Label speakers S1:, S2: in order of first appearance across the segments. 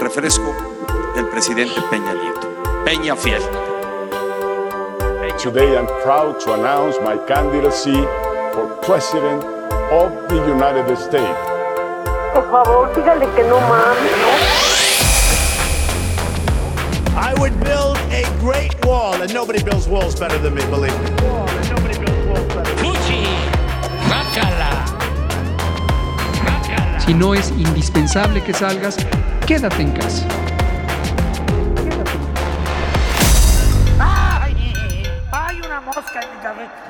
S1: refresco del presidente Peña Nieto. Peña fiel.
S2: Today I'm proud to announce my candidacy for President of the United States.
S3: Por favor, dígale que no mames.
S4: I would build a great wall, and nobody builds walls better than me, believe me.
S5: Si no es indispensable que salgas, quédate en casa.
S6: ¡Ay! ¡Hay una mosca en mi cabeza!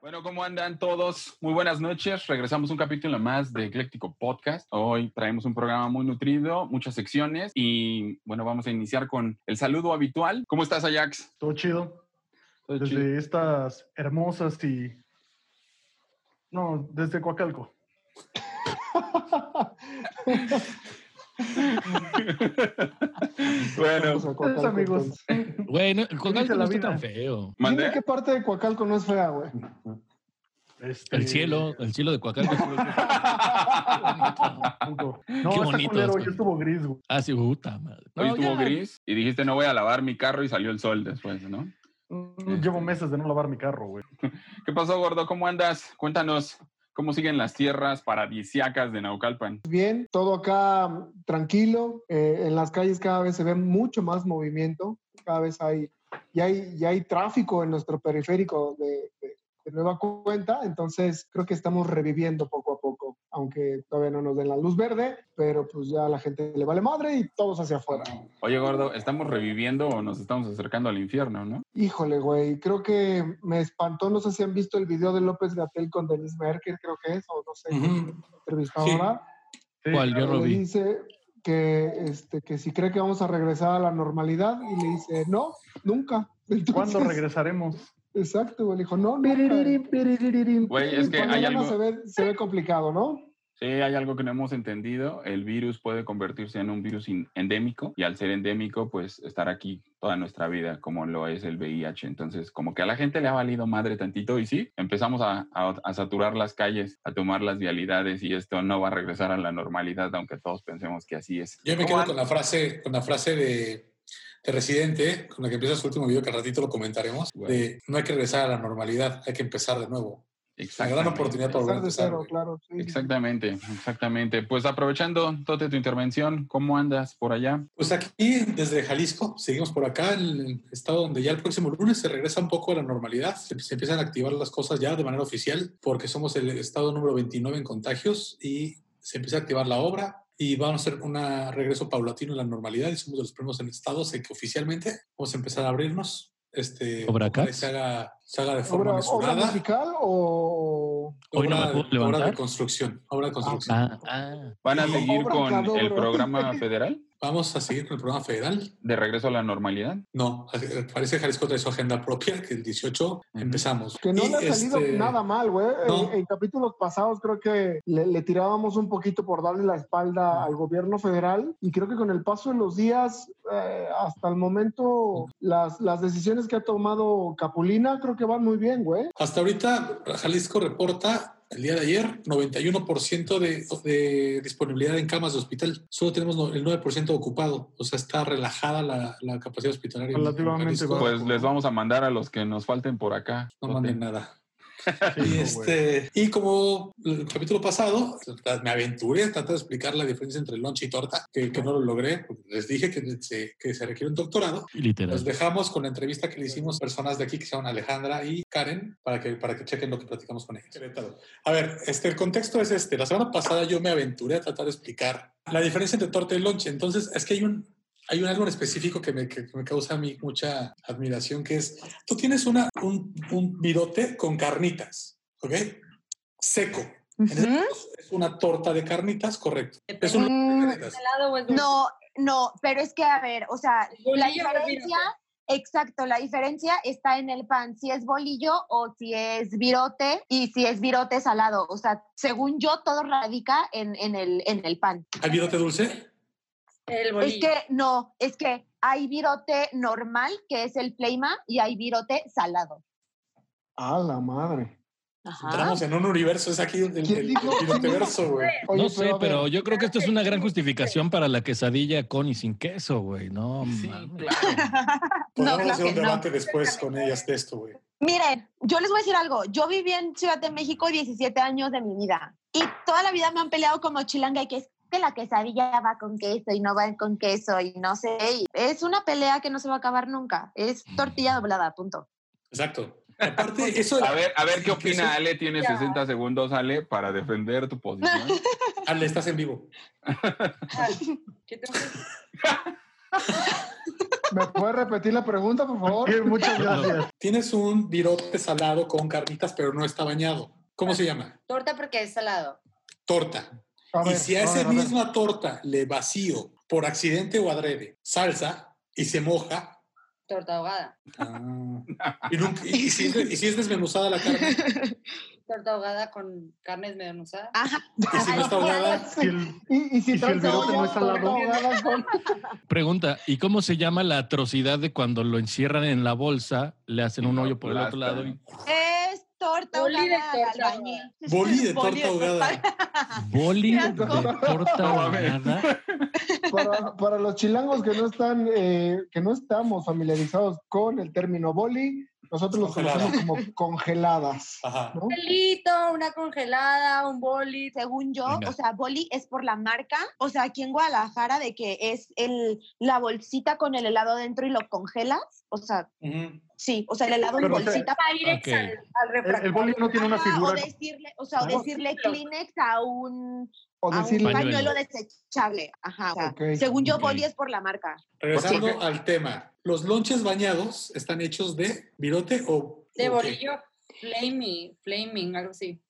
S7: Bueno, ¿cómo andan todos? Muy buenas noches. Regresamos un capítulo más de Ecléctico Podcast. Hoy traemos un programa muy nutrido, muchas secciones y bueno, vamos a iniciar con el saludo habitual. ¿Cómo estás, Ajax?
S8: Todo chido.
S7: Todo
S8: Desde
S7: chido.
S8: estas hermosas y. No, desde Coacalco.
S7: bueno,
S8: Ustedes, amigos.
S9: Güey, no, Coacalco
S8: la
S9: no está
S8: vida.
S9: tan feo.
S7: mandé.
S10: ¿Qué parte de Coacalco no es fea, güey?
S8: Este,
S9: El cielo, el cielo de Coacalco.
S8: poco. No,
S9: Qué
S8: está
S9: bonito
S8: culero,
S9: es,
S8: hoy estuvo gris, güey.
S9: ah, sí, puta madre.
S7: Hoy
S9: No,
S7: estuvo
S9: ya.
S7: gris y dijiste no voy a lavar mi carro y salió el sol después, ¿no?
S8: Mm, Llevo meses de no lavar mi carro, güey.
S7: ¿Qué pasó, gordo? ¿Cómo andas? Cuéntanos. ¿Cómo siguen las tierras paradisiacas de Naucalpan?
S10: Bien, todo acá mm, tranquilo. eh, en las calles cada vez se ve mucho más movimiento. Cada vez hay, y hay, y hay tráfico en nuestro periférico de, de- de nueva cuenta. Entonces creo que estamos reviviendo poco a poco, aunque todavía no nos den la luz verde, pero pues ya a la gente le vale madre y todos hacia afuera.
S7: Oye, gordo, ¿estamos reviviendo o nos estamos acercando al infierno, no?
S10: Híjole, güey, creo que me espantó. No sé si han visto el video de López Gatel con Denise Merkel, creo que es, o no sé,
S9: Ujú.
S10: entrevistadora.
S8: Sí,
S9: ¿Cuál? Yo
S10: Pero
S9: lo
S10: le
S9: vi.
S10: dice que, este, que si cree que vamos a regresar a la normalidad y le dice, no, nunca. Entonces,
S8: ¿Cuándo regresaremos?
S10: Exacto, güey, le dijo, no, nunca.
S8: Güey,
S7: Güey, es que
S10: El
S7: hay
S10: panorama
S7: algo...
S10: se, ve, se ve complicado, ¿no?
S7: Sí, hay algo que no hemos entendido. El virus puede convertirse en un virus in- endémico y al ser endémico, pues estar aquí toda nuestra vida, como lo es el VIH. Entonces, como que a la gente le ha valido madre tantito y sí, empezamos a, a- a saturar las calles, a tomar las vialidades y esto no va a regresar a la normalidad, aunque todos pensemos que así es.
S11: Yo me
S7: ¿Cómo
S11: quedo
S7: an-
S11: con la frase, con la frase de, de Residente, con la que empieza su último video, que al ratito lo comentaremos,
S7: Bueno.
S11: de no hay que regresar a la normalidad, hay que empezar de nuevo. Una gran
S7: Exactamente.
S11: oportunidad para volver a
S10: Empezar de
S11: empezar.
S10: cero,
S11: güey.
S10: claro. sí, sí, sí.
S7: Exactamente, exactamente. Pues aprovechando, Tote, tu intervención, ¿cómo andas por allá?
S11: Pues aquí, desde Jalisco, seguimos por acá, el estado donde ya el próximo lunes se regresa un poco a la normalidad, se, se empiezan a activar las cosas ya de manera oficial, porque somos el estado número 29 en contagios y se empieza a activar la obra y vamos a hacer un regreso paulatino a la normalidad y somos de los primeros en estados en que oficialmente vamos a empezar a abrirnos. Este,
S9: ¿Obra acá?
S11: ojalá y se haga, se haga de forma
S10: ¿Obra, obra
S11: mesurada.
S10: musical o
S9: Hoy no me puedo
S11: obra
S9: levantar.
S11: de construcción. Obra de construcción.
S9: Ah, ah.
S7: ¿Van a
S10: No,
S7: seguir
S10: obra,
S7: con el
S10: cabrón.
S7: programa federal
S11: Vamos a seguir con el programa federal.
S7: de regreso a la normalidad?
S11: No, eh, parece que Jalisco trae su agenda propia, que el 18 empezamos.
S10: que no
S11: Y,
S10: le ha salido
S11: este,
S10: nada mal, güey.
S11: no.
S10: En, en capítulos pasados creo que le, le tirábamos un poquito por darle la espalda al gobierno federal y creo que con el paso de los días, eh, hasta el momento, las, las decisiones que ha tomado Capulina creo que van muy bien, güey.
S11: Hasta ahorita, Jalisco reporta el día de ayer 91% de, de disponibilidad en camas de hospital. Solo tenemos no- el 9% ocupado. O sea, está relajada la, la capacidad hospitalaria. en
S8: Relativamente
S11: Jalisco.
S8: bajo.
S7: Pues les vamos a mandar a los que nos falten por acá.
S11: No
S7: Tote.
S11: manden nada.
S8: Sí,
S11: Y,
S8: güey.
S11: este, y como el capítulo pasado, me aventuré a tratar de explicar la diferencia entre lonche y torta, que, que no lo logré. porque Les dije que se, que se requiere un doctorado.
S9: Literal.
S11: Los dejamos con la entrevista que le hicimos a personas de aquí que se llaman Alejandra y Karen para que, para que chequen lo que platicamos con ellas. A ver, este, el contexto es este. La semana pasada yo me aventuré a tratar de explicar la diferencia entre torta y lonche. Entonces, es que hay un, hay un algo en específico que me, que me causa a mí mucha admiración, que es, tú tienes una, un, un virote con carnitas, ¿ok? Seco. En ese caso, Es una torta de carnitas, correcto. Es una torta de carnitas.
S12: Mm. No, no, pero es que, a ver, o sea, la
S6: Bolillo,
S12: diferencia, exacto, la diferencia está en el pan, si es bolillo o si es virote y si es virote salado. O sea, según yo, todo radica en, en, el, en el pan.
S11: ¿Hay virote dulce?
S6: El
S12: Es que no, es que hay virote normal, que es el pleima, y hay virote salado.
S10: A la madre.
S12: Ajá.
S11: Entramos en un universo, es aquí el, el, el viroteverso, güey.
S9: no sé, pero, yo creo que esto es una gran justificación para la quesadilla con y sin queso, güey. No, mames.
S11: Podemos
S12: claro
S11: hacer un
S12: que no.
S11: debate después con ellas de esto, güey.
S12: Miren, yo les voy a decir algo. Yo viví en Ciudad de México 17 años de mi vida y toda la vida me han peleado como chilanga y que es que la quesadilla va con queso y no va con queso y no sé. y es una pelea que no se va a acabar nunca. Es tortilla doblada, punto.
S11: Exacto. Aparte, eso de la-
S7: A ver, a ver qué opina
S11: queso-
S7: Ale. Tienes 60 segundos, Ale, para defender tu posición.
S11: Ale, estás en vivo.
S6: ¿Qué tengo que-
S10: ¿Me puedes repetir la pregunta, por favor?
S8: Sí, muchas gracias.
S11: Tienes un virote salado con carnitas, pero no está bañado. ¿Cómo se llama?
S6: Torta porque es salado.
S11: Torta.
S10: A ver,
S11: y si a
S10: ver,
S11: esa
S10: ver.
S11: misma torta le vacío por accidente o adrede salsa y se moja,
S6: Torta ahogada.
S11: Ah. y, nunca- y- y si, es, de- y si es desmenuzada la carne
S6: Torta ahogada con carnes medonusadas.
S12: Ajá.
S11: y si no está ahogada,
S8: Si el-
S10: Y, y si
S8: ¿Y si
S10: traes
S8: el virote
S10: cebolla,
S8: no es salado?
S10: torta ahogada con-
S9: Pregunta, ¿y cómo se llama la atrocidad de cuando lo encierran en la bolsa, le hacen un
S7: lo
S9: hoyo por el otro
S7: aplastan?
S9: lado y
S12: Es torta
S6: Boli de
S12: ahogada de
S6: torta
S12: albañil.
S11: boli de torta ahogada.
S9: boli
S12: Qué
S9: de
S12: asco.
S9: torta
S7: No, mames.
S9: ahogada?
S10: para, para los chilangos que no están, eh, que no estamos familiarizados con el término boli, nosotros los
S11: Congelada.
S10: conocemos como congeladas.
S11: Ajá.
S10: ¿no?
S6: Un pelito, una congelada, un boli.
S12: Según yo,
S9: Venga.
S12: o sea, boli es por la marca, o sea, aquí en Guadalajara de que es el, la bolsita con el helado dentro y lo congelas, o sea,
S11: Ujú.
S12: sí, o sea, el helado
S8: Pero, o
S12: en
S8: sea,
S12: bolsita.
S6: Para ir
S9: Ok.
S6: al, al
S8: El,
S6: refractario.
S8: el boli no tiene una
S12: Ajá,
S8: figura.
S12: o decirle, o sea, o
S6: Ah,
S12: decirle
S6: claro.
S12: Kleenex a un,
S10: O
S12: a un
S10: decirle,
S9: Pañuelo.
S12: pañuelo desechable. Ajá. o sea,
S10: Ok.
S12: Según yo,
S9: Ok.
S12: boli es por la marca.
S11: Regresando al tema, los lonches bañados están hechos de virote o
S6: De
S11: o qué?
S6: bolillo. Flaming, flaming, algo así.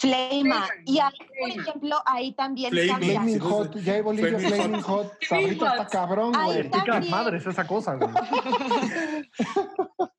S12: Flema. Y ahí, por
S6: Flema.
S12: ejemplo, ahí también
S11: Flame.
S12: cambia.
S10: flaming
S11: si no es-
S10: hot, ya hay bolillo
S11: Flaming
S10: flaming hot, sabrito
S6: Hot.
S10: está cabrón,
S12: Ay,
S10: güey.
S12: está-
S8: Pica
S12: también.
S8: madres esa cosa, güey.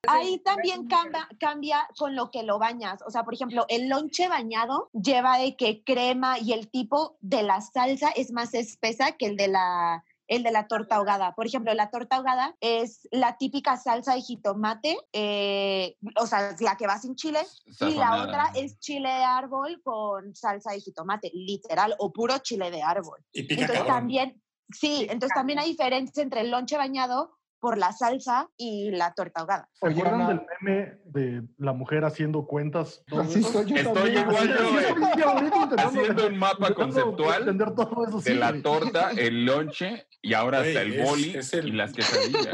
S12: Ahí también cambia, cambia con lo que lo bañas. O sea, por ejemplo, el lonche bañado lleva de que crema y el tipo de la salsa es más espesa que el de la el de la torta ahogada. Por ejemplo, la torta ahogada es la típica salsa de jitomate, eh, o sea, es la que va sin chile, y la
S7: Sazonada.
S12: otra es chile de árbol con salsa de jitomate, literal, o puro chile de árbol.
S11: Y pica
S12: Entonces
S11: cabrón.
S12: también, sí, entonces también hay diferencia entre el lonche bañado por la salsa y la torta ahogada.
S8: ¿Se
S10: Oye,
S8: acuerdan
S10: Ana.
S8: del meme de la mujer haciendo cuentas? todo
S10: Así
S8: eso?
S10: soy yo
S7: Estoy
S10: también.
S7: igual yo,
S8: Sí,
S7: güey.
S8: sí, sí, ahorita intentando-
S7: Haciendo un mapa
S8: intentando
S7: conceptual
S8: entender todo eso,
S7: de
S8: sí,
S7: la
S8: güey.
S7: torta, el lonche y ahora hasta
S11: Güey,
S7: el
S11: es-
S7: boli
S11: es el-
S7: y las quesadillas.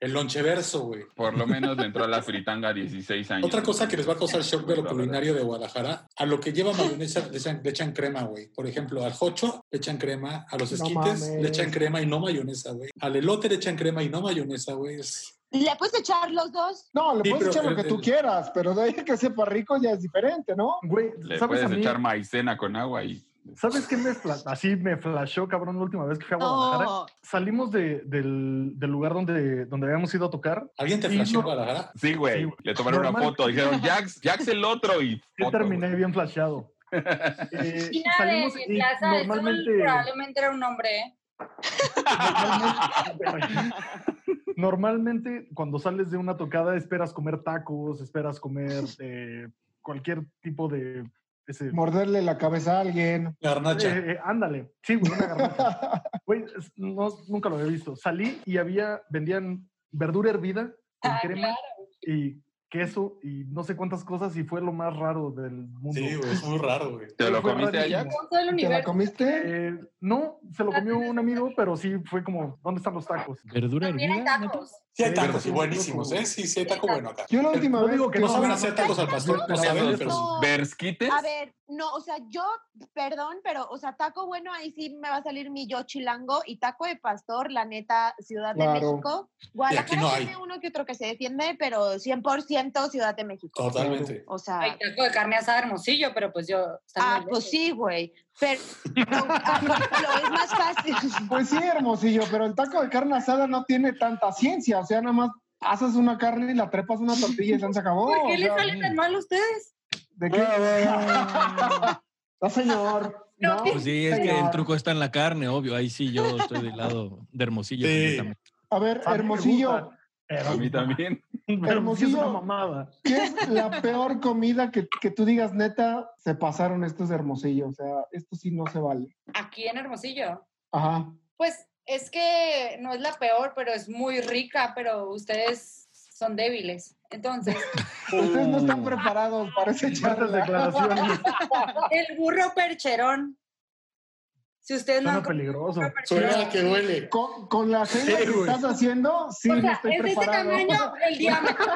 S11: El loncheverso, güey.
S7: Por lo menos le entró a la fritanga a 16 años.
S11: Otra cosa que les va a causar shock de lo culinario de Guadalajara, a lo que lleva mayonesa le echan, le echan crema, güey. Por ejemplo, al jocho le echan crema, a los
S10: No
S11: esquites
S10: mames.
S11: le echan crema y no mayonesa, güey. Al elote le echan crema y no mayonesa, güey. Es-
S12: Le puedes echar los dos.
S10: No, le
S11: Sí,
S10: puedes
S11: pero-
S10: echar lo que tú quieras, pero de ahí que sepa rico ya es diferente, ¿no?
S8: Güey,
S7: Le
S8: ¿sabes a
S7: puedes
S8: mí?
S7: echar maicena con agua y.
S8: ¿Sabes qué me fla- así me flashó, cabrón, la última vez que fui a Guadalajara?
S12: No.
S8: Salimos de- del, del lugar donde, donde habíamos ido a tocar.
S11: ¿Alguien te
S8: Sí,
S11: flasheó
S8: no.
S11: Guadalajara?
S7: Sí, güey.
S8: Sí, güey.
S7: le tomaron una
S8: Normal.
S7: foto. Dijeron, Jax, Jax el otro. Y
S8: Sí
S7: foto,
S8: terminé
S7: güey.
S8: bien flashado. Eh,
S6: China
S8: salimos
S6: de
S8: y
S6: Plaza de Sol
S8: normalmente,
S6: probablemente era un hombre, ¿eh?
S8: normalmente cuando sales de una tocada esperas comer tacos, esperas comer eh, cualquier tipo de... Ese,
S10: Morderle la cabeza a alguien.
S11: Garnacha.
S8: Eh, eh, ándale, sí, güey, una garnacha. Güey, es- no, nunca lo había visto. Salí y había, vendían verdura hervida con
S6: Ah,
S8: crema y queso y no sé cuántas cosas y fue lo más raro del mundo.
S11: Sí, güey, es muy raro, güey.
S7: ¿Te lo
S8: Fue
S7: comiste a
S8: rarísimo.
S7: Jax?
S6: Con todo el
S10: ¿Te la
S6: universo. Ah,
S10: comiste?
S8: Eh, no, se lo comió un amigo, pero sí fue como, ¿dónde están los tacos?
S9: ¿Verdura
S6: También hay
S9: hervida?
S6: tacos.
S11: Sí hay
S8: Sí,
S11: tacos y
S8: sí,
S11: buenísimos, ¿eh? Sí, sí hay taco bueno acá.
S10: Yo la última
S8: no
S10: vez
S8: digo que
S11: No
S8: no,
S11: saben
S8: no,
S11: hacer tacos al pastor, no
S8: no,
S11: saben,
S8: no,
S11: pero sí.
S12: No,
S7: ¿Bersquites?
S12: A ver, no, o sea, yo, perdón, pero, o sea, taco bueno, ahí sí me va a salir mi yo chilango y taco de pastor, la neta, Ciudad de
S10: Claro.
S12: México.
S11: aquí
S12: Guadalajara
S11: no hay.
S12: tiene uno que otro que se defiende, pero 100% Ciudad de México.
S11: Totalmente.
S12: O sea,
S6: Hay taco de carne asada hermosillo, pero pues yo.
S12: ah, pues sí, güey. Pero, ah, por ejemplo, es más fácil.
S10: Pues sí, hermosillo, pero el taco de carne asada no tiene tanta ciencia. O sea, nada más haces una carne y la trepas a una tortilla y se acabó.
S6: ¿Por qué
S10: o
S6: le
S10: sea,
S6: sale tan mal a ustedes?
S10: ¿De qué? No, señor.
S6: No,
S10: No,
S9: Pues sí, es que el
S10: señor.
S9: truco está en la carne, obvio. Ahí sí yo estoy del lado de Hermosillo.
S11: Sí.
S9: completamente.
S10: A ver,
S8: A mí me
S10: hermosillo.
S8: gusta, pero-
S7: A mí también.
S8: Pero sí es una
S10: Hermosillo.
S8: mamada.
S10: ¿Qué es la peor comida que, que tú digas, neta, se pasaron estos de Hermosillo? O sea, esto sí no se vale.
S6: Aquí en Hermosillo.
S10: Ajá.
S6: Pues es que no es la peor, pero es muy rica, pero ustedes son débiles. Entonces,
S10: Ustedes no
S7: Uh.
S10: están preparados para ese
S8: Estas
S10: charla.
S8: Mm. declaraciones
S6: el burro percherón. Si ustedes no
S8: suena
S6: han
S8: peligroso.
S11: Suena que duele.
S10: Con, con la cena
S11: Sí,
S10: que
S11: güey.
S10: estás haciendo, sí,
S6: O
S10: no
S6: sea,
S10: estoy
S6: es de este
S10: preparado.
S6: tamaño el diámetro.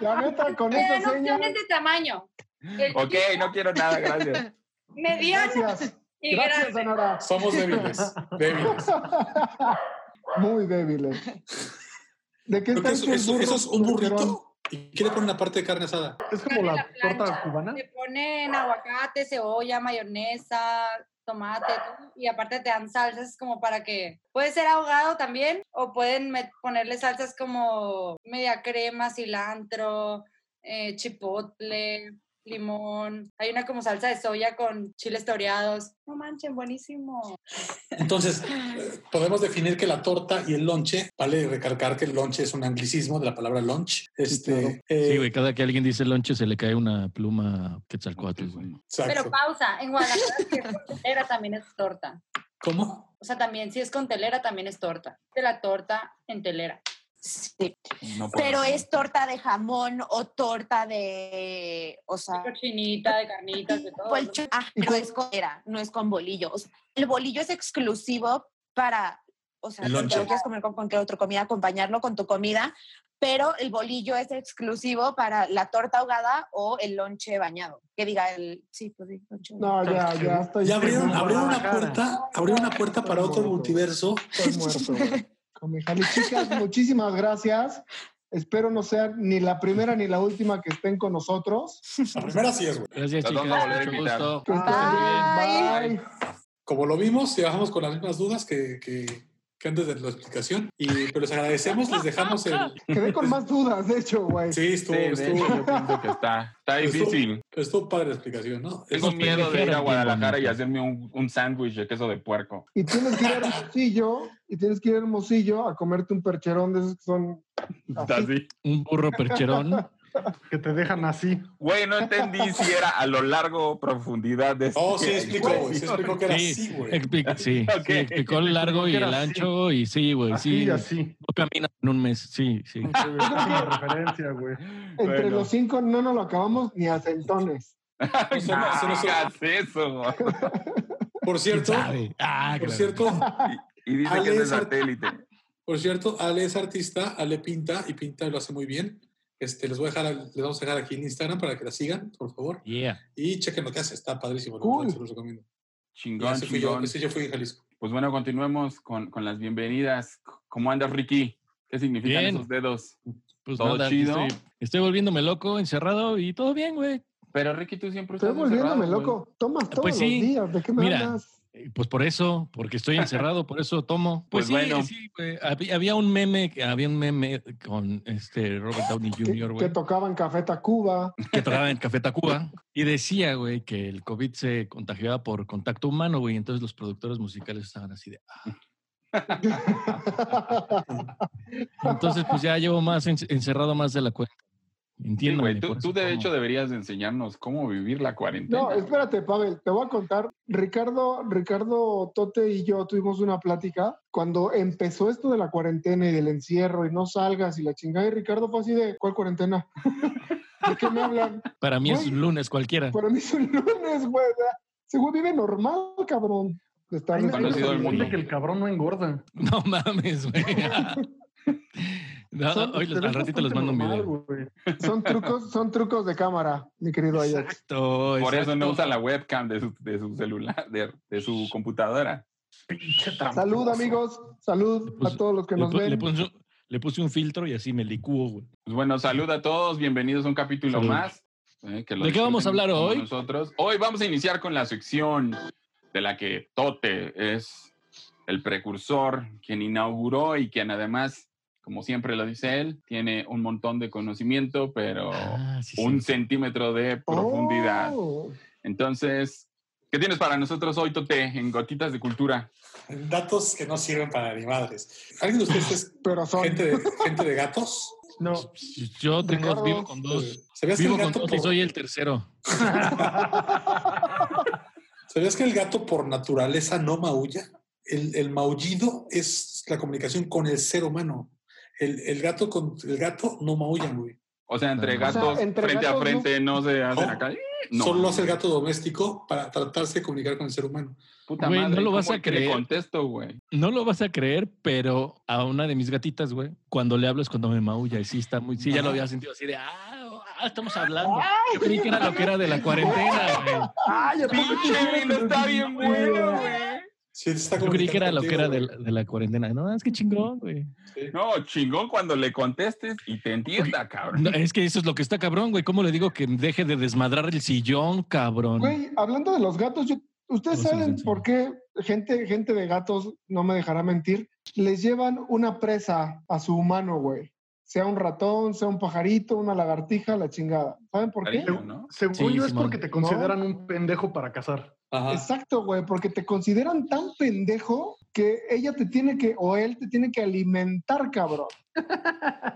S10: La neta, con
S6: Me dan
S10: esa seña,
S6: opciones de tamaño. El
S7: Ok, no quiero nada, gracias.
S6: mediano
S10: gracias.
S6: y
S10: Gracias,
S6: grande.
S10: Sonora.
S11: Somos débiles. Débiles.
S10: Muy débiles. ¿De qué
S11: Creo que
S10: está hecho
S11: eso,
S10: el
S11: eso-
S10: burro?
S11: eso es un
S10: percherón?
S11: burrito. ¿Y qué le ponen aparte de carne asada?
S8: Es como
S6: Carne
S8: la,
S6: en
S8: torta
S6: plancha,
S11: ¿Ah?
S8: cubana.
S6: Le ponen aguacate, cebolla, mayonesa, tomate todo, y aparte te dan salsas como para que puede ser ahogado también o pueden met- ponerle salsas como media crema, cilantro, eh, chipotle, limón. Hay una como salsa de soya con chiles toreados. No manchen, buenísimo.
S11: Entonces, eh, podemos definir que la torta y el lonche, vale recalcar que el lonche es un anglicismo de la palabra lunch. Este,
S10: claro.
S11: eh,
S9: Sí, güey, cada que alguien dice lonche se le cae una pluma Quetzalcóatl, güey.
S11: exacto.
S6: Pero pausa, en Guadalajara si es con telera también es torta.
S11: ¿Cómo?
S6: O sea, también si es con telera también es torta. De la torta en telera.
S12: Sí.
S7: No puedo.
S12: Pero es torta de jamón o torta de. O sea.
S6: De cochinita, de carnitas, de todo.
S12: tipo el cho- ah,
S10: ¿Y
S12: no
S10: cómo?
S12: es con era, no es con bolillo. O sea, el bolillo es exclusivo para. O sea,
S11: El
S12: si te
S11: lonche.
S12: lo quieres comer con cualquier otra comida, acompañarlo con tu comida, pero el bolillo es exclusivo para la torta ahogada o el lonche bañado. Que diga el. Sí, pues sí, lonche bañado.
S10: No, ya, ya estoy.
S11: Ya abrieron, abrieron una
S8: Guadalajara.
S11: puerta, abrieron una puerta para otro multiverso.
S10: Estoy muerto. güey. Con mi jale. Chicas, muchísimas gracias. Espero no sea ni la primera ni la última que estén con nosotros.
S11: La primera sí es, güey.
S9: Gracias,
S7: Las vamos
S9: chicas.
S7: a volver a
S9: Mucho
S7: invitar.
S9: gusto.
S11: Ah.
S10: Que estén
S12: Bye.
S10: pues, bien. Bye.
S11: Como lo vimos, trabajamos con las mismas dudas que, que, que antes de la explicación. Y, pero les agradecemos, les dejamos el.
S10: Quedé con más dudas, de hecho, güey.
S11: Sí,
S7: Sí,
S11: estuvo,
S7: de hecho,
S11: estuvo,
S7: yo pienso que está, está difícil.
S11: pero estuvo padre la explicación, ¿no?
S7: Tengo
S11: Eso-
S7: miedo de ir a
S9: pendejeras bien
S7: Guadalajara y
S9: bonitas.
S7: hacerme un, un sándwich de queso de puerco.
S10: Y tienes que ir a Hermosillo, y tienes que ir a Hermosillo a comerte un percherón de esos que son.
S11: Ah,
S10: así.
S7: Así.
S9: Un burro percherón.
S8: Que te dejan así.
S7: Güey, no entendí si era a lo largo o profundidad de
S11: Oh,
S7: este-
S11: sí explicó, güey. Sí explicó que era así,
S9: Sí,
S11: güey.
S9: expli- sí,
S7: Ok.
S9: sí, explicó el largo y
S8: Era
S9: el
S8: así.
S9: ancho y sí, güey,
S8: Así
S9: sí.
S8: y así.
S9: No caminas en un mes, sí, sí.
S8: Una referencia, güey.
S10: Entre
S7: Bueno.
S10: los cinco no nos lo acabamos ni a centones.
S11: No son-
S7: Ah,
S11: no son- no son-
S7: hagas eso.
S11: Por
S9: ¿Quién
S11: cierto,
S9: sabe? Ah,
S11: por
S9: claro.
S11: cierto,
S7: Y dice que es
S11: Ale
S7: de
S11: es-
S7: satélite.
S11: Por cierto, Ale es artista, Ale pinta y pinta y lo hace muy bien. Este, les, voy a dejar, les vamos a dejar aquí en Instagram para que la sigan, por favor.
S9: Yeah.
S11: Y chequen lo que hace, está padrísimo. la
S10: Cool.
S11: verdad, se los recomiendo. Y
S7: Chingón,
S11: ese, fui yo,
S7: chingón.
S11: ese yo fui en Jalisco.
S7: Pues bueno, continuemos con, con las bienvenidas. ¿Cómo andas, Ricky? ¿Qué significan
S9: Bien.
S7: esos dedos?
S9: Pues
S7: Todo
S9: nada,
S7: chido.
S9: Estoy, estoy volviéndome loco, encerrado y todo bien, güey.
S7: Pero Ricky, tú siempre
S10: Estoy
S7: estás
S10: volviéndome
S7: encerrado, güey.
S10: loco. Tomas todos
S9: Pues sí.
S10: los días. ¿De qué me
S9: Mira.
S10: hablas?
S9: Eh, Pues por eso, porque estoy encerrado, por eso tomo.
S7: Pues
S9: Pues, sí,
S7: bueno.
S9: sí, güey. Había, había un meme, que- había un meme con este Robert Downey
S10: que,
S9: Jr.,
S10: que
S9: güey,
S10: tocaban Café Tacuba.
S9: que tocaba en Café Tacuba y decía, güey, que el COVID se contagiaba por contacto humano, güey. Entonces los productores musicales estaban así de, Entonces, pues ya llevo más en- encerrado más de la cuenta.
S7: Sí,
S9: Entiendo.
S7: güey, tú, tú de hecho deberías de enseñarnos cómo vivir la cuarentena.
S10: No, espérate, Pavel, te voy a contar. Ricardo, Ricardo Tote y yo tuvimos una plática cuando empezó esto de la cuarentena y del encierro y no salgas y la chingada. Y Ricardo fue así de, ¿cuál cuarentena? ¿De qué me hablan?
S9: Para mí es
S10: güey.
S9: un lunes cualquiera.
S7: Pues
S10: Para mí es un lunes, güey. o sea, Ese güey vive normal, cabrón. Está
S8: Ahí me ahí me
S7: Conocido el mundo.
S8: sorprende que el cabrón no engorda.
S9: No mames, güey. No,
S10: Son-
S9: hoy los-
S10: pero
S9: al
S10: es
S9: ratito les mando un
S8: Normal,
S9: video.
S8: güey.
S10: Son trucos, son trucos de cámara, mi querido Ajax.
S9: Exacto,
S7: Por eso no
S9: exacto.
S7: usa la webcam de su, de su celular, de, de su computadora.
S8: Pinche trampa.
S10: Salud, amigos. Salud
S9: Pues,
S10: a todos los que
S9: Le,
S10: nos
S9: pu- le
S10: ven.
S9: puse, le puse un filtro y así me licúo, güey.
S7: Pues bueno, salud a todos, bienvenidos a un capítulo
S9: Salud.
S7: más. eh, que lo
S9: ¿De qué vamos a
S7: disfruten
S9: hablar
S7: como
S9: hoy?
S7: Nosotros. Hoy vamos a iniciar con la sección de la que Tote es el precursor, quien inauguró y quien además, como siempre lo dice él, tiene un montón de conocimiento, pero
S9: Ah, sí,
S7: un
S9: sí.
S7: centímetro de profundidad.
S10: Oh,
S7: Entonces, ¿Qué tienes para nosotros hoy, Tote, en Gotitas de Cultura?
S11: Datos que no sirven para ni madres. ¿Alguien de ustedes es gente, de, gente de gatos?
S8: No.
S9: Yo tengo, vivo con dos.
S11: ¿Sabías que
S9: Vivo
S11: el
S9: con
S11: gato
S9: dos y
S11: por-
S9: soy el tercero.
S11: ¿Sabías que el gato por naturaleza no maulla? El, el maullido es la comunicación con el ser humano. El, el gato con el gato no maulla, güey.
S7: O sea,
S9: Ah,
S7: entre
S11: O sea,
S7: gatos
S11: entre
S7: frente
S11: gatos
S7: a frente no, se hacen
S9: Oh.
S7: acá. No.
S11: Solo lo hace el gato doméstico para tratarse de comunicar con el ser humano.
S7: Puta
S9: Güey,
S7: madre,
S9: no lo vas
S7: ¿cómo
S9: a
S7: te
S9: creer.
S7: contesto, güey.
S9: No lo vas a creer, pero a una de mis gatitas, güey, cuando le hablo es cuando me maulla. Y sí, está muy. Sí, ya lo había sentido así de. Ah, ah, estamos hablando. Yo creí que era lo que era de la cuarentena, güey.
S8: Ay,
S1: Pinche lindo, está bien bueno, güey.
S11: Sí, está
S9: Yo creí que era lo que era de
S11: del
S9: la, de la cuarentena. No, es que chingón, güey.
S7: No, chingón cuando le contestes y te entienda, cabrón.
S9: No, es que eso es lo que está cabrón, güey. ¿Cómo le digo que deje de desmadrar el sillón, cabrón?
S10: Güey, hablando de los gatos, yo- ustedes saben por qué gente, gente de gatos, no me dejará mentir, les llevan una presa a su humano, güey. Sea un ratón, sea un pajarito, una lagartija, la chingada. ¿Saben por qué?
S8: Según
S10: Sí,
S8: yo es
S10: Simón.
S8: porque te consideran un pendejo para cazar.
S10: Exacto, güey, porque te consideran tan pendejo que ella te tiene que, o él te tiene que alimentar, cabrón.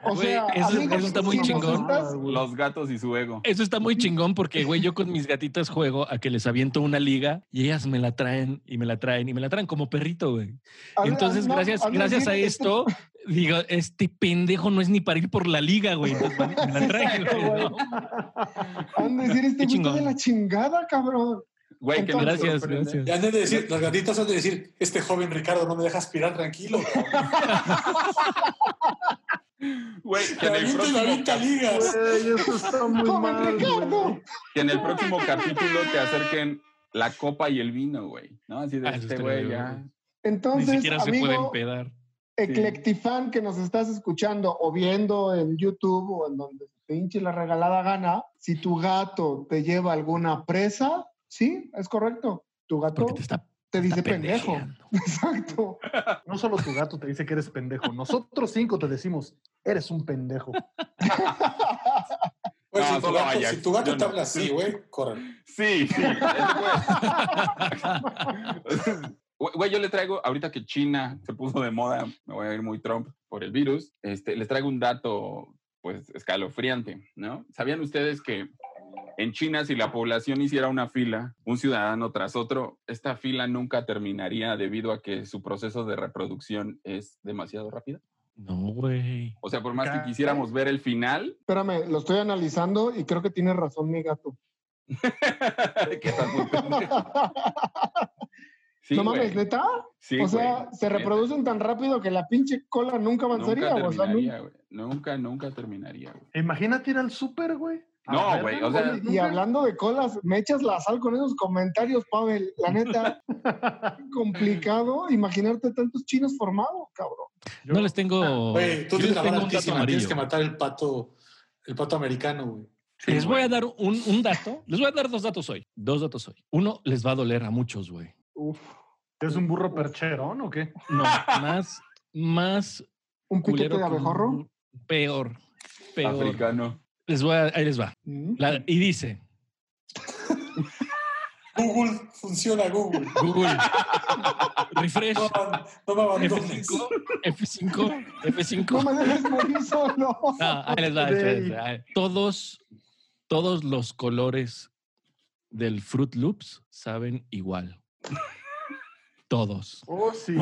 S10: O
S9: Güey,
S10: sea,
S9: eso,
S10: amigos,
S9: eso está muy
S10: si nos
S9: chingón.
S10: estás-
S7: Los gatos y su ego.
S9: Eso está muy chingón porque, güey, yo con mis gatitas juego a que les aviento una liga y ellas me la traen y me la traen y me la traen como perrito, güey.
S10: Habla-
S9: Entonces,
S10: no,
S9: gracias,
S10: habla
S9: gracias a
S10: bien, este
S9: esto, digo, este pendejo no es ni para ir por la liga, güey. Entonces, van y me la traen,
S10: Exacto,
S9: güey,
S10: güey.
S9: ¿no?
S10: Han de decir, este
S9: Qué
S10: güey está de
S9: chingón.
S10: la chingada, cabrón.
S7: Güey, que
S10: Entonces-
S9: Gracias, gracias.
S11: Ya han de decir, las gatitas han de decir, este joven Ricardo no me deja aspirar tranquilo.
S7: Güey, que en
S11: Te
S7: el
S11: aviento y
S7: próximo
S11: me avienta ligas.
S8: Güey, eso está muy
S10: Joven
S8: mal.
S10: Ricardo.
S8: güey.
S7: que en el próximo capítulo te acerquen la copa y el vino, güey. ¿No? Así de
S9: Ah, eso
S7: este
S9: estaría
S7: güey
S9: bien,
S7: ya.
S9: güey. Ni
S10: Entonces,
S9: siquiera se pueden
S10: amigo
S9: pedar.
S10: eclectifan que nos estás escuchando o viendo en YouTube o en donde se te hinche la regalada gana, si tu gato te lleva alguna presa, sí, es correcto. Tu gato
S9: Porque te
S10: te,
S9: está,
S10: dice
S9: está
S10: pendejo.
S9: pendejeando.
S10: Exacto.
S8: No solo tu gato te dice que eres pendejo. Nosotros cinco te decimos, eres un pendejo.
S11: Güey,
S7: No,
S11: Pues si, tu
S7: solo
S11: gato,
S7: Ajax,
S11: si tu gato
S7: yo
S11: te
S7: no.
S11: habla así, güey, corre.
S7: Sí, sí. ese güey. Güey, Güey, yo le traigo, ahorita que China se puso de moda, me voy a ir muy Trump por el virus, este, les traigo un dato, pues, escalofriante, ¿no? ¿Sabían ustedes que en China, si la población hiciera una fila, un ciudadano tras otro, esta fila nunca terminaría debido a que su proceso de reproducción es demasiado rápido?
S9: No, güey.
S7: O sea, por más que quisiéramos ver el final,
S10: Espérame, lo estoy analizando y creo que tiene razón mi gato.
S7: que estás muy pendejo. Sí,
S10: no mames,
S7: güey.
S10: neta.
S7: Sí,
S10: o sea,
S7: güey,
S10: se
S7: neta.
S10: reproducen tan rápido que la pinche cola nunca avanzaría.
S7: Nunca
S10: o sea, nun-
S7: terminaría, güey. Nunca, nunca terminaría, güey.
S8: Imagínate ir al súper, güey. A
S7: No,
S8: la
S7: güey,
S8: verga,
S7: o sea-
S10: Oye, y hablando de colas, me echas la sal con esos comentarios, Pavel. La neta, complicado imaginarte tantos chinos formados, cabrón.
S9: No les tengo.
S11: Ah, Güey, tú
S9: yo
S11: tienes
S9: les
S11: la
S9: tengo
S11: vara
S9: un dato
S11: altísima,
S9: amarillo.
S11: tienes que matar el pato, el pato americano, güey.
S9: Les voy a dar un, un dato. Les voy a dar dos datos hoy. Dos datos hoy. Uno les va a doler a muchos, güey.
S10: Uf,
S8: ¿Es un burro percherón o qué?
S9: No, más, más
S10: un piquete
S9: culero.
S10: de
S9: que un
S10: abejorro.
S9: burro. Peor. Peor.
S7: Africano.
S9: Les voy a- ahí les va.
S10: Mm.
S9: La- y dice
S11: Google, funciona Google.
S9: Google. refresh.
S11: No, ab- no me abandones.
S9: F5. F5.
S10: No
S9: F5.
S10: me dejes morir solo.
S9: No, ahí les va, ahí les va, ahí les va. Todos, todos los colores del Fruit Loops saben igual. Todos.
S8: Oh, sí.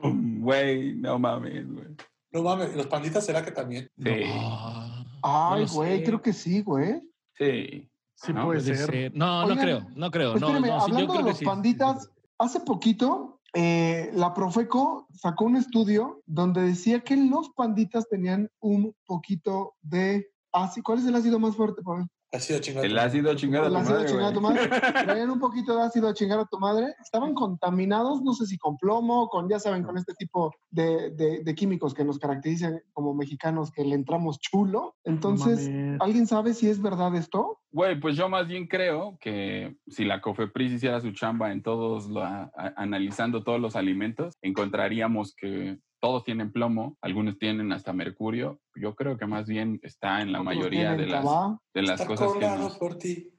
S7: Güey, no mames, güey.
S11: No mames, los panditas será que también.
S7: Sí,
S9: No,
S10: Ay,
S9: no lo
S10: güey,
S9: sé.
S10: creo que sí, güey.
S7: sí.
S8: Sí
S7: No,
S8: puede
S9: Puede
S8: ser.
S9: ser. No, no
S10: Oigan,
S9: creo, no creo. No,
S10: Espérame,
S9: no, sí, yo
S10: hablando de
S9: creo que
S10: los
S9: sí.
S10: panditas, hace poquito eh, la Profeco sacó un estudio donde decía que los panditas tenían un poquito de ácido. ¿Cuál es el ácido más fuerte, Pavel?
S11: Ácido chingado.
S7: El ácido chingada
S10: El
S7: tu
S10: ácido a
S7: madre,
S10: chingar a tu
S7: güey.
S10: madre. Traían un poquito de ácido a chingar a tu madre. Estaban contaminados, no sé si con plomo, con, ya saben, con este tipo de, de- de químicos que nos caracterizan como mexicanos, que le entramos chulo. Entonces,
S8: No mames.
S10: ¿alguien sabe si es verdad esto?
S7: Güey, pues yo más bien creo que si la COFEPRIS hiciera su chamba en todos, la- a- analizando todos los alimentos, encontraríamos que todos tienen plomo, algunos tienen hasta mercurio. Yo creo que más bien está en la
S10: Otros
S7: mayoría
S10: tienen
S7: de las,
S10: cava.
S7: de las
S11: Está
S7: cosas que
S11: colgado
S7: nos...
S11: por ti.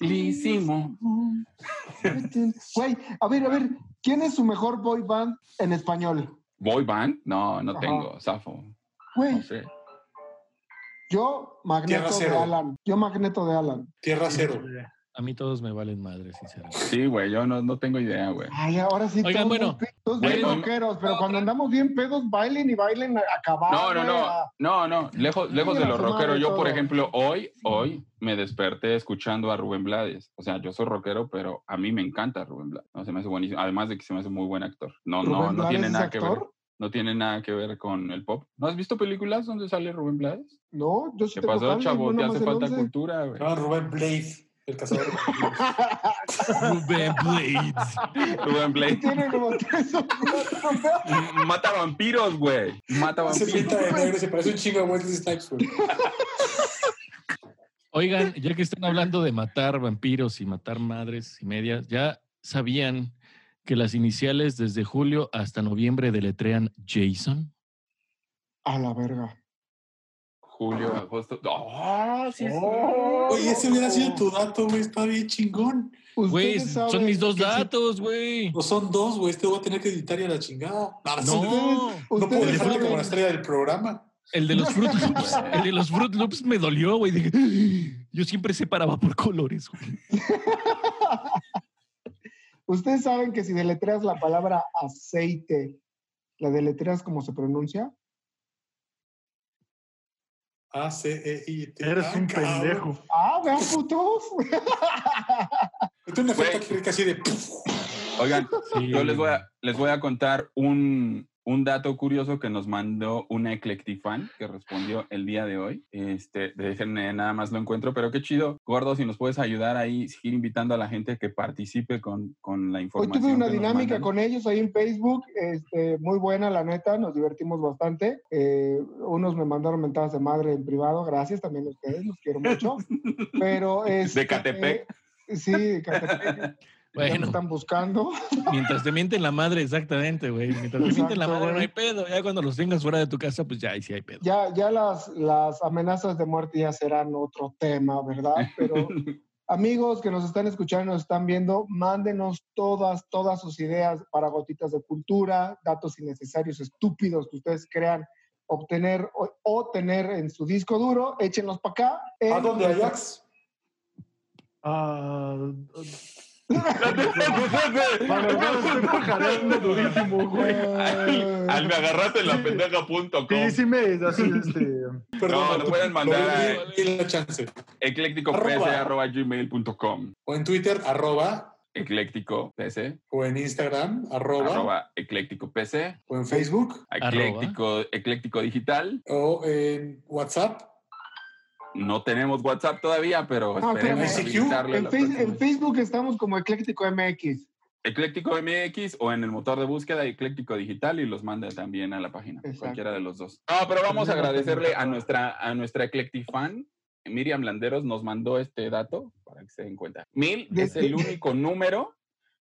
S7: Lisimo.
S10: Güey, a ver, a ver, ¿quién es su mejor boy band en español?
S7: ¿Boy band? No, no
S10: Ajá.
S7: tengo, Safo.
S10: Güey,
S7: No sé.
S10: yo
S11: Tierra
S10: magneto de
S11: Cero.
S10: Alan. Yo magneto de Alan.
S11: Tierra cero.
S9: A mí todos me valen madre, sinceramente.
S7: Sí, güey, yo no, no tengo idea, güey.
S10: Ay, ahora sí
S9: Oigan,
S10: todos
S9: bueno,
S10: muy pictos,
S7: bueno.
S10: bien rockeros, pero cuando andamos bien pedos, bailen y bailen a acabar.
S7: No, no,
S10: Ah, güey,
S7: no,
S10: a-
S7: no, no, lejos, lejos de
S10: Mira
S7: lo
S10: su madre
S7: rockero. Yo, por
S10: todo.
S7: ejemplo, hoy, hoy me desperté escuchando a Rubén Blades. O sea, yo soy rockero, pero a mí me encanta Rubén Blades. No, se me hace buenísimo. Además de que se me hace muy buen actor. No, no,
S10: Rubén
S7: no
S10: Blades
S7: tiene
S10: es
S7: nada que ver.
S10: actor.
S7: No tiene nada que ver con el pop. ¿No has visto películas donde sale Rubén Blades?
S10: No, yo sí
S7: ¿Qué
S10: tengo
S7: pasó,
S10: cable,
S7: chavo?
S10: yo
S7: Te
S10: nada
S7: hace
S10: más el
S7: falta
S10: 11.
S7: cultura, güey.
S11: No, Rubén Blade, el cazador de vampiros.
S9: Rubén Blades.
S7: Rubén Blades.
S10: Tiene como tres o cuatro.
S7: M- Mata vampiros, güey. Mata
S11: Se
S7: vampiros.
S11: pinta de negro y se parece un chingo a Wesley Snipes, güey.
S9: Oigan, ya que están hablando de matar vampiros y matar madres y medias, ¿ya sabían que las iniciales desde julio hasta noviembre deletrean Jason?
S10: A la verga.
S7: Julio, agosto. ¡Ah, sí! es-
S10: Oh.
S11: Oye, ese hubiera sido tu dato, güey. Está bien chingón.
S9: Güey,
S10: Ustedes
S9: son
S10: saben
S9: mis dos
S10: que si-
S9: datos, güey.
S11: No son dos, güey. Este voy a tener que editar y a la chingada. No, no,
S9: No.
S10: ustedes-
S11: no puedo
S10: ustedes
S11: dejarte
S10: saben-
S11: como la estrella del programa.
S9: El de los Fruit Loops, el de los Fruit Loops me dolió, güey. Dije, yo siempre separaba por colores, güey.
S10: Ustedes saben que si deletreas la palabra aceite, ¿la deletreas como se pronuncia?
S11: A, C, E, I, T.
S8: Eres
S11: Ah,
S8: un
S11: cabrón.
S8: pendejo.
S10: Ah, vean, putos.
S11: Tengo Este un efecto
S7: Güey.
S11: aquí casi de.
S7: Oigan,
S9: Sí.
S7: Yo les voy a, les voy a contar un, un dato curioso que nos mandó una Eclectifan que respondió el día de hoy. Este, déjenme nada más lo encuentro, pero qué chido. Gordo, si nos puedes ayudar ahí, seguir invitando a la gente que participe con, con la
S10: Hoy
S7: información.
S10: tuve una
S7: que nos
S10: dinámica
S7: mandan.
S10: con ellos ahí en Facebook, este, muy buena, la neta, nos divertimos bastante. Eh, unos me mandaron mentadas de madre en privado, gracias también a ustedes, los quiero mucho. Pero es.
S7: De
S10: eh,
S7: Catepec.
S10: sí, de Catepec. ya me
S9: Bueno,
S10: están buscando.
S9: mientras te mienten la madre, exactamente, güey. Mientras te mienten la
S10: Exacto,
S9: madre no
S10: güey.
S9: hay pedo. Ya cuando los tengas fuera de tu casa, pues ya ahí sí hay pedo.
S10: Ya, ya las, las amenazas de muerte ya serán otro tema, ¿verdad? Pero amigos que nos están escuchando, nos están viendo, mándenos todas, todas sus ideas para gotitas de cultura, datos innecesarios, estúpidos que ustedes crean obtener o, o tener en su disco duro, échenlos para acá. en-
S11: ¿A dónde, Ajax?
S8: Ah, para no estoy jaleando durísimo, güey.
S7: al, al me agarraste en la pendeja.com.
S8: Sí, sí me así, este.
S7: No, lo pueden mandar a-
S11: doble y la chance.
S7: arroba gmail.com.
S11: O en Twitter, arroba.
S7: Ecléctico PC,
S11: O en Instagram, arroba.
S7: arroba ecléctico PC,
S11: O en Facebook.
S7: ecléctico, ecléctico digital.
S11: O en WhatsApp.
S7: No tenemos WhatsApp todavía, pero
S10: No,
S7: esperemos
S11: espérame. ICQ,
S7: habilitarlo
S10: En,
S7: la
S10: Face-
S7: próxima.
S10: en Facebook estamos como Ecléctico MX.
S7: Ecléctico MX o en el motor de búsqueda Ecléctico Digital y los manda también a la página,
S10: Exacto.
S7: cualquiera de los dos. No, pero vamos a agradecerle a nuestra, a nuestra Eclectifan, Miriam Landeros, nos mandó este dato para que se den cuenta. Mil
S10: De- este-
S7: es el único número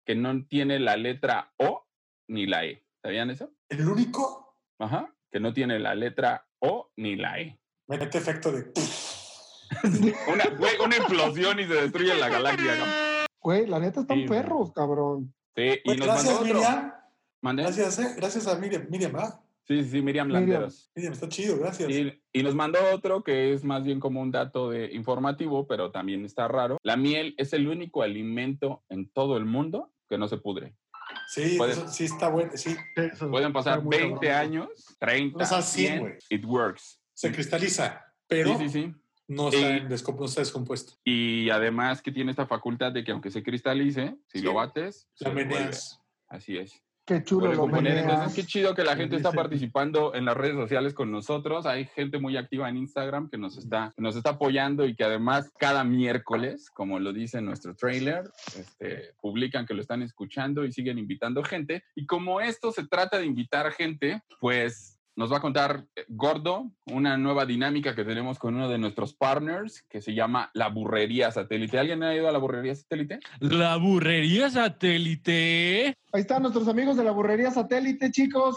S7: que no tiene la letra O ni la E. ¿Sabían eso?
S11: El único.
S7: Ajá, que no tiene la letra O ni la E.
S11: Mete efecto de.
S7: Una, güey, una implosión y se destruye la galaxia. ¿no?
S10: Güey, la neta están
S9: Sí, güey.
S10: perros, cabrón.
S7: Sí, y
S11: Pues
S7: nos
S11: gracias,
S7: mandó otro.
S11: Miriam.
S7: ¿Mandé?
S11: Gracias, eh. Gracias a Miriam. Miriam, ¿verdad?
S7: Sí, sí, sí, Miriam
S10: Miriam.
S7: Landeros.
S11: Miriam, está chido, gracias.
S7: Y, y nos mandó otro que es más bien como un dato de informativo, pero también está raro. La miel es el único alimento en todo el mundo que no se pudre.
S11: Sí,
S7: Pueden-
S11: eso sí está bueno. Sí,
S8: eso,
S7: Pueden pasar
S8: está muy
S7: 20
S8: cabrón.
S7: años, 30,
S11: O sea, sí,
S7: 100,
S11: güey.
S7: it works.
S11: se cristaliza, pero
S7: Sí, sí, sí.
S11: No, está
S7: Y-
S11: en descom- no está descompuesto.
S7: Y además que tiene esta facultad de que aunque se cristalice, si
S11: Sí.
S7: lo bates,
S11: La
S7: se vuelve.
S11: meneas.
S7: Así es.
S10: Qué chulo
S7: Puede
S10: lo
S7: componer.
S10: meneas.
S7: Entonces, qué chido que la gente está
S8: Dice-
S7: participando en las redes sociales con nosotros. Hay gente muy activa en Instagram que nos está, que nos está apoyando y que además cada miércoles, como lo dice nuestro trailer, este, publican que lo están escuchando y siguen invitando gente. Y como esto se trata de invitar gente, pues nos va a contar eh, Gordo una nueva dinámica que tenemos con uno de nuestros partners que se llama La Burrería Satélite. ¿Alguien ha ido a La Burrería Satélite?
S9: La burrería satélite.
S10: Ahí están nuestros amigos de la burrería satélite, chicos.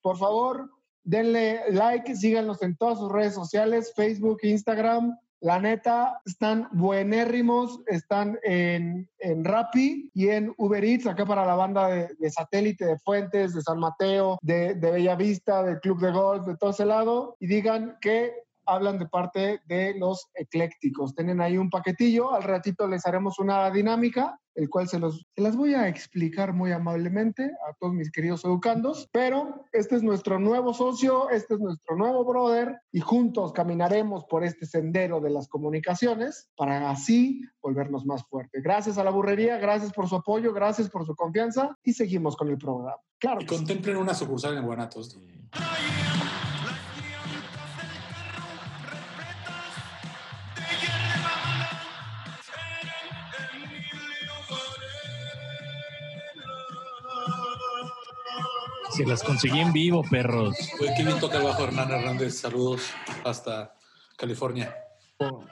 S10: Por favor, denle like, síganos en todas sus redes sociales, Facebook, Instagram, La neta, están buenérrimos, están en, en Rappi y en Uber Eats, acá para la banda de, de satélite de Fuentes, de San Mateo, de, de Bellavista, del Club de Golf, de todo ese lado, y digan que hablan de parte de los eclécticos. Tienen ahí un paquetillo, al ratito les haremos una dinámica, el cual se, los, se las voy a explicar muy amablemente a todos mis queridos educandos, pero este es nuestro nuevo socio, este es nuestro nuevo brother y juntos caminaremos por este sendero de las comunicaciones para así volvernos más fuertes. Gracias a la burrería, gracias por su apoyo, gracias por su confianza y seguimos con el programa. Claro.
S11: Y contemplen una sucursal en Guanatos.
S9: Se las conseguí en vivo, perros.
S11: Oye, qué bien toca el bajo Hernán Hernández. Saludos hasta California.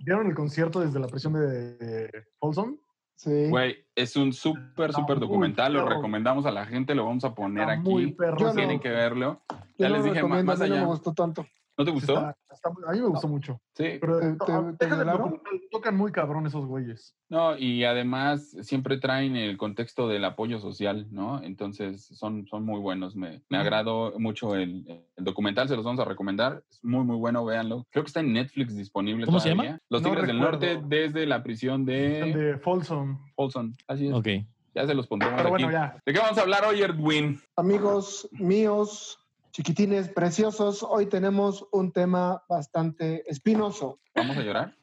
S8: ¿Vieron el concierto desde la prisión de, de Folsom? Sí.
S7: Güey, es un súper, súper documental. Lo
S8: perro.
S7: recomendamos a la gente, lo vamos a poner
S8: Está
S7: aquí.
S8: muy perro. Yo
S7: Tienen
S8: no-
S7: que verlo.
S8: yo
S7: Ya
S8: no
S7: les
S8: lo
S7: dije ma-
S8: recomiendo,
S7: más
S8: a mí no
S7: allá.
S8: me gustó tanto.
S7: ¿No te gustó?
S8: Está- a mí me gustó mucho.
S7: Sí.
S8: Pero
S10: ¿Te- te-
S8: ah,
S10: te
S8: deja del
S10: violaron?
S8: documental, tocan muy cabrón esos güeyes.
S7: No, y además siempre traen el contexto del apoyo social, ¿no? Entonces son, son muy buenos. Me, me
S8: Ujú.
S7: agradó mucho el, el documental, se los vamos a recomendar. Es muy, muy bueno, véanlo. Creo que está en Netflix disponible
S9: ¿Cómo se
S7: todavía.
S9: llama?
S7: Los
S8: No
S7: Tigres del
S8: recuerdo.
S7: Norte desde la prisión de
S8: De Folsom.
S7: Folsom. Así es.
S9: Ok.
S7: Ya se los pondremos
S8: Pero
S7: aquí.
S8: bueno, ya.
S7: ¿De qué vamos a hablar hoy, Edwin?
S10: Amigos míos, chiquitines preciosos, hoy tenemos un tema bastante espinoso.
S7: ¿Vamos a llorar?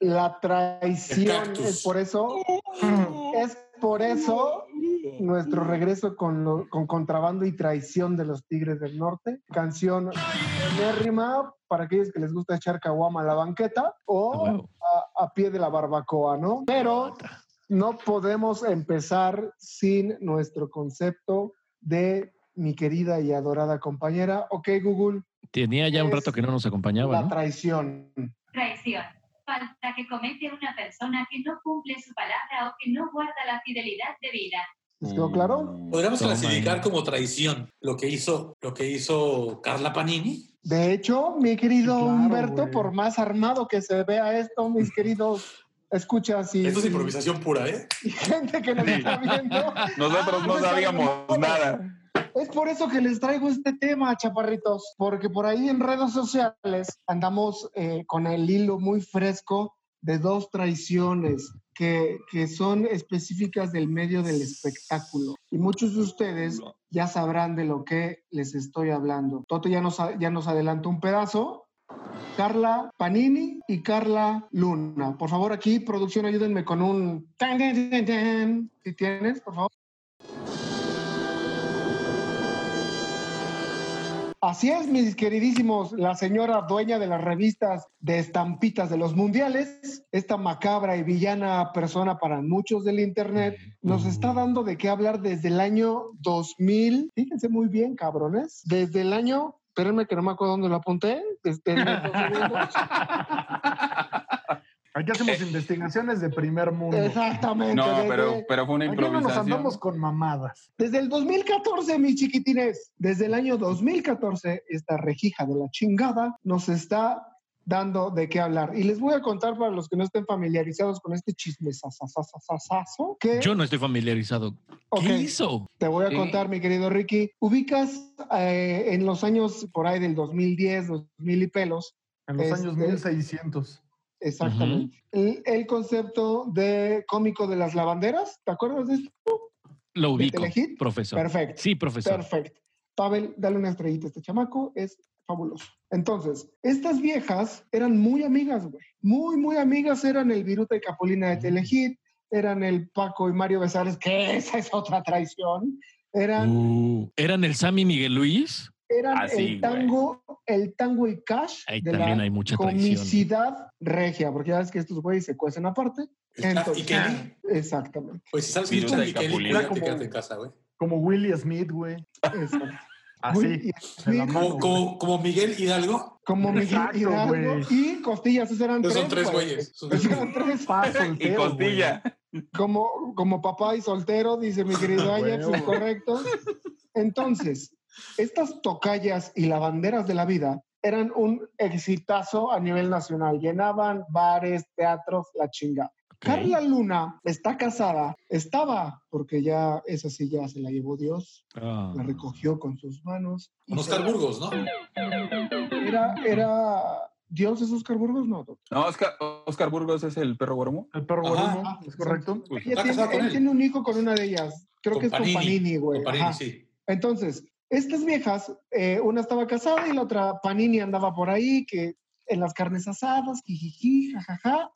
S10: La
S11: El
S10: traición
S11: cactus.
S10: es por eso,
S7: Mm.
S10: es por eso nuestro regreso con, lo- con Contrabando y Traición de los Tigres del Norte, canción enérrima para aquellos que les gusta echar caguama a la banqueta
S9: A
S10: o
S9: huevo.
S10: a, a pie de la barbacoa, ¿no? Pero no podemos empezar sin nuestro concepto de mi querida y adorada compañera. Ok, Google,
S9: Tenía ya un
S10: Es
S9: rato que no nos acompañaba,
S10: la
S9: ¿no?
S10: traición.
S13: Traición. Falta que comete una persona que no cumple su palabra o que no guarda la fidelidad debida.
S10: ¿Les
S8: Mm.
S10: quedó claro?
S7: Oh
S11: Podríamos
S9: Toma
S11: clasificar
S9: ahí.
S11: como traición lo que hizo, lo que hizo Carla Panini.
S10: De hecho, mi querido
S8: Sí, claro,
S10: Humberto,
S8: güey.
S10: por más armado que se vea esto, mis queridos, escuchas y,
S11: Esto es improvisación pura, ¿eh?
S10: y gente que nos está viendo,
S7: Nosotros no
S10: pues,
S7: sabíamos
S10: no.
S7: nada.
S10: es por eso que les traigo este tema, chaparritos, porque por ahí en redes sociales andamos eh, con el hilo muy fresco de dos traiciones que, que son específicas del medio del espectáculo. Y muchos de ustedes ya sabrán de lo que les estoy hablando. Toto ya nos, a- ya nos adelantó un pedazo. Carla Panini y Carla Luna. Por favor, aquí, producción, ayúdenme con un... tan, tan, tan, tan. Si tienes, por favor. Así es, mis queridísimos, la señora dueña de las revistas de estampitas de los mundiales, esta macabra y villana persona para muchos del Internet, nos está dando de qué hablar desde el año 2000. Fíjense muy bien, cabrones. Desde el año, espérenme que no me acuerdo dónde lo apunté, desde el 2002.
S8: Aquí hacemos investigaciones de primer mundo. eh,
S10: Exactamente.
S7: No,
S10: desde-
S7: pero, pero fue una
S8: Aquí no nos
S7: improvisación.
S8: andamos con mamadas.
S10: Desde el 2014, mis chiquitines, desde el año 2014, esta rejija de la chingada nos está dando de qué hablar. Y les voy a contar para los que no estén familiarizados con este chisme sasasasasasazo, que
S9: Yo no estoy familiarizado.
S10: Ok.
S9: ¿Qué hizo?
S10: te voy a
S7: Sí.
S10: contar, mi querido Ricky. Ubicas eh, en los años por ahí del 2010, 2000 y pelos,
S8: En los
S10: Este-
S8: años 1600.
S10: exactamente, el, el concepto de cómico de las lavanderas, ¿te acuerdas de esto?
S9: Lo
S10: ¿De
S9: ubico,
S10: Telehit?
S9: profesor.
S10: Perfecto.
S9: Sí, profesor.
S10: Perfecto. Pavel, dale una estrellita a este chamaco, es fabuloso. Entonces, estas viejas eran muy amigas, güey. Muy, muy amigas eran el Viruta y Capulina de
S9: Mm.
S10: Telehit, eran el Paco y Mario Besares, que esa es otra traición. Eran,
S9: Uh, ¿Eran el Sammy Miguel Luis?
S10: eran
S7: así, güey.
S10: el tango, el tango y cash
S9: Ahí
S10: de
S9: también
S10: la
S9: hay mucha traición.
S10: comicidad regia, porque ya ves que estos güeyes se cuecen aparte.
S11: El Taft y
S10: Entonces-
S11: Kelly.
S10: Exactamente,
S11: Oye, si sabes que
S7: Viruta
S11: es
S7: y
S11: y Kelly,
S7: Capulina.
S11: cuídate, quédate en casa, güey.
S8: Como Willie Smith, güey.
S10: exacto.
S8: Así.
S10: Güey,
S8: de la
S10: Smith-
S8: mano,
S11: Como, como, como Miguel Hidalgo,
S10: Como Miguel
S8: Exacto,
S10: Hidalgo
S8: güey.
S10: y Costillas, esos eran
S11: Esos son tres
S10: güey.
S11: güeyes. Son
S10: Esos
S11: tres
S10: eran tres.
S8: Pa'
S7: Y
S8: soltero, güey.
S7: costilla.
S10: Como, como papá y soltero, dice mi querido Ajax,
S8: Huevo.
S10: es correcto. Entonces, estas tocallas y lavanderas de la vida eran un exitazo a nivel nacional. Llenaban bares, teatros, la chingada. Carla Luna está casada, estaba, porque ya esa sí ya se la llevó Dios,
S9: Ah.
S10: la recogió con sus manos. y
S11: Con Oscar
S10: se-
S11: Burgos, ¿no?
S10: Era, era, Dios es Oscar Burgos, no, doctor.
S7: No, Oscar, Oscar Burgos es el perro pues, Guaromo.
S8: El perro
S11: Guaromo,
S8: es correcto.
S10: Ella tiene, él, tiene un hijo con una de ellas. Creo
S11: Con
S10: que es
S11: Panini.
S10: con Panini, güey.
S11: Con Panini,
S10: Ajá.
S11: sí.
S10: Entonces, estas viejas, eh, una estaba casada y la otra Panini andaba por ahí, que en las carnes asadas, jijiji, jajaja.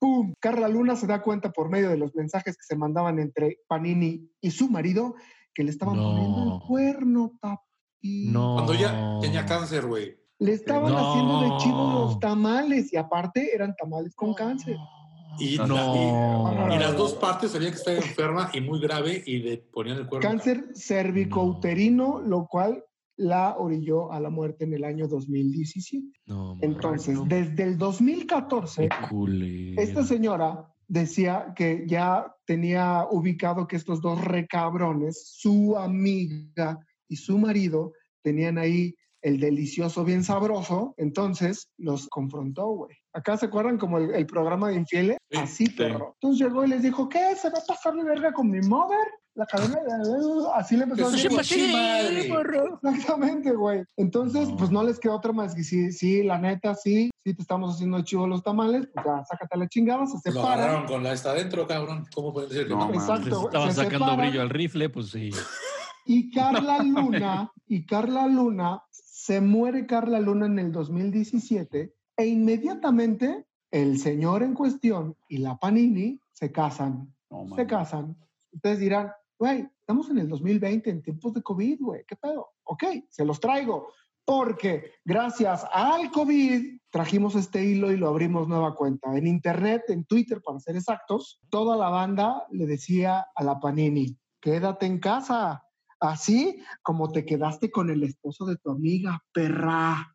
S10: ¡Pum! Carla Luna se da cuenta por medio de los mensajes que se mandaban entre Panini y su marido que le estaban poniendo el cuerno, papi.
S9: No.
S11: Cuando ella tenía cáncer, güey.
S10: Le estaban
S9: No.
S10: haciendo de chivo los tamales y aparte eran tamales con cáncer.
S11: Y,
S9: No.
S11: la- y- y las
S10: No.
S11: dos partes sabían que estaba enferma y muy grave y le ponían el cuerno.
S10: Cáncer cervicouterino, lo cual la orilló a la muerte en el año 2017.
S9: No, mames.
S10: Entonces,
S9: No,
S10: desde el 2014,
S9: culero.
S10: esta señora decía que ya tenía ubicado que estos dos recabrones, su amiga y su marido, tenían ahí el delicioso bien sabroso. Entonces, los confrontó, güey. Acá se acuerdan como el, el programa de infieles, así, perro. Entonces llegó y les dijo, ¿qué? ¿Se va a pasar de verga con mi mother? La cadena, así le empezó a
S11: Eso
S10: decir.
S11: sí,
S10: güey.
S11: sí, madre.
S10: Exactamente, güey. Entonces, pues no les queda otra más que sí, sí, la neta, sí, sí te estamos haciendo chivo los tamales, pues ya, sácate la chingada, se
S11: Lo agarraron
S10: separan.
S11: con la esta adentro, cabrón. ¿Cómo pueden decir que
S7: No,
S11: no?
S7: mames.
S10: Exacto.
S9: Entonces, Estaban
S10: se
S9: sacando
S10: separan.
S9: brillo al rifle, pues sí.
S10: Y Carla Luna, y Carla Luna, se muere Carla Luna en el 2017 e inmediatamente el señor en cuestión y la Panini se casan.
S7: No, mames.
S10: se casan. Ustedes dirán, güey, estamos en el 2020, en tiempos de COVID, güey, ¿qué pedo? Ok, se los traigo. Porque gracias al COVID trajimos este hilo y lo abrimos nueva cuenta. En Internet, en Twitter, para ser exactos, toda la banda le decía a la Panini, quédate en casa, así como te quedaste con el esposo de tu amiga, perra.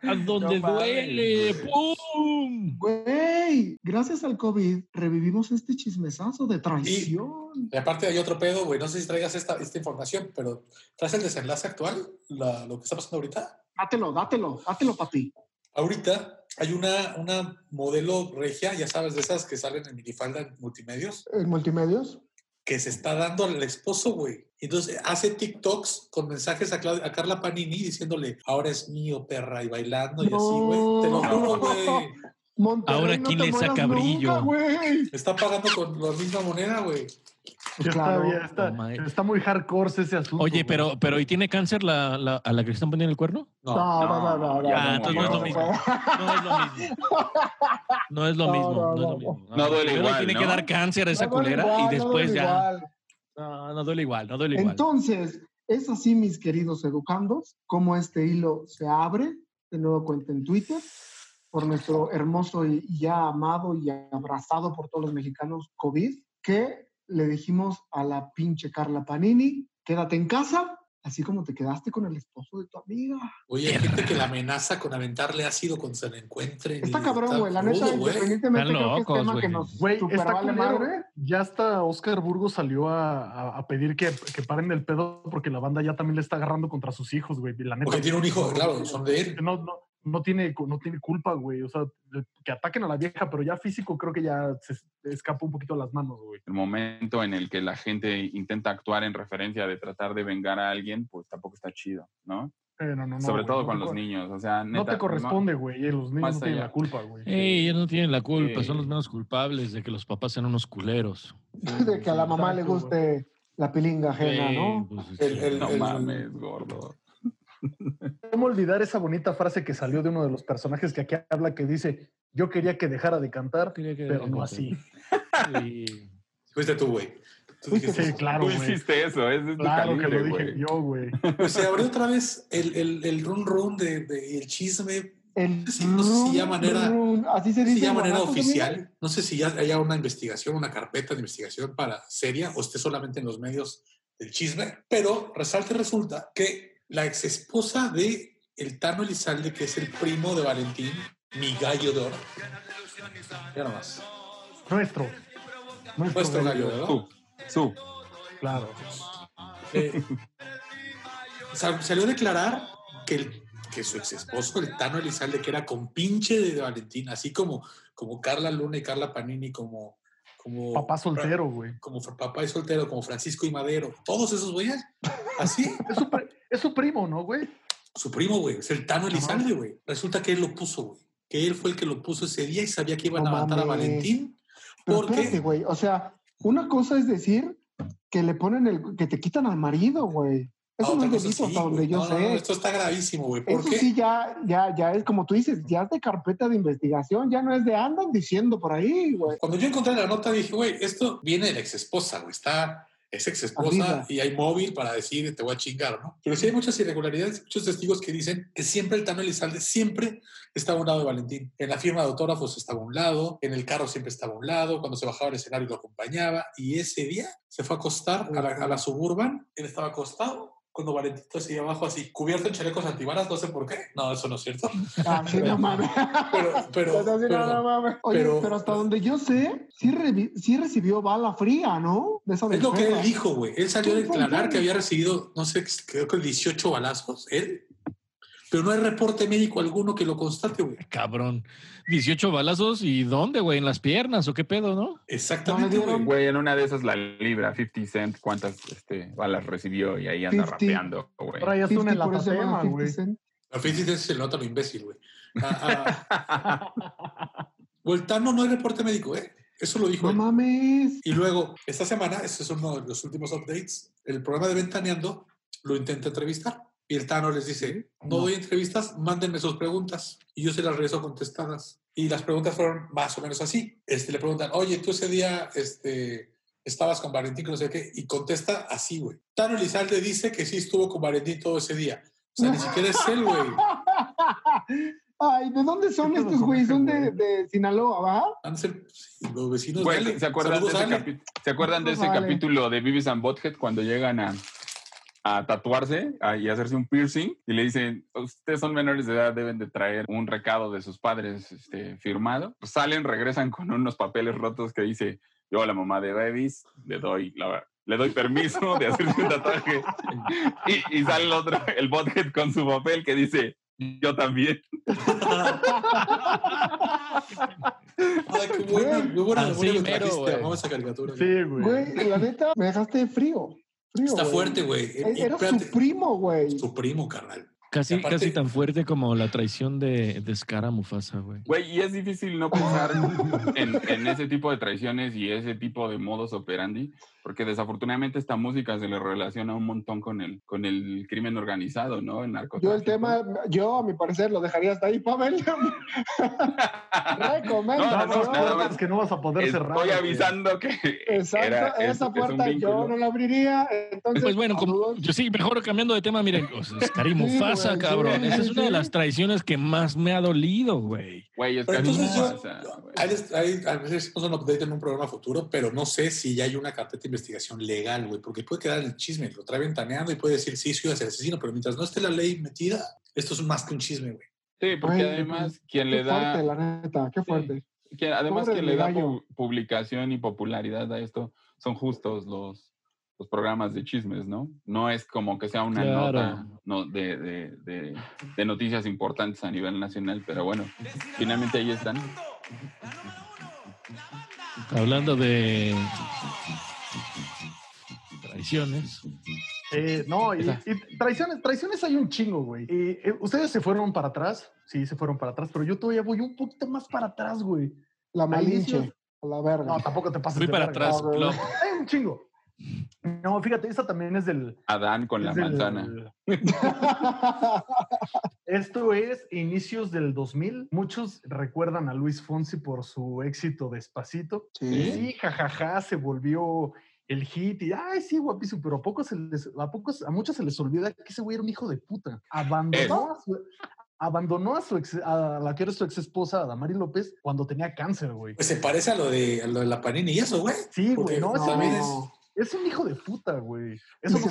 S9: A donde
S7: No mames,
S9: duele.
S7: güey.
S9: ¡Pum!
S10: Güey, gracias al COVID revivimos este chismesazo de traición.
S11: Y aparte hay otro pedo, güey. No sé si traigas esta, esta información, pero ¿traes el desenlace actual? La- lo que está pasando ahorita.
S10: Dátelo, dátelo, dátelo, papi.
S11: Ahorita hay una, una modelo regia, ya sabes, de esas que salen en minifalda en multimedios,
S10: ¿En multimedios?
S11: que se está dando al esposo, güey. Entonces hace TikToks con mensajes a, Clau- a Carla Panini diciéndole, ahora es mío, perra, y bailando y así, güey. Te lo juro, güey.
S10: Monterrey,
S9: Ahora,
S10: no
S9: ¿quién
S10: te
S9: le
S10: mueras
S9: saca brillo?
S10: nunca, güey.
S11: Está pagando con la misma moneda, güey.
S8: Ya
S10: Claro.
S8: está, ya está.
S9: No, ma-
S8: está muy hardcore ese asunto.
S9: Oye,
S8: güey.
S9: pero, pero ¿y tiene cáncer la, la- a la que le están poniendo el cuerno?
S10: No, no, no, no. no,
S9: ya,
S10: no,
S9: entonces no es lo mismo. No es lo mismo. No es lo
S10: No,
S9: mismo.
S10: no,
S9: No, es lo
S10: no.
S9: mismo.
S7: No duele
S9: Primero
S7: igual,
S9: Tiene
S7: ¿no?
S9: que dar cáncer a esa
S10: No duele
S9: culera
S10: igual,
S9: y
S10: no
S9: después
S10: duele
S9: ya.
S10: igual.
S9: No, no duele igual, no duele igual.
S10: Entonces, es así, mis queridos educandos, como este hilo se abre de nuevo cuenta en Twitter por nuestro hermoso y ya amado y abrazado por todos los mexicanos COVID, que le dijimos a la pinche Carla Panini, quédate en casa, así como te quedaste con el esposo de tu amiga.
S11: Oye, hay gente que la amenaza con aventarle ácido cuando se la encuentre.
S10: Está cabrón, güey. La neta, independientemente,
S9: Están
S10: creo que es
S9: locos,
S10: tema que
S9: güey.
S10: nos
S8: Güey,
S10: super
S8: está
S10: vale
S8: culero.
S10: madre.
S8: Ya hasta Oscar Burgos salió a, a- a pedir que, que paren el pedo porque la banda ya también le está agarrando contra sus hijos, güey. La neta.
S11: Porque tiene un hijo, claro, son de él.
S8: No, no, no, tiene, cu- no tiene culpa, güey. O sea, de- que ataquen a la vieja, pero ya físico creo que ya se es- escapa un poquito a las manos, güey.
S7: El momento en el que la gente intenta actuar en referencia de tratar de vengar a alguien, pues tampoco está chido, ¿no?
S8: Eh, no, no, no,
S7: Sobre
S8: güey,
S7: todo
S8: no
S7: con
S8: te
S7: los
S8: cor-
S7: niños, o sea,
S8: No
S7: neta,
S8: te corresponde, güey. eh, Los niños
S7: Más
S8: no tienen
S7: allá.
S8: la culpa, güey.
S9: Ey, ellos no tienen la culpa, son los
S7: Sí.
S9: menos culpables de que los papás sean unos culeros.
S10: De que a la mamá le
S8: exacto, güey.
S10: guste la pilinga ajena,
S9: Ey,
S10: ¿no?
S9: pues, sí.
S11: El- el-
S7: No
S11: el-
S7: mames, gordo.
S8: ¿Cómo olvidar esa bonita frase que salió de uno de los personajes que aquí habla que dice, yo quería que dejara de cantar,
S9: Quería que-
S8: pero no así?
S9: Sí.
S11: Fuiste tú, güey. Tú
S10: Fuiste
S11: dijiste,
S8: Sí, claro,
S7: Tú
S8: güey.
S7: hiciste eso, ese es tu
S8: Claro que lo
S7: calibre,
S8: dije
S7: güey.
S8: yo, güey.
S11: Pues se abrió otra vez el, el, el run run de, de- el chisme.
S10: El
S11: Sí, no sé si ya manera-
S10: run, así se
S11: No sé
S10: dice.
S11: Si ya
S10: en
S11: manera
S10: Guanatos, amigo.
S11: oficial, no sé si ya haya una investigación, una carpeta de investigación para seria o esté solamente en los medios del chisme, pero resalta y resulta que la exesposa de el Tano Elizalde, que es el primo de Valentín, mi gallo de oro. Ya nomás.
S8: Nuestro. Nuestro,
S11: Nuestro
S8: gallo.
S11: gallo de oro.
S7: Su, su.
S8: Claro.
S11: Eh, sal- salió a declarar que, el- que su ex esposo, el Tano Elizalde, que era compinche de Valentín, así como, como Carla Luna y Carla Panini,
S7: Oh.
S11: como, como
S8: Papá soltero, güey.
S11: como fr- papá y soltero, como Francisco y Madero, todos esos güeyes, así.
S8: Es su, pri- es su primo, ¿no, güey?
S11: Su primo, güey, es el Tano Elizalde, güey. Resulta que él lo puso, güey. Que él fue el que lo puso ese día y sabía que iban
S10: No
S11: a matar a
S10: mames.
S11: Valentín.
S10: Pero
S11: ¿Por qué?
S10: espérate, güey. O sea, una cosa es decir que le ponen el. que te quitan al marido, güey. Eso no
S11: Ah, Otra
S10: es
S11: cosa,
S10: delito
S11: sí,
S10: hasta
S11: güey.
S10: donde yo
S11: No, no,
S10: sé.
S11: no, esto está gravísimo, güey. ¿Por
S10: Eso
S11: qué?
S10: sí, ya, ya, ya es como tú dices, ya es de carpeta de investigación, ya no es de andan diciendo por ahí, güey.
S11: Cuando yo encontré la nota dije, güey, esto viene de la ex esposa, güey. Está, es ex esposa
S10: Arriba.
S11: y hay móvil para decir, te voy a chingar, ¿no? Pero sí hay muchas irregularidades, muchos testigos que dicen que siempre el Tano Elizalde siempre estaba a un lado de Valentín. En la firma de autógrafos estaba a un lado, en el carro siempre estaba a un lado, cuando se bajaba al escenario lo acompañaba y ese día se fue a acostar a la, a la suburban, él estaba acostado. Cuando Valentín así abajo, así cubierto en chalecos antibalas, no sé por qué. No, eso no es cierto.
S10: Así Ah, no mames.
S11: Pero, pero,
S10: Así no,
S11: pero-
S10: no mames. Oye,
S11: pero-
S10: pero, hasta donde yo sé, sí, revi- sí recibió bala fría, ¿no? De esa
S11: Es lo que
S10: defensa.
S11: él dijo, güey. Él salió a
S10: Sí, fue
S11: declarar
S10: un-
S11: que había recibido, no sé, creo que 18 balazos, él. Pero no hay reporte médico alguno que lo constate, güey.
S9: Cabrón. 18 balazos y ¿dónde, güey? ¿En las piernas o qué pedo, no?
S11: Exactamente, güey.
S7: Güey, en una de esas la libra, 50 Cent, cuántas este, balas recibió y ahí anda
S10: 50.
S7: rapeando, güey.
S8: Ahora ya está una en
S10: 50
S8: la
S10: por eso,
S8: patema,
S10: bueno,
S8: güey.
S10: 50 cent.
S11: La física es el otro imbécil, güey. Ah, ah. Voltano no hay reporte médico, ¿eh? Eso lo dijo
S10: No
S11: él.
S10: mames.
S11: Y luego, esta semana, este es uno de los últimos updates, el programa de Ventaneando lo intenta entrevistar. Y el Tano les dice, no doy entrevistas, mándenme sus preguntas. Y yo se las regreso contestadas. Y las preguntas fueron más o menos así. Este, le preguntan, oye, tú ese día este, estabas con Valentín, que no sé qué. Y contesta así, güey. Tano Elizalde dice que sí estuvo con Valentín todo ese día. O sea, ni siquiera es él, güey.
S10: Ay, ¿de dónde son
S8: Qué pedo
S10: estos,
S8: con
S10: güey?
S8: ese
S10: Son de, de Sinaloa, ¿va?
S11: Han de ser- pues, Los vecinos
S7: Güey,
S11: dale.
S7: ¿se acuerdan, de
S11: Saludos,
S7: ese,
S11: dale.
S7: capi- ¿se acuerdan de ese
S10: Vale.
S7: capítulo de Beavis and Butthead cuando llegan a, a tatuarse a- y hacerse un piercing y le dicen, ustedes son menores de edad, deben de traer un recado de sus padres este, firmado? Salen, regresan con unos papeles rotos que dice, yo a la mamá de Beavis le doy la- Le doy permiso de hacerse un tatuaje. Y, y sale el otro, el bothead con su papel que dice, yo también.
S11: Ay, qué buena, muy buena
S9: Así
S11: memoria me
S9: mero,
S11: trajiste.
S9: güey.
S11: Vamos a caricatura. güey.
S8: Sí, güey.
S10: Güey, la neta, me dejaste frío. frío
S11: Está fuerte, güey.
S10: E-
S11: Y
S10: Era
S11: espérate,
S10: su primo, güey.
S11: su primo, carnal.
S9: Casi,
S11: Y aparte-
S9: casi tan fuerte como la traición de, de Scar a Mufasa, güey.
S7: Güey, y es difícil no pensar en, en ese tipo de traiciones y ese tipo de modus operandi, porque desafortunadamente esta música se le relaciona un montón con el, con el crimen organizado, ¿no? El narcotráfico.
S10: Yo el tema, yo a mi parecer lo dejaría hasta ahí, Pavel.
S7: No,
S8: No,
S7: no,
S10: Recomendación.
S7: no, nada más.
S8: que no vas a poder cerrar.
S7: Estoy
S8: güey.
S7: avisando que
S10: Exacto,
S7: era- es-
S10: esa
S7: es un
S10: puerta yo
S7: vínculo.
S10: no la abriría. Entonces,
S9: Pues bueno, como,
S10: saludos.
S9: yo sí, mejor cambiando de tema, miren, o sea, Scar y Mufasa,
S10: güey,
S9: cabrón.
S10: sí,
S9: Esa es
S10: sí,
S9: una de
S10: sí.
S9: las traiciones que más me ha dolido, güey.
S7: Güey, es
S11: Pero
S7: casi
S11: entonces yo,
S7: Mufasa, güey.
S11: ahí les- ahí- a veces hicimos un update en un programa futuro, pero no sé si ya hay una carpeta de investigación legal, güey, porque puede quedar el chisme, lo trae ventaneando y puede decir, sí, soy el asesino, pero mientras no esté la ley metida, esto es más que un chisme, güey.
S7: Sí, porque
S10: Güey,
S7: además quien
S10: Qué
S7: le da...
S10: fuerte, la neta, qué fuerte.
S7: que además
S10: Pobre
S7: que
S10: del
S7: le da
S10: gallo.
S7: pu- publicación y popularidad a esto, son justos los, los programas de chismes, ¿no? No es como que sea una
S9: Claro.
S7: nota no, de, de- de- de noticias importantes a nivel nacional, pero bueno, finalmente ahí están.
S9: Hablando de traiciones.
S8: Eh, no, y,
S9: Esa.
S8: y traiciones, traiciones hay un chingo, güey. Y, eh, Ustedes se fueron para atrás, sí, se fueron para atrás, pero yo todavía voy un poquito más para atrás, güey.
S10: La
S8: Ahí
S10: malinche,
S8: sí-
S10: a la verga.
S8: No, tampoco te pases
S9: Voy
S8: de
S9: para
S8: verga.
S9: atrás,
S10: no,
S9: Plop.
S8: Hay un chingo. No, fíjate, esa también es del...
S7: Adán con la
S8: es del-
S7: manzana.
S8: Esto es inicios del 2000. Muchos recuerdan a Luis Fonsi por su éxito Despacito.
S10: Sí.
S8: Sí, jajaja, se volvió el hit y ay, sí, guapísimo, pero a poco se les, a pocos, a muchos se les olvida que ese güey era un hijo de puta. Abandonó a su, abandonó a su ex, a la que era su ex esposa, Damari López, cuando tenía cáncer, güey.
S11: Pues se parece a lo de, a lo de la panini y eso, güey.
S8: Sí,
S11: Porque
S8: güey, no,
S10: pues,
S11: no,
S8: ese güey
S11: también
S8: es,
S11: es-
S8: es un hijo de puta, güey. Eso
S11: Sí,
S8: no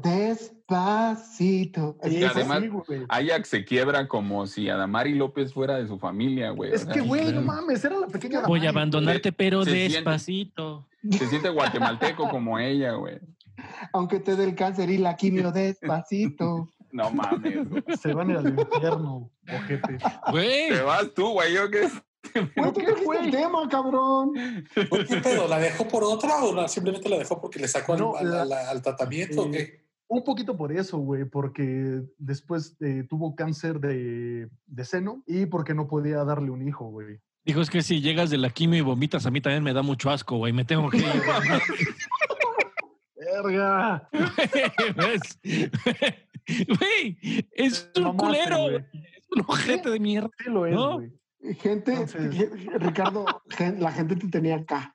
S8: claro.
S10: Despacito.
S8: Sí,
S7: Y además-
S8: güey.
S7: Ajax se quiebra como si Adamari López fuera de su familia, güey. o
S8: Es
S7: sea,
S8: que, güey, no
S9: claro.
S8: mames, era la pequeña
S9: Voy a
S8: Damari.
S9: abandonarte, pero
S7: Se siente-
S9: despacito.
S7: Se siente guatemalteco como ella, güey.
S10: Aunque te dé el cáncer y la quimio despacito.
S7: No mames. güey.
S8: Se van a ir al infierno, ojete.
S7: Güey. Te vas tú, güey. Yo qué
S10: Güey, tú trajiste el tema, cabrón.
S11: ¿Qué pedo? ¿La dejó por otra o la- simplemente la dejó porque le sacó al-
S8: No,
S11: al,
S8: la-
S11: al- al tratamiento? o
S8: Eh,
S11: qué?
S8: Un poquito por eso, güey, porque después eh, tuvo cáncer de, de seno y porque no podía darle un hijo, güey.
S9: Dijo, es que si llegas de la quimio y vomitas, a mí también me da mucho asco, güey. Me tengo que ir.
S8: ¡Verga!
S9: ¿Ves? Güey, es
S8: Te
S9: un
S8: mamaste,
S9: culero,
S8: güey.
S9: güey. Es un ojete de mierda.
S8: Sí lo es,
S9: ¿No?
S8: güey.
S10: Gente, je- Ricardo, gen- la gente te tenía acá.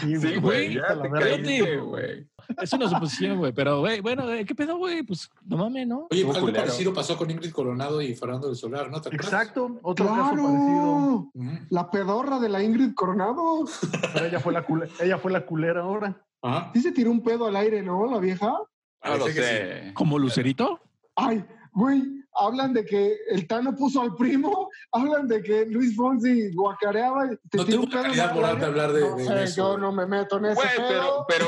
S7: Sí, güey.
S9: Güey,
S7: Ya te
S9: la verdad,
S7: caíste,
S9: tío.
S7: güey.
S9: Es una suposición, güey. Pero, güey, bueno, güey, ¿qué pedo, güey? Pues no mames, ¿no?
S11: Oye,
S7: Estuvo
S11: algo
S7: culero.
S11: parecido pasó con Ingrid Coronado y Fernando del Solar, ¿no? ¿Te acuerdas?
S8: Exacto, otro caso parecido.
S10: Claro.
S11: Ujú.
S10: La pedorra de la Ingrid Coronado.
S8: Pero ella fue la, cule- ella fue la culera ahora.
S11: Ajá.
S10: Sí se tiró un pedo al aire, ¿no? La vieja.
S7: No lo
S11: Parece que sí.
S7: sé.
S9: ¿Como Lucerito?
S10: Ay, güey, hablan de que el Tano puso al primo, hablan de que Luis Fonsi guacareaba. y tiró
S11: No tengo
S10: un
S11: la
S10: pedo
S11: calidad
S10: al
S11: moral de
S10: aire.
S11: hablar de,
S10: No
S11: de-
S10: sé,
S11: de eso.
S10: yo no me meto en ese
S7: Güey, pero,
S10: pedo.
S7: pero,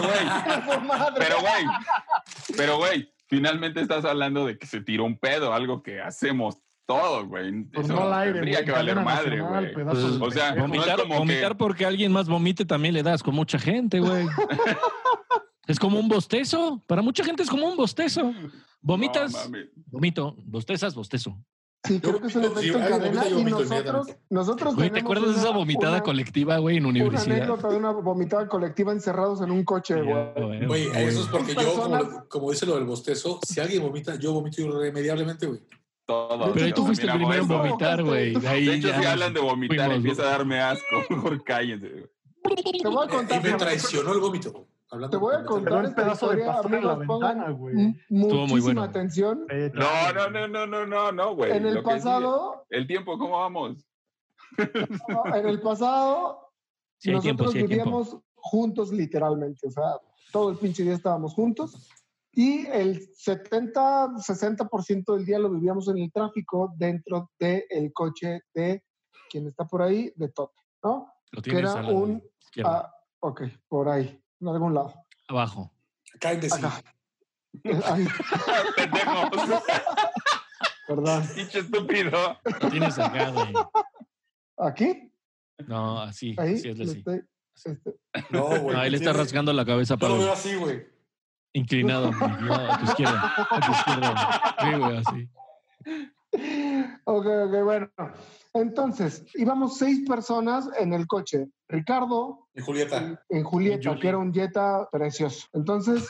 S7: güey.
S10: Por madre.
S7: Pero, güey. Pero, güey. Finalmente estás hablando de que se tiró un pedo, algo que hacemos todos, güey.
S8: Pues
S7: Eso
S8: no al aire, güey.
S7: tendría que valer
S8: Cadena
S7: madre,
S8: Nacional,
S7: güey.
S8: pedazo de
S7: O sea,
S8: pendejo.
S7: no es
S9: Vomitar,
S7: como
S9: vomitar
S7: que...
S9: porque alguien más vomite también le das con mucha gente, güey. es como un bostezo. Para mucha gente es como un bostezo. Vomitas,
S7: No, mames.
S9: vomito. Bostezas, bostezo.
S10: Sí, creo que es el
S11: Yo
S10: efecto en
S11: vomito,
S10: cadena.
S11: yo
S10: Y
S11: vomito
S10: nosotros,
S11: inmediatamente.
S10: nosotros
S9: Güey, ¿te
S10: tenemos
S9: acuerdas de esa
S10: una-
S9: vomitada
S10: una-
S9: colectiva, güey, en
S10: Una
S9: universidad?
S10: anécdota de una vomitada colectiva encerrados en un coche, güey.
S9: güey,
S11: Oye,
S9: güey.
S11: eso es porque
S10: Estas
S11: yo, como,
S10: personas-
S11: como dice lo del bostezo, si alguien vomita, yo vomito irremediablemente, güey.
S7: Todo.
S9: Pero tú
S7: Dios,
S9: fuiste el primero
S7: miramos
S9: en
S7: eso.
S9: vomitar, güey. Ahí
S7: De hecho,
S9: ya
S7: si
S9: nos
S7: hablan de vomitar,
S9: fuimos,
S7: empieza a darme asco. Mejor cállense. güey.
S10: Te voy a
S11: Eh,
S10: contar.
S11: Y me traicionó el vómito. güey. Hablando
S10: Te voy a contar
S11: completamente-
S8: Quedó un
S10: esta
S8: pedazo de
S10: historia, Mm.
S8: pastel en la
S10: amigos, pongan
S8: ventana, güey.
S10: m-
S9: muy
S10: muchísima
S9: bueno.
S10: atención.
S8: Eh,
S7: No, no, no, no, no, no, no, güey.
S10: En el
S7: Lo que sigue.
S10: pasado,
S7: El tiempo, ¿cómo vamos?
S10: en el pasado,
S9: Sí, hay tiempo,
S10: nosotros
S9: sí hay tiempo.
S10: vivíamos juntos literalmente, o sea, todo el pinche día estábamos juntos y el 70, 60% del día lo vivíamos en el tráfico dentro del coche de quien está por ahí, de Tote, ¿no?
S9: Lo
S10: Que
S9: tienes
S10: era
S9: a la
S10: un...
S9: izquierda,
S10: ah, ok, por ahí, en algún lado.
S9: abajo.
S11: Acá en decir,
S10: Acá. Ay,
S7: Pendejos.
S10: perdón.
S7: Pinche estúpido.
S9: Lo tienes acá, güey.
S10: ¿Aquí?
S9: No, así,
S10: Ahí.
S9: así es
S10: le
S9: así.
S10: estoy- este,
S11: No, güey.
S9: No, ahí le Ah, está rascando la cabeza
S11: Yo
S9: para
S11: lo veo así, güey.
S9: inclinado. No, a tu izquierda. A tu izquierda. güey. Sí, güey, así.
S10: Ok, ok, bueno. Entonces, íbamos seis personas en el coche. Ricardo,
S11: Y Julieta.
S10: en Julieta,
S9: Julie.
S10: que era un Jetta precioso. Entonces,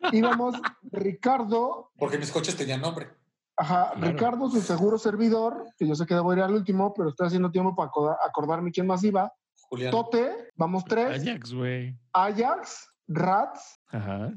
S10: íbamos Ricardo,
S11: Porque mis coches tenían nombre.
S10: ajá,
S9: Claro.
S10: Ricardo, su seguro servidor, que yo sé que debo ir al último, pero estoy haciendo tiempo para acorda- acordarme quién más iba.
S11: Julián.
S10: Tote, vamos tres.
S9: Ajax, güey.
S10: Ajax, Rats
S9: Ajá.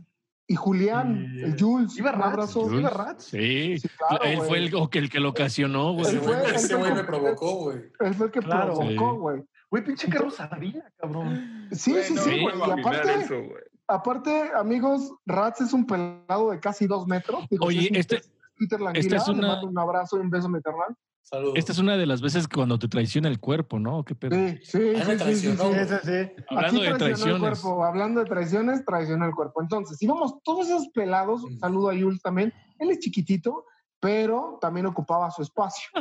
S10: y Julián,
S8: Y-
S10: el Jules.
S8: Iba
S10: un
S8: Rats,
S10: abrazo.
S8: Jules. ¿Iba Rats?
S9: Sí.
S10: Sí, claro,
S9: Él fue
S10: güey.
S9: el, o que- el que lo ocasionó, güey.
S11: Ese
S10: Él fue-
S11: güey ese
S10: él
S11: güey
S10: fue con-
S11: me provocó, güey.
S10: Él fue el que
S8: Claro.
S10: provocó,
S9: Sí.
S10: güey.
S8: Güey, pinche carro sabía, cabrón.
S10: Sí, sí,
S7: Bueno,
S10: sí,
S9: sí,
S10: güey.
S7: vamos a
S10: Y
S7: opinar
S10: aparte,
S7: eso, güey.
S10: Aparte, amigos, Rats es un pelado de casi dos metros. Digo,
S9: Oye,
S10: si es un
S9: este-
S10: Peter- Peter
S9: esta
S10: Languila,
S9: es
S10: le
S9: una-
S10: mando un abrazo y un beso, mi carnal.
S11: Saludos.
S9: Esta Este es una de las veces cuando te traiciona el cuerpo, ¿no? ¿Qué pedo?
S10: Sí, sí,
S11: Ahí me
S10: sí, sí, sí,
S11: traicionó,
S10: sí.
S11: güey.
S8: Sí, sí, sí.
S9: Hablando
S10: Aquí
S9: de
S10: traicionó el
S9: traiciones.
S10: cuerpo, hablando de traiciones, traicionó el cuerpo. Entonces, íbamos todos esos pelados, un
S11: Mm.
S10: saludo a Yul también, él es chiquitito, pero también ocupaba su espacio. Y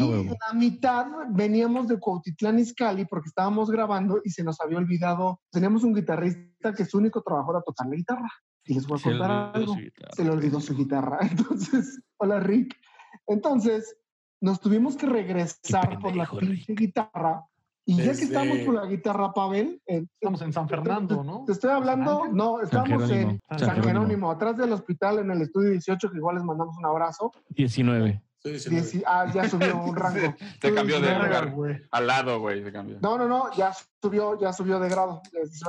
S9: Ah, huevo.
S10: la mitad veníamos de Cuautitlán Izcalli porque estábamos grabando y se nos había olvidado, teníamos un guitarrista que su único trabajo era tocar la guitarra. Y les voy a
S9: Se le
S10: contar
S9: olvidó
S10: algo.
S9: su guitarra.
S10: se le olvidó su guitarra. Entonces, hola Rick. Entonces, nos tuvimos que regresar
S9: Qué
S10: por la
S9: pendejo,
S10: pinche guitarra. Y ya que
S11: Desde-
S10: estábamos por la guitarra, Pavel, en-
S8: Estamos en San Fernando, ¿no? Pues
S10: te estoy hablando,
S8: Ángel?
S10: no, estábamos
S9: Jerónimo,
S10: en
S8: San
S10: San
S9: Jerónimo.
S10: Jerónimo, atrás del hospital en el estudio 18, que igual les mandamos un abrazo.
S9: 19.
S11: Estoy diciendo,
S10: Dieci- ah, ya subió un rango.
S7: Se cambió de
S10: Verga,
S7: lugar.
S8: güey.
S7: Al lado, güey, se cambió.
S10: No, no, no, ya subió, ya subió de grado. ya es-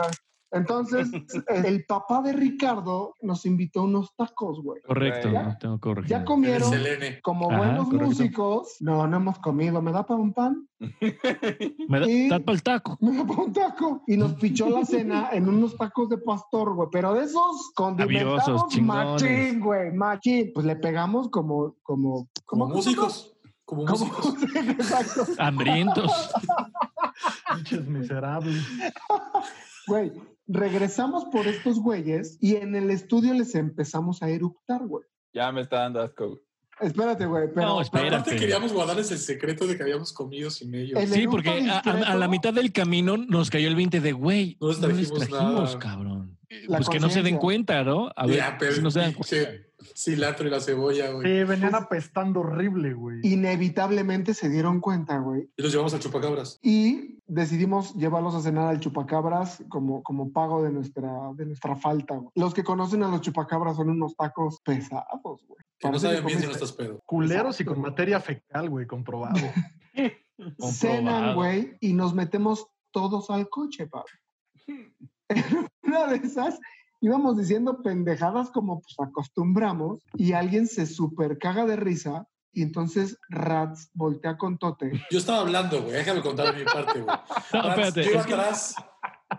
S10: Entonces, el papá de Ricardo nos invitó a unos tacos, güey.
S9: Correcto,
S7: Güey.
S9: no tengo
S10: Ya
S9: corregido.
S10: comieron,
S11: Selene.
S10: como
S9: Ajá,
S10: buenos
S9: correcto.
S10: músicos, no, no hemos comido. Me da para un pan,
S9: Me da,
S10: y-
S9: para el taco.
S10: me da para un taco. Y nos pichó la cena en unos tacos de pastor, güey. Pero de esos condimentados,
S9: Sabiosos, chingones.
S10: machín, güey, machín. Pues le pegamos como, como,
S11: Como
S10: como-
S11: músicos. Como
S10: como-
S11: músicos.
S10: exacto,
S9: Hambrientos.
S8: Pinches miserables.
S10: güey. Regresamos por estos güeyes y en el estudio les empezamos a eructar, güey.
S7: Ya me está dando asco. güey.
S10: Espérate, güey. Pero,
S9: No,
S11: Aparte
S9: espérate.
S11: queríamos guardarles el secreto de que habíamos comido sin ellos.
S9: Sí, porque a, a- a la mitad del camino nos cayó el 20 de, güey, no les trajimos,
S11: nada.
S9: cabrón.
S11: La
S9: pues que no se den
S11: conciencia.
S9: cuenta, ¿no? A ver,
S11: ya, pero
S9: si
S11: el
S9: no se dan cuenta.
S11: pinche cilantro y la cebolla, güey.
S8: Sí, venían apestando horrible, güey.
S10: Inevitablemente se dieron cuenta, güey.
S11: Y los llevamos al chupacabras.
S10: Y decidimos llevarlos a cenar al chupacabras como, como pago de nuestra, de nuestra falta. güey. Los que conocen a los chupacabras son unos tacos pesados, güey.
S11: Que no
S10: Parece
S11: saben
S10: que
S11: bien si no
S10: comiste-
S11: estás pedo.
S8: Culeros y con materia fecal, güey, comprobado.
S10: Cenan, güey, y nos metemos todos al coche, Pablo. En una de esas íbamos diciendo pendejadas como pues acostumbramos y alguien se super caga de risa y entonces Rats voltea con Tote.
S11: Yo estaba hablando, güey. Déjame contar mi parte, güey. Rats,
S9: Ah, espérate,
S11: Yo iba
S9: es que-
S11: atrás,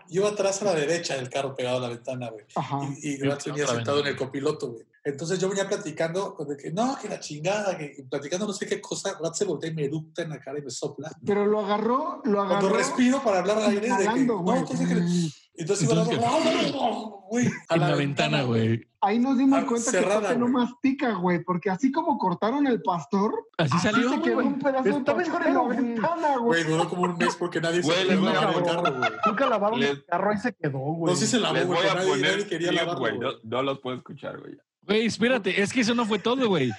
S11: yo iba atrás a la derecha del carro pegado a la ventana, güey. Y, y Grant venía
S9: otra
S11: sentado en
S9: ventana.
S11: el copiloto, güey. Entonces yo venía platicando, con el que no, que la chingada, que platicando no sé qué cosa. Grant se voltea y me eructa en la cara y me sopla.
S10: Pero lo agarró, lo agarró.
S11: Cuando respiro para hablar al aire, de que,
S10: inhalando, güey.
S11: no, entonces que- entonces iba
S9: Entonces,
S11: hablando, güey, a
S9: En
S11: la
S9: la
S11: ventana.
S9: ventana, güey.
S10: Ahí nos dimos
S11: Ah,
S10: cuenta
S11: cerrada,
S10: que Tote no
S11: güey.
S10: mastica, güey, porque así como cortaron el pastor,
S9: Así salió,
S10: se quedó
S9: güey. Pues
S10: un pedazo de
S8: Está
S10: pastor en la
S8: entero, güey.
S10: ventana, güey.
S11: Güey, duró como un mes porque nadie se
S7: Güey, les
S11: quería
S7: voy a
S11: lavar el
S7: poner-
S11: carro, güey.
S8: Nunca lavaron
S7: Les-
S8: el carro y se quedó, güey.
S11: No, sí se lavó,
S7: Les
S11: güey,
S7: voy
S11: pero
S7: a
S11: nadie, nadie
S7: poner
S11: quería
S7: clip,
S11: lavarlo,
S7: güey.
S11: güey.
S7: No, no los puedo escuchar, güey.
S9: Güey, espérate, es que eso no fue todo, güey.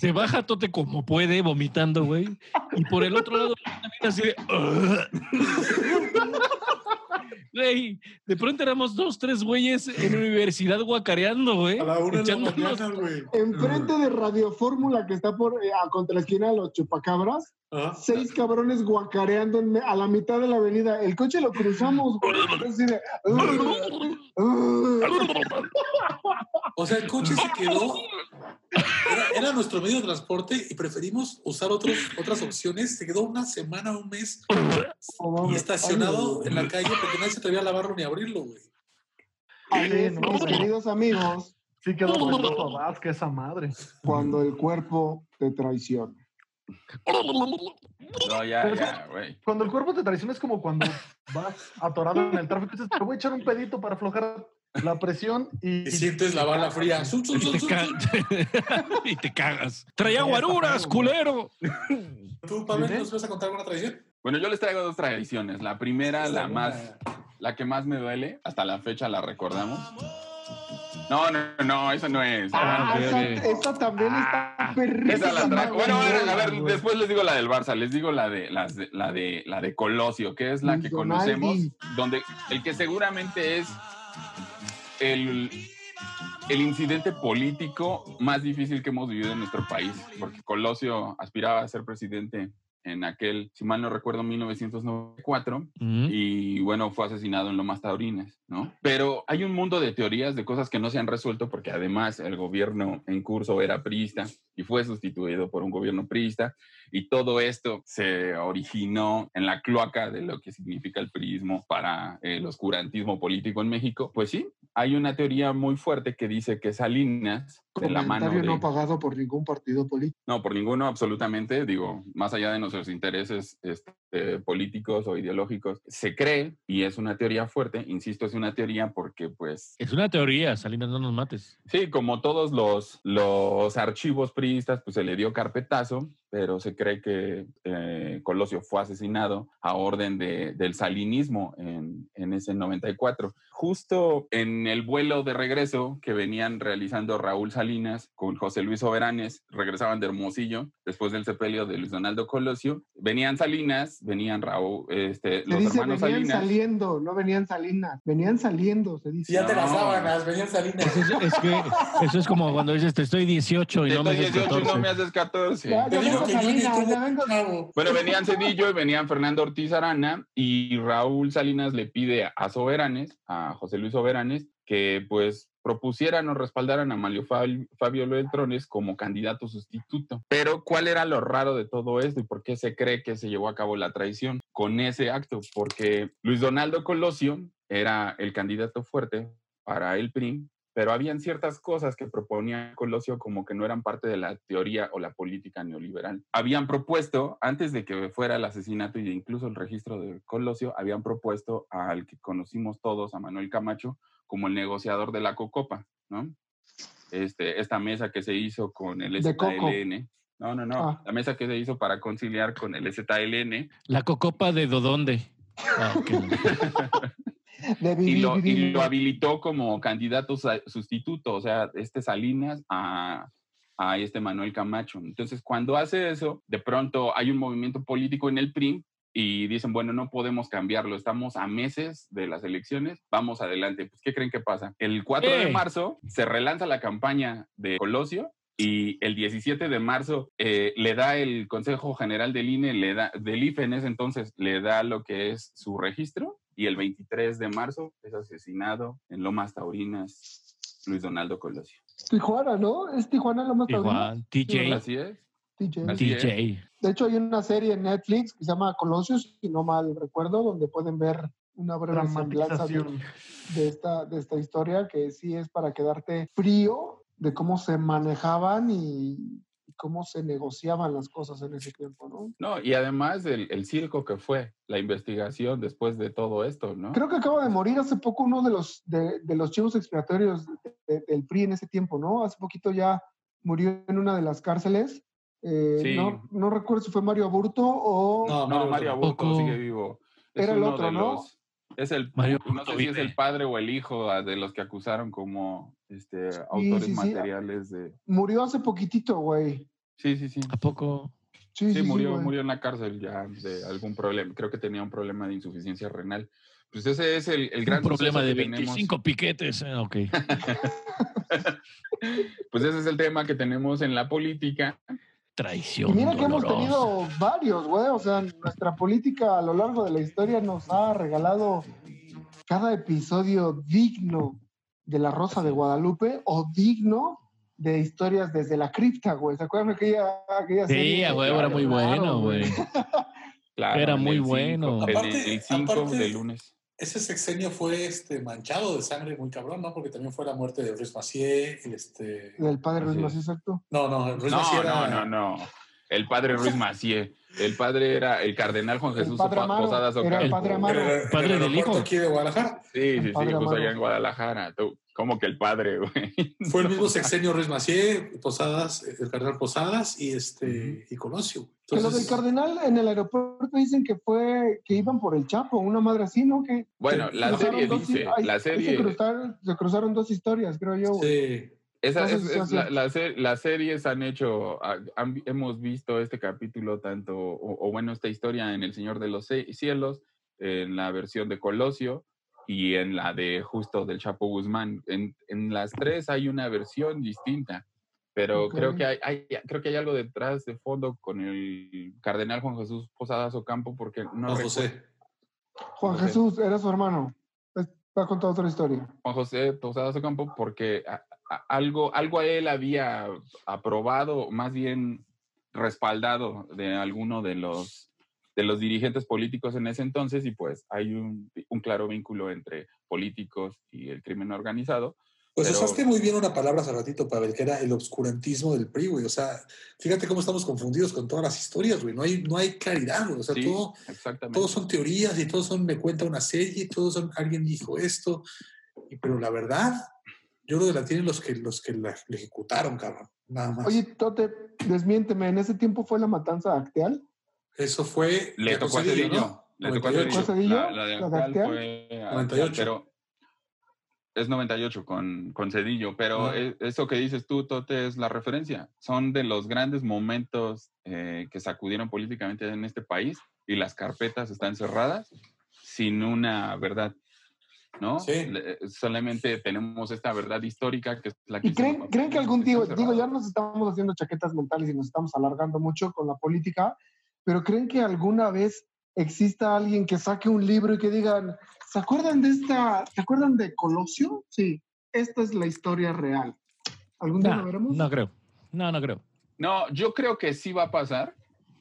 S9: Se baja Tote como puede, vomitando, güey. Y por el otro lado, también así de. Güey, de pronto éramos dos, tres güeyes en universidad guacareando, güey.
S11: A la una de la
S9: echándonos-
S11: mañana, güey.
S10: Enfrente de Radio Fórmula, que está por, eh, a contra la esquina de los chupacabras,
S11: Ajá.
S10: seis cabrones guacareando en me- a la mitad de la avenida. El coche lo cruzamos, güey. Así de,
S11: O sea, el coche se quedó. Era, era nuestro medio de transporte y preferimos usar otros, otras opciones. Se quedó una semana, un mes y estacionado en la calle porque nadie se atrevía a lavarlo ni a abrirlo, güey.
S10: Así es, mis queridos amigos,
S8: Sí quedó Roberto Vázquez, esa madre.
S10: cuando el cuerpo te traiciona.
S7: No, ya, ya, güey.
S8: Cuando el cuerpo te traiciona es como cuando vas atorado en el tráfico y dices, te voy a echar un pedito para aflojar la presión y...
S11: Y sientes la bala fría. Zum, zum,
S9: Y
S11: zum,
S9: te,
S11: zum, zum.
S9: ca- y te cagas. Traía
S8: Sí, está
S9: guaruras,
S8: feo, güey.
S9: culero.
S11: ¿Tú, Pablo,
S8: ¿Dime?
S11: nos vas a contar alguna tradición?
S7: Bueno, yo les traigo dos tradiciones. La primera, Ah, la más, la que más me duele, hasta la fecha la recordamos. No, no, no, eso no es.
S10: Ah,
S9: Ah,
S10: esa,
S9: verga.
S10: esa también está perrísima.
S7: Ah, Esa la trajo. Bueno,
S10: madre.
S7: bueno, a ver, después les digo la del Barça, les digo la de las de- la de la de Colosio, que es la que
S10: Donaldi.
S7: conocemos, donde el que seguramente es el, el incidente político más difícil que hemos vivido en nuestro país, porque Colosio aspiraba a ser presidente en aquel, si mal no recuerdo, 1994, y bueno, fue asesinado en Lomas Taurinas, ¿no? Pero hay un mundo de teorías de cosas que no se han resuelto porque además el gobierno en curso era priista y fue sustituido por un gobierno priista y todo esto se originó en la cloaca de lo que significa el priismo para el oscurantismo político en México. Pues sí, hay una teoría muy fuerte que dice que Salinas, de la mano
S10: Comentario
S7: de...
S10: no pagado por ningún partido político.
S7: No, por ninguno, absolutamente. Digo, más allá de nuestros intereses este, políticos o ideológicos, se cree, y es una teoría fuerte, insisto, es una teoría porque, pues,
S9: Es una teoría, Salinas, no nos mates.
S7: sí, como todos los, los archivos priistas, pues se le dio carpetazo, pero se cree que eh, Colosio fue asesinado a orden de- del salinismo en, en ese 94. Justo en el vuelo de regreso que venían realizando Raúl Salinas con José Luis Soberanes, regresaban de Hermosillo después del sepelio de Luis Donaldo Colosio, venían Salinas, venían Raúl, este,
S10: Se
S7: los
S10: dice venían
S7: hermanos Salinas.
S10: saliendo, no venían salinas, venían saliendo, se dice.
S11: Si ya te las
S7: No.
S11: sábanas, venían saliendo.
S9: Es, es que eso es como cuando dices, te estoy 18 y
S7: Te
S9: no me
S7: estoy
S9: haces
S7: 18 y
S9: 14.
S7: no me haces 14.
S10: Ya,
S11: Te
S10: ya
S11: digo
S10: vengo
S11: que yo ni
S10: salinas, ya
S11: como
S10: vengo
S11: chavo.
S7: Bueno, venían Cedillo y venían Fernando Ortiz Arana y Raúl Salinas le pide a Soberanes, a José Luis Soberanes, que pues propusieran o respaldaran a Mario Fab- Fabio Beltrones como candidato sustituto. Pero ¿cuál era lo raro de todo esto y por qué se cree que se llevó a cabo la traición con ese acto? Porque Luis Donaldo Colosio era el candidato fuerte para el PRI, pero habían ciertas cosas que proponía Colosio como que no eran parte de la teoría o la política neoliberal. Habían propuesto, antes de que fuera el asesinato y de incluso el registro de Colosio, habían propuesto al que conocimos todos, a Manuel Camacho, como el negociador de la Cocopa, ¿no? este, esta mesa que se hizo con el
S10: De coco.
S7: ZLN. No, no, no.
S10: Ah.
S7: La mesa que se hizo para conciliar con el ZLN.
S9: La cocopa de Dodonde. Ah, ok.
S7: y lo, y lo habilitó como candidato sa- sustituto, o sea, este Salinas a, a este Manuel Camacho. Entonces, cuando hace eso, de pronto hay un movimiento político en el PRI y dicen, bueno, no podemos cambiarlo, estamos a meses de las elecciones, vamos adelante. Pues, ¿qué creen que pasa? El 4 de
S9: ¿Qué?
S7: marzo se relanza la campaña de Colosio y el 17 de marzo eh, le da el Consejo General del INE, le da, del IFE en ese entonces, le da lo que es su registro y el 23 de marzo es asesinado en Lomas Taurinas Luis Donaldo Colosio.
S10: Tijuana, ¿no? Es Tijuana lo más
S9: Tijuana, TJ.
S7: Así es.
S10: TJ.
S7: Así es.
S9: TJ.
S10: De hecho, hay una serie en Netflix que se llama Colossus, si no mal recuerdo, donde pueden ver una breve semblanza de,
S8: Dramatización.
S10: de esta, de esta historia que sí es para quedarte frío de cómo se manejaban y cómo se negociaban las cosas en ese tiempo, ¿no?
S7: No, y además el, el circo que fue, la investigación después de todo esto, ¿no?
S10: Creo que acaba de morir hace poco uno de los, de, de los chivos expiatorios de- de- del PRI en ese tiempo, ¿no? Hace poquito ya murió en una de las cárceles. Eh,
S7: Sí.
S10: no, no recuerdo si fue Mario Aburto o...
S11: No,
S7: No,
S11: Mario,
S7: Mario Aburto
S9: Poco.
S7: sigue vivo.
S10: Era el
S7: uno
S10: otro,
S7: de
S10: ¿no?
S7: los- es el,
S9: Mario
S7: no
S9: Aburto
S7: sé si es
S9: vive.
S7: el padre o el hijo ah, de los que acusaron como este, autores
S10: sí, sí.
S7: materiales de...
S10: Murió hace poquitito, güey.
S7: Sí, sí, sí.
S9: ¿A poco?
S10: Sí,
S7: Sí,
S10: sí, sí,
S7: murió,
S10: güey.
S7: murió en la cárcel ya de algún problema. Creo que tenía un problema de insuficiencia renal. Pues ese es el, el gran
S9: un problema
S7: suceso
S9: de
S7: que tenemos.
S9: 25 piquetes. Ah, ok.
S7: Pues ese es el tema que tenemos en la política.
S9: Traición.
S10: Y mira que hemos
S9: dolorosa.
S10: tenido varios, güey. O sea, nuestra política a lo largo de la historia nos ha regalado cada episodio digno de La Rosa de Guadalupe o digno de historias desde la cripta, güey. ¿Se acuerdan de aquella, aquella
S9: Sí, a huevo, era muy
S10: Claro,
S9: bueno, güey.
S7: Claro,
S9: Era
S7: en
S9: muy
S7: el cinco-
S9: bueno.
S7: en el-
S11: Aparte-
S7: el 5
S11: aparte-
S7: de lunes.
S11: Ese sexenio fue este, manchado de sangre muy cabrón, ¿no? Porque también fue la muerte de Ruiz Macié. Este...
S10: Del padre Luis
S7: Así
S10: Macías,
S7: es.
S10: exacto.
S11: No, no, Ruiz Macié
S7: No,
S11: era...
S7: no, no, no. El padre Ruiz Macié. El padre era el cardenal Juan
S10: El
S7: Jesús
S10: padre
S7: Opa-
S10: Amaro,
S7: Posadas
S10: era
S7: Ocampo.
S10: el padre Amaro.
S11: Era- era-
S9: Padre
S11: era el
S9: del
S11: aeropuerto
S9: hijo.
S11: aquí de Guadalajara.
S7: Sí, sí, sí,
S10: padre
S7: justo
S10: Amaro.
S7: allá en Guadalajara. Tú, ¿Cómo que el padre, güey?
S11: Fue el mismo sexenio Ruiz Macié, Posadas, el cardenal Posadas y, este, y Colosio.
S10: Que lo del
S11: Entonces,
S10: cardenal en el aeropuerto dicen que fue que iban por el Chapo, una madre así, ¿no? Que
S7: Bueno, la
S10: cruzaron
S7: serie
S10: dos-
S7: dice,
S10: ay,
S7: la
S10: ahí
S7: serie...
S10: Se cruzaron, se cruzaron dos historias, creo yo. güey.
S11: sí,
S7: Esa,
S10: No sé
S7: es,
S10: si sea
S7: es la-
S10: cierto.
S7: la se- las series han hecho, ah, han vi- hemos visto este capítulo tanto, o, o bueno, esta historia en El Señor de los Ce- Cielos, en la versión de Colosio y en la de justo del Chapo Guzmán. En, en las tres hay una versión distinta, pero creo,
S10: Ok.
S7: que hay, hay- creo que hay algo detrás de fondo con el cardenal Juan Jesús Posadas Ocampo, porque no
S11: no,
S7: recu-
S11: José.
S10: Juan
S7: Ok.
S10: Jesús era su hermano. Es- Va a contar otra historia.
S7: Juan José Posadas Ocampo porque a- a- algo, algo a él había aprobado, más bien respaldado de alguno de los, de los dirigentes políticos en ese entonces y pues hay un, un claro vínculo entre políticos y el crimen organizado.
S11: Pues
S7: Pero-
S11: usaste muy bien una palabra hace ratito, Pavel, que era el obscurantismo del PRI, güey. O sea, fíjate cómo estamos confundidos con todas las historias, güey. No hay, no hay claridad, güey. O sea,
S7: Sí,
S11: todo,
S7: exactamente.
S11: todos son teorías y todos son, me cuenta una serie, y todos son, alguien dijo esto. Y, pero la verdad, yo creo que la tienen los que, los que la, la ejecutaron, cabrón. Nada
S9: Ah,
S11: más.
S10: Oye, Tote, desmiénteme. ¿En ese tiempo fue la matanza acteal?
S11: Eso fue.
S7: Le
S11: de
S7: tocó a
S11: Cedillo,
S7: Cedillo.
S11: ¿no?
S7: Le tocó a
S11: 98.
S7: Cedillo.
S10: Cedillo,
S7: La, la
S10: la
S7: de
S10: de
S7: Actal
S10: Acteal.
S7: fue a-
S11: 98.
S7: Pero es 98 con, con Cedillo, pero
S11: Ajá.
S7: e- eso que dices tú, Tote, es la referencia. Son de los grandes momentos eh, que sacudieron políticamente en este país y las carpetas están cerradas sin una verdad. ¿No?
S11: Sí.
S7: Le- eh, Solamente tenemos esta verdad histórica que es la que.
S10: ¿Y creen, creen que algún
S7: día
S10: día, digo, ya nos estamos haciendo chaquetas mentales y nos estamos alargando mucho con la política, pero creen que alguna vez exista alguien que saque un libro y que digan, ¿se acuerdan de esta, ¿se acuerdan de Colosio? Sí, esta es la historia real. ¿Algún día
S9: Nah,
S10: lo veremos?
S9: no creo. No, no creo.
S7: No, yo creo que sí va a pasar.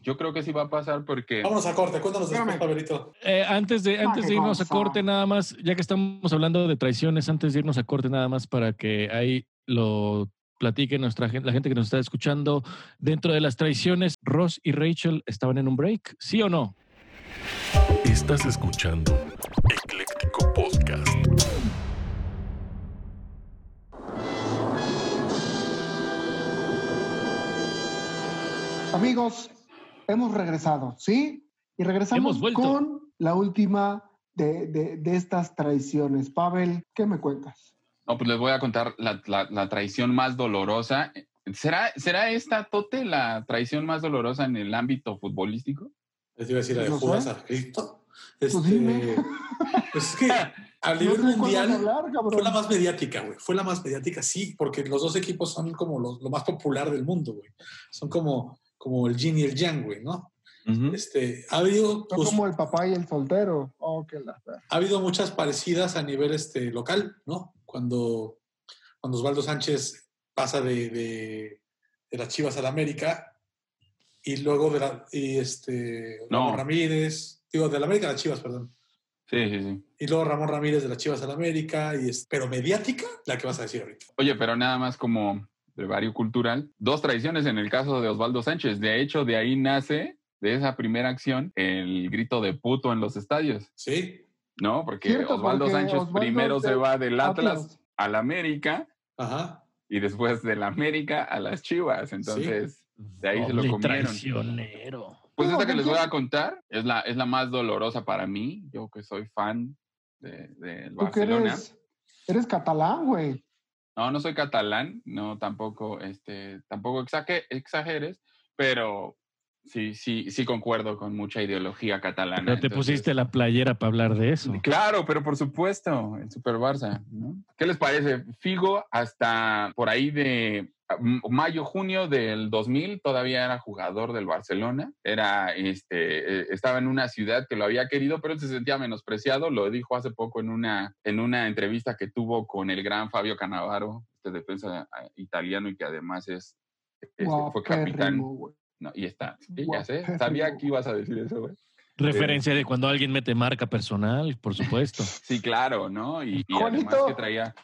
S7: Yo creo que sí va a pasar porque.
S11: Vámonos a corte, cuéntanos después,
S10: Espérame.
S11: Pavelito.
S9: Eh, antes de, antes
S10: qué
S9: de irnos a
S10: cosa.
S9: corte, nada más, ya que estamos hablando de traiciones, antes de irnos a corte, nada más para que ahí lo platique nuestra gente, la gente que nos está escuchando. Dentro de las traiciones, Ross y Rachel estaban en un break, ¿sí o no?
S14: Estás escuchando Ecléctico Podcast.
S10: Amigos, hemos regresado, ¿sí? Y regresamos con la última de, de- de estas traiciones. Pavel, ¿qué me cuentas?
S7: No, pues les voy a contar la, la- la traición más dolorosa. ¿Será, ¿Será esta, Tote, la traición más dolorosa en el ámbito futbolístico?
S11: Les iba a decir la de
S7: No sé.
S11: Judas a Cristo. Este,
S7: dime.
S11: pues es que a
S7: No
S11: nivel
S7: sé cuál vas a
S11: mundial
S7: hablar, cabrón.
S11: fue la más mediática, güey. Fue la más mediática, sí, porque los dos equipos son como los- lo más popular del mundo, güey. Son como, como el yin y el yang, güey, ¿no? Este, ha habido
S10: Son
S11: pues,
S10: como el papá y el soltero. Oh, qué la-
S11: ha habido muchas parecidas a nivel este, local, ¿no? Cuando, cuando Osvaldo Sánchez pasa de, de- de las Chivas al América y luego de la, y este,
S7: No.
S11: Ramón Ramírez, digo, de la América a las Chivas, perdón.
S7: Sí, sí, sí.
S11: Y luego Ramón Ramírez de las Chivas al América, y es, pero mediática, la que vas a decir ahorita.
S7: Oye, pero nada más como brevario cultural, dos traiciones en el caso de Osvaldo Sánchez. De hecho, de ahí nace, de esa primera acción, el grito de puto en los estadios.
S11: Sí.
S7: ¿no? Porque
S11: Cierto,
S7: Osvaldo
S11: porque
S7: Sánchez
S11: Osvaldo
S7: primero
S11: se-
S7: se va del Atlas,
S11: Atlas.
S7: al América y después del América a las Chivas. Entonces, de ahí se lo
S9: Doble
S7: comieron.
S9: traicionero.
S7: Pues
S9: Digo,
S7: esta que les
S9: porque-
S7: voy a contar es la, es la más dolorosa para mí, yo que soy fan del de, del
S10: ¿Tú qué
S7: Barcelona.
S10: eres? Eres catalán, güey.
S7: No, no soy catalán, no tampoco, este, tampoco exage- exageres, pero sí, sí, sí concuerdo con mucha ideología catalana.
S9: Pero te
S7: Ah, entonces-
S9: pusiste la playera para hablar de eso.
S7: Claro, pero por supuesto, el Super Barça. ¿no? ¿Qué les parece? Figo hasta por ahí de mm, mayo, junio del 2000 todavía era jugador del Barcelona. Era, este, eh, estaba en una ciudad que lo había querido, pero se sentía menospreciado. Lo dijo hace poco en una, en una entrevista que tuvo con el gran Fabio Canavaro, este defensa eh, italiano y que además es, este, fue capitán.
S10: Guapérrimo, güey.
S7: No, y está, sí, ya sé, sabía que ibas a decir eso, güey.
S9: Referencia de cuando alguien mete marca personal, por supuesto.
S7: Sí, claro, ¿no? Y, y además
S9: Juanito.
S7: que traía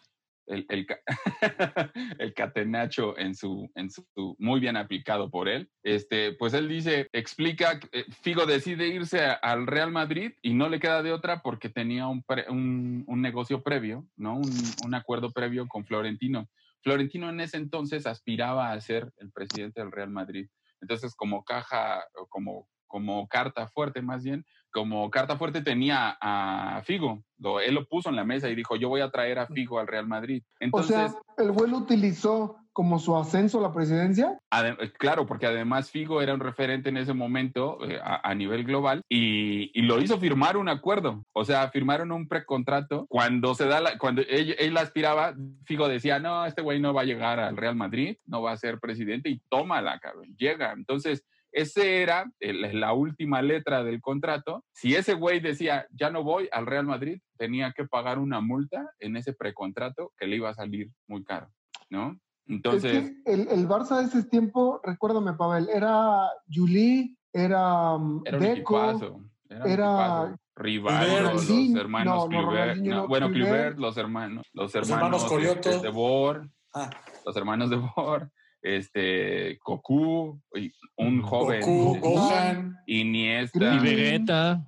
S7: el, el, ca- el catenacho en su, en su, muy bien aplicado por él. Este, pues él dice, explica, eh, Figo decide irse a- al Real Madrid y no le queda de otra porque tenía un, pre- un, un negocio previo, ¿no? Un, un acuerdo previo con Florentino. Florentino en ese entonces aspiraba a ser el presidente del Real Madrid. Entonces, como caja, o como, como carta fuerte más bien, como carta fuerte tenía a Figo. Lo- él lo puso en la mesa y dijo, yo voy a traer a Figo al Real Madrid. Entonces,
S10: Mm. o sea, el güey lo utilizó como su ascenso a la presidencia.
S7: Adem- eh, claro, porque además Figo era un referente en ese momento eh, a, a nivel global y, y lo hizo firmar un acuerdo. O sea, firmaron un precontrato. Cuando se da la- cuando él, él aspiraba, Figo decía, no, este güey no va a llegar al Real Madrid, no va a ser presidente y tómala, cabrón, llega. Entonces, ese era el- la última letra del contrato. Si ese güey decía, ya no voy al Real Madrid, tenía que pagar una multa en ese precontrato que le iba a salir muy caro, ¿no? Entonces...
S10: Es que el, el Barça de ese tiempo, recuérdame, Pavel, era Juli, era um,
S7: Era un
S10: Deco,
S7: equipazo. Era,
S10: era-
S7: un equipazo. Rivaldo,
S10: Ronaldinho,
S7: los hermanos
S10: no, no,
S7: Kluivert,
S10: Ronaldinho,
S7: no,
S10: no,
S7: bueno,
S10: Kluivert.
S7: Kluivert, los hermanos, los
S11: Los
S7: hermanos,
S11: hermanos Coliotto.
S7: este, de Boer,
S11: Ah.
S7: los hermanos de Boer, este, Cocu, y un joven,
S11: Cocu,
S7: este,
S11: Gohan.
S7: Iniesta,
S9: Y Vegeta.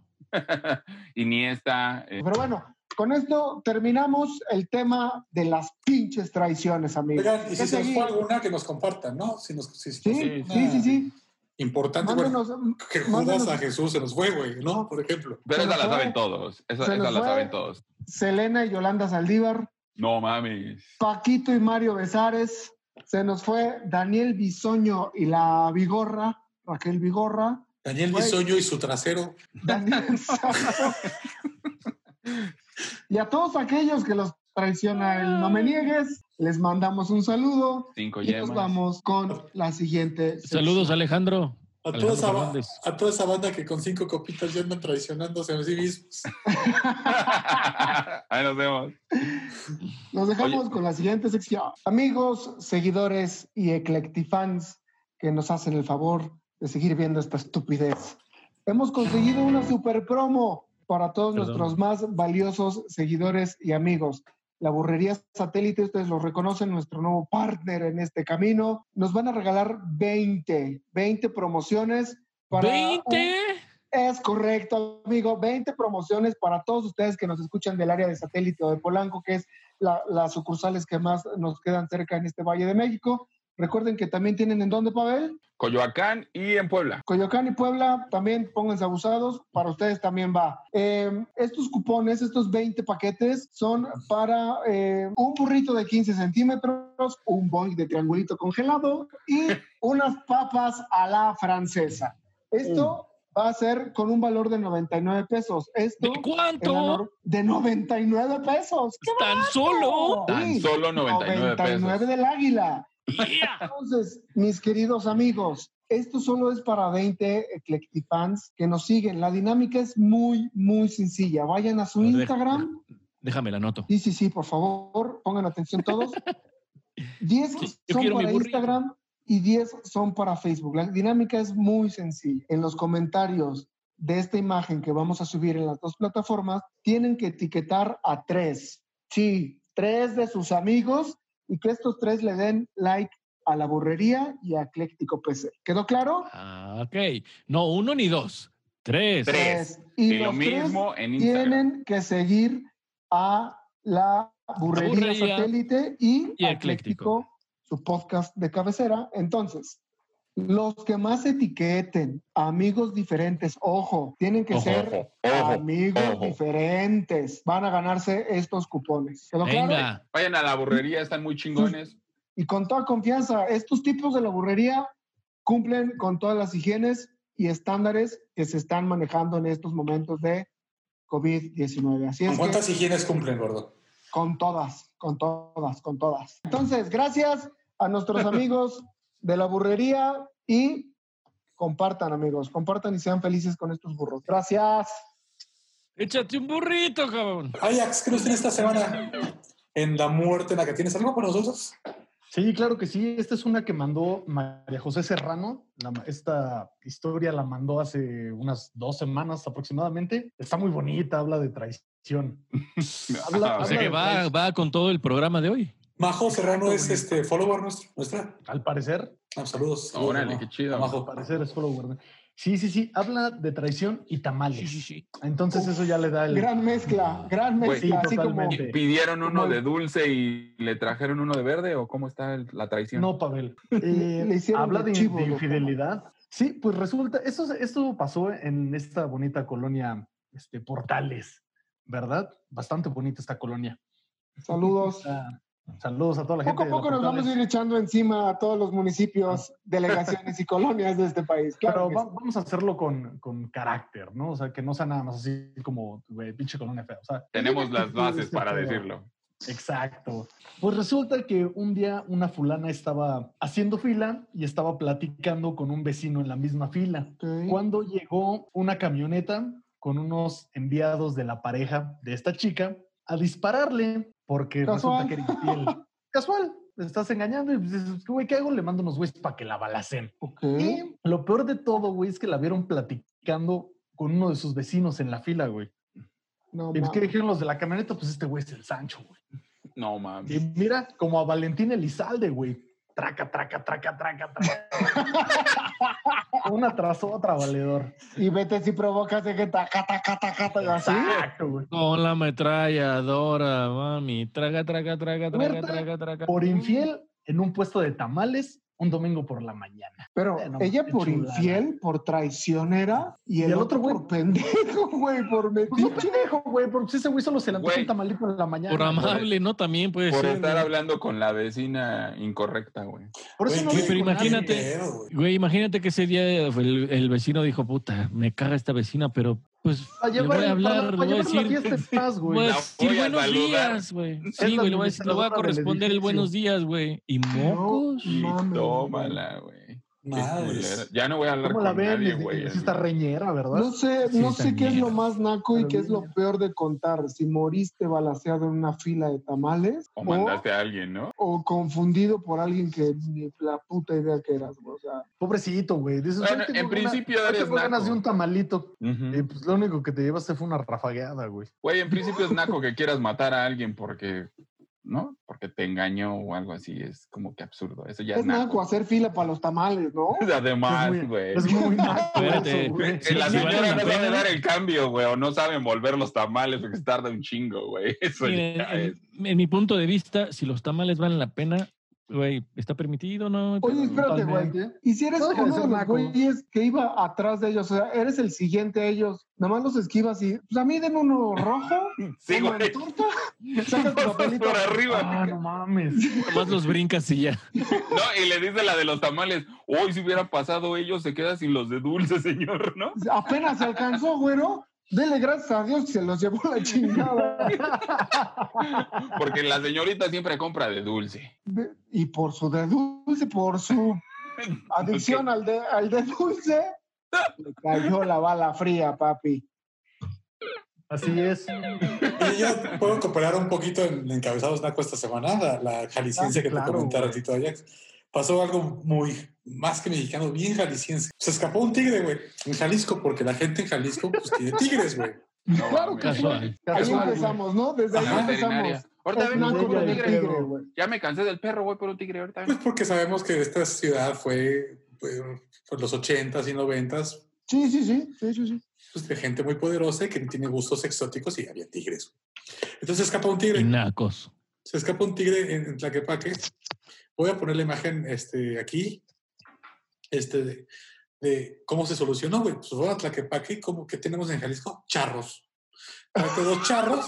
S7: Iniesta, eh,
S10: Pero bueno, con esto terminamos el tema de las pinches traiciones, amigos.
S11: Oigan, y
S10: ¿Qué
S11: si se nos
S10: seguí?
S11: fue alguna, que nos compartan, ¿no? Si nos, si, si-
S10: Sí, sí, sí, sí.
S11: Importante, bueno,
S10: Mándenos, mm,
S11: que
S10: mándenos-
S11: Judas a Jesús se nos fue, güey, ¿no? Por ejemplo.
S7: pero
S10: Se
S7: esa
S10: nos
S7: la
S10: fue.
S7: saben todos, esa,
S10: Se
S7: esa
S10: nos
S7: la
S10: fue.
S7: saben todos.
S10: Selena y Yolanda Saldívar,
S7: No mames.
S10: Paquito y Mario Besares, se nos fue Daniel Bisoño y la Vigorra, Raquel Vigorra,
S11: Daniel Bisoño y su trasero.
S10: Daniel Bisoño. y a todos aquellos que los traiciona el No Me Niegues, les mandamos un saludo
S7: Cinco
S10: y nos
S7: yemas.
S10: vamos con la siguiente. sección.
S9: Saludos, Alejandro.
S11: A toda,
S9: Alejandro
S11: esa, ba-
S9: Fernández.
S11: a toda esa banda que con cinco copitas ya andan traicionándose a sí mismos.
S7: Ahí nos vemos.
S10: Nos dejamos con la siguiente sección. Amigos, seguidores y eclectifans que nos hacen el favor de seguir viendo esta estupidez. Hemos conseguido una super promo para todos
S9: Perdón.
S10: nuestros más valiosos seguidores y amigos. La burrería satélite, ustedes lo reconocen, nuestro nuevo partner en este camino. Nos van a regalar 20, 20 promociones. Para
S9: ¿20?
S10: es correcto, amigo. 20 promociones para todos ustedes que nos escuchan del área de satélite o de Polanco, que es la- las sucursales que más nos quedan cerca en este Valle de México. Recuerden que también tienen en dónde, Pavel.
S7: Coyoacán y en Puebla.
S10: Coyoacán y Puebla también pónganse abusados, para ustedes también va. Eh, estos cupones, estos 20 paquetes, son para eh, un burrito de 15 centímetros, un boing de triangulito congelado y unas papas a la francesa. Esto va a ser con un valor de 99 pesos. Esto,
S9: ¿De cuánto?
S10: en honor- De 99 pesos. ¡Qué
S9: ¡Tan
S10: barato!
S9: solo!
S7: Tan
S10: Sí,
S7: solo 99 pesos.
S10: 99 del águila. Entonces, mis queridos amigos, esto solo es para 20 Eclectifans que nos siguen. La dinámica es muy, muy sencilla. Vayan a su
S9: Deja-
S10: Instagram.
S9: Déjame la noto.
S10: Sí, sí, sí, por favor, pongan atención todos. 10
S9: yo
S10: son
S9: quiero mi
S10: para
S9: burrito.
S10: Instagram y 10 son para Facebook. La dinámica es muy sencilla. En los comentarios de esta imagen que vamos a subir en las dos plataformas, tienen que etiquetar a tres. Sí, tres de sus amigos y que estos tres le den like a la burrería y a Ecléctico PC. ¿Quedó claro?
S9: Ah, ok. No, uno ni dos. Tres.
S10: Tres.
S7: Y lo
S10: los tres
S7: mismo en Instagram.
S10: tienen que seguir a la burrería,
S9: Burrería
S10: satélite y,
S9: y
S10: Ecléctico, su podcast de cabecera. Entonces, los que más etiqueten a amigos diferentes, ojo, tienen que
S9: Ojo,
S10: ser
S9: ojo, ojo,
S10: amigos
S9: ojo.
S10: diferentes. Van a ganarse estos cupones. ¿Quedó claro?
S9: Venga.
S7: Vayan a la burrería, están muy chingones.
S10: Y con toda confianza, estos tipos de la burrería cumplen con todas las higienes y estándares que se están manejando en estos momentos de COVID-19. Así es.
S11: ¿Con
S10: que-
S11: cuántas higienes cumplen, gordo?
S10: Con todas, con todas, con todas. Entonces, gracias a nuestros amigos de la burrería y compartan, amigos, compartan y sean felices con estos burros. Gracias.
S9: Échate un burrito, cabrón.
S11: Ajax, ¿qué nos tiene esta semana? En la muerte en la que tienes algo para nosotros.
S8: Sí, claro que sí. Esta es una que mandó María José Serrano. La ma- esta historia la mandó hace unas dos semanas aproximadamente. Está muy bonita, habla de traición. Habla-
S9: O sea
S8: habla
S9: que
S8: de
S9: va,
S8: traición,
S9: va con todo el programa de hoy.
S11: Majo Serrano es este follower nuestro, nuestra.
S8: Al parecer,
S11: Ah, saludos. saludos,
S7: Órale,
S11: Majo.
S7: qué chido.
S11: A
S8: al
S11: Majo.
S8: parecer es follower. ¿no? Sí, sí, sí. Habla de traición y tamales.
S9: sí.
S8: Entonces eso ya le da el...
S10: Gran mezcla, gran
S7: Güey,
S10: mezcla.
S8: sí,
S10: así como
S8: totalmente.
S7: ¿Pidieron uno
S10: Como-
S7: de dulce y le trajeron uno de verde o cómo está el- la traición?
S8: No, Pavel. Eh,
S10: le hicieron
S8: habla de,
S10: de chivo,
S8: de
S10: loco.
S8: infidelidad. Sí, pues resulta, eso, esto pasó en esta bonita colonia, este, Portales, ¿verdad? Bastante bonita esta colonia.
S10: saludos.
S8: Está- saludos a toda la
S10: Poco
S8: gente.
S10: a
S8: de la
S10: poco nos vamos
S8: Portales.
S10: a ir echando encima a todos los municipios, delegaciones y colonias de este país.
S8: Pero
S10: Claro. que
S8: va- vamos a hacerlo con, con carácter, ¿no? O sea, que no sea nada más así como, güey, pinche colonia fea. O sea,
S7: Tenemos las
S8: Sí,
S7: bases
S8: este
S7: para
S8: pedo.
S7: decirlo.
S8: Exacto. Pues resulta que un día una fulana estaba haciendo fila y estaba platicando con un vecino en la misma fila.
S10: sí. Ok.
S8: Cuando llegó una camioneta con unos enviados de la pareja de esta chica a dispararle porque resulta
S10: Casual.
S8: que era infiel. Casual. Le estás engañando y pues dices, güey, ¿qué hago? Le mando unos güeyes para que la balacen.
S10: Ok.
S8: Y lo peor de todo, güey, es que la vieron platicando con uno de sus vecinos en la fila, güey.
S10: No,
S8: ¿Y
S10: mames.
S8: qué dijeron los de la camioneta? Pues este güey es el Sancho, güey.
S7: No mames.
S8: Y mira, como a Valentín Elizalde, güey. Traca, traca, traca, traca, traca. Una tras otra, valedor.
S10: Y vete si provocas de que taca, taca, taca, taca, así.
S8: Exacto, güey.
S9: Con la ametralladora, mami. Traga, traga, traga, traga,
S8: Muerta
S9: traga, traga.
S8: Por infiel en un puesto de tamales un domingo por la mañana.
S10: Pero
S8: Eh, no,
S10: ella
S8: qué
S10: por
S8: chulada.
S10: infiel, por traicionera, y el,
S8: el
S10: otro,
S8: otro, güey?
S10: por pendejo, güey, por
S8: Pues no
S10: metiche.
S8: pendejo, güey, porque ese güey solo se le antoja
S7: Güey.
S8: un tamalito en la mañana.
S9: Por amable, ¿no? También puede
S7: Por
S9: ser.
S7: estar
S9: güey.
S7: hablando con la vecina incorrecta, güey.
S8: Por eso
S11: Güey,
S8: no
S11: qué-
S8: le
S9: pero
S8: digo nada.
S9: imagínate.
S11: qué pedo, güey.
S9: Güey, imagínate que ese día el, el vecino dijo, puta, me caga esta vecina, pero pues
S8: A
S9: le
S8: llevar,
S9: voy a hablar, le voy a
S8: la fiesta
S9: decir,
S8: en paz, güey.
S9: voy a
S7: La
S9: decir
S7: voy a
S9: buenos
S7: saludar.
S9: días, güey.
S8: Es
S9: Sí,
S8: la
S9: güey, le voy a decir- le voy
S8: administradora
S9: a
S8: del
S9: corresponder el
S8: edificio.
S9: buenos días, güey. Y mocos.
S7: Y
S10: mames,
S7: tómala, güey. Qué culera.
S11: Madres.
S7: Ya no voy a hablar
S8: ¿Cómo
S7: con
S8: la ven?
S7: nadie,
S8: Es-
S7: güey.
S8: es esta reñera, ¿verdad?
S10: No sé,
S9: Sí,
S10: no sé qué es lo
S9: también.
S10: más naco y
S8: Pero
S10: qué es lo
S8: bien.
S10: peor de contar. Si moriste balaseado en una fila de tamales
S7: O
S10: o,
S7: mandaste a alguien, ¿no?
S10: o confundido por alguien que ni la puta idea que eras, güey. O sea,
S8: Pobrecito, güey. Dices,
S7: Bueno,
S8: "Hoy tengo gana-
S7: en principio
S8: hoy
S7: eres
S8: tengo ganas
S7: naco".
S8: de un tamalito.
S7: Ujú.
S8: Y pues lo único que te llevaste fue una rafagueada, güey.
S7: Güey, en principio es naco que quieras matar a alguien porque, ¿no? Porque te engañó o algo así. Es como que absurdo. Eso ya es,
S10: es naco hacer fila para los tamales, ¿no?
S7: Además,
S8: es muy,
S7: güey.
S8: es muy naco
S9: Espérate.
S8: eso, güey.
S9: Sí,
S7: la
S9: sí, vale
S7: señora
S9: la
S7: no sabe
S9: pena.
S7: dar el cambio, güey, o no sabe envolver los tamales porque se tarda un chingo, güey. Eso
S9: Miren,
S7: Pues, ya eh, es.
S9: en, en mi punto de vista, si los tamales valen la pena, Güey, ¿está permitido no?
S10: Oye, espérate, güey. Y si eres
S9: No deja de
S10: uno de
S9: ser
S10: los
S9: naco.
S10: güeyes que iba atrás de ellos, o sea, eres el siguiente a ellos, nada más los esquivas y, pues a mí den uno rojo,
S7: Sí,
S10: uno
S7: güey.
S10: en torta, saca tu papelito.
S7: por arriba.
S10: Ah, no mames.
S9: Más los brincas y ya.
S7: No, y le dice la de los tamales. Hoy si hubiera pasado ellos se queda sin los de dulce, señor, ¿no?
S10: Apenas se alcanzó, güero. Dele gracias a Dios que se los llevó la chingada.
S7: Porque la señorita siempre compra de dulce.
S10: De- y por su de dulce, por su adicción al, de, al de dulce, le cayó la bala fría, papi.
S8: Así es.
S11: Oye, yo puedo cooperar un poquito en encabezados Naco esta semana, la, la jalisciense
S10: Ah,
S11: que te
S10: claro,
S11: comentaba ratito Ajax. Pasó algo muy, más que mexicano, bien jalisciense. Se escapó un tigre, güey, en Jalisco, porque la gente en Jalisco pues, tiene tigres, güey.
S10: claro
S7: que sí. Casual.
S10: Ahí
S7: Casual,
S10: empezamos, ¿no? Desde ahí
S7: Ajá.
S10: empezamos.
S7: Veterinaria. Ahorita
S10: Es
S7: vengo
S10: naco
S7: por un
S10: del
S7: tigre.
S10: tigre, güey.
S7: Ya me cansé del perro, voy por un tigre ahorita.
S11: Pues porque sabemos que esta ciudad fue, fue por los 80s y 90s,
S10: Sí, sí, sí, sí, sí, sí.
S11: pues, de gente muy poderosa y que tiene gustos exóticos y había tigres. Entonces se escapa un tigre.
S9: Nacos.
S11: Se escapa un tigre en en Tlaquepaque. Voy a poner la imagen este, aquí este, de, de cómo se solucionó, güey. Pues voy a Tlaquepaque y como que tenemos en Jalisco charros. Traje dos charros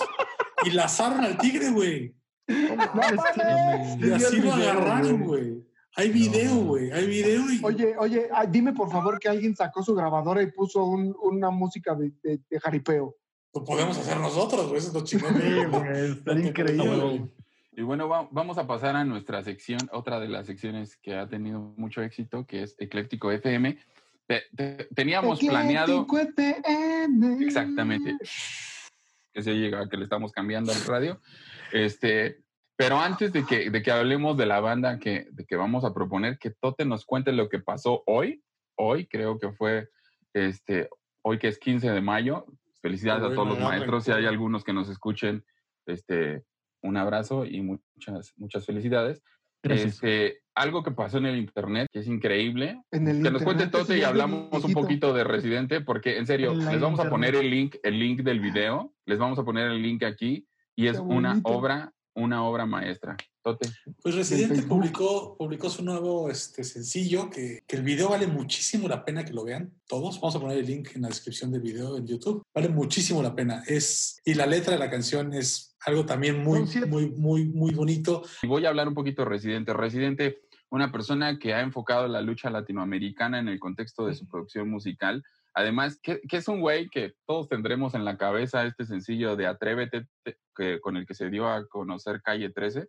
S11: y lazaron al tigre, güey. Y
S10: Sí,
S11: así
S10: el video,
S11: lo agarraron,
S10: güey.
S11: güey. Hay video, güey. Hay video y
S10: Oye, oye, ay, dime por favor que alguien sacó su grabadora y puso un- una música de, de- de jaripeo.
S11: lo podemos hacer nosotros, güey. Eso es lo chingón.
S7: Increíble. Y bueno, va- vamos a pasar a nuestra sección, otra de las secciones que ha tenido mucho éxito, que es Ecléctico FM. Te- te- teníamos planeado...
S10: Ecléctico FM. Mm.
S7: Exactamente. Que se llega, que le estamos cambiando al radio. Este, pero antes de que, de que hablemos de la banda que, de que vamos a proponer, que Tote nos cuente lo que pasó hoy. Hoy creo que fue, este, hoy que es 15 de mayo. Felicidades a
S11: Hoy,
S7: todos los
S11: mañana,
S7: maestros. Si hay algunos que nos escuchen, este, un abrazo y muchas, muchas felicidades.
S9: Gracias.
S7: Este, algo que pasó en el internet que es increíble.
S10: En el
S7: que nos cuente
S10: internet,
S7: Tote
S10: sí,
S7: y
S10: ya
S7: hablamos un
S10: viejito.
S7: poquito de Residente, porque en serio,
S10: En la
S7: les vamos a
S10: internet.
S7: poner el link, el link del video, les vamos a poner el link aquí y es
S10: Qué
S7: una
S10: bonito.
S7: obra, una obra maestra. Tote.
S11: Pues
S10: En
S11: Residente
S10: Facebook.
S11: publicó, publicó su nuevo este, sencillo, que, que el video vale muchísimo la pena que lo vean todos. Vamos a poner el link en la descripción del video en YouTube. Vale muchísimo la pena. Es, y la letra de la canción es algo también muy, muy, muy, muy bonito.
S7: Y voy a hablar un poquito de Residente. Residente, una persona que ha enfocado la lucha latinoamericana en el contexto de su producción musical. Además, que, que es un güey que todos tendremos en la cabeza este sencillo de Atrévete, te- que, con el que se dio a conocer Calle 13.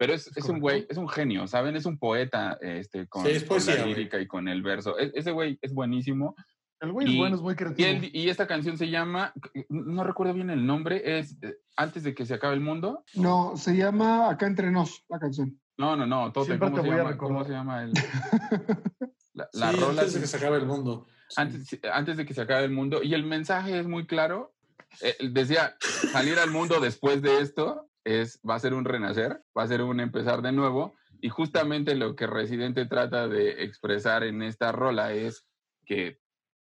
S7: Pero es, es un güey, es un genio, ¿saben? Es un poeta este, con,
S11: Sí, es
S7: con
S11: poesía,
S7: la
S11: güey.
S7: lírica y con el verso. E- ese güey es buenísimo.
S8: El güey es
S7: Y-
S8: bueno, es muy
S7: Y,
S8: creativo.
S7: él- y esta canción se llama, no recuerdo bien el nombre, es eh, Antes de que se acabe el mundo.
S10: No, se llama Acá entre nos la canción.
S7: No, no, no, Tote,
S10: Siempre
S7: ¿cómo
S10: te
S7: se,
S10: voy a
S7: llama, ¿cómo se llama el- La, la
S11: Sí,
S7: rola
S11: antes de que se acabe el mundo.
S7: antes, antes de que se acabe el mundo. Y el mensaje es muy claro. Eh, decía, salir al mundo después de esto es, va a ser un renacer, va a ser un empezar de nuevo. Y justamente lo que Residente trata de expresar en esta rola es que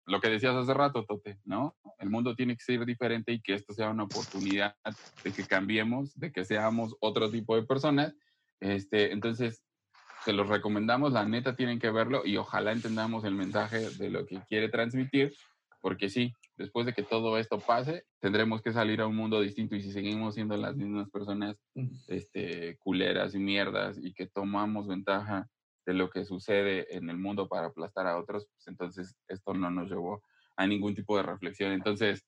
S7: lo que decías hace rato, Tote, ¿no? El mundo tiene que ser diferente y que esto sea una oportunidad de que cambiemos, de que seamos otro tipo de personas. Este, entonces, se los recomendamos, la neta tienen que verlo y ojalá entendamos el mensaje de lo que quiere transmitir, porque sí, después de que todo esto pase, tendremos que salir a un mundo distinto y si seguimos siendo las mismas personas
S11: Mm.
S7: este, culeras y mierdas y que tomamos ventaja de lo que sucede en el mundo para aplastar a otros, pues entonces esto no nos llevó a ningún tipo de reflexión. Entonces,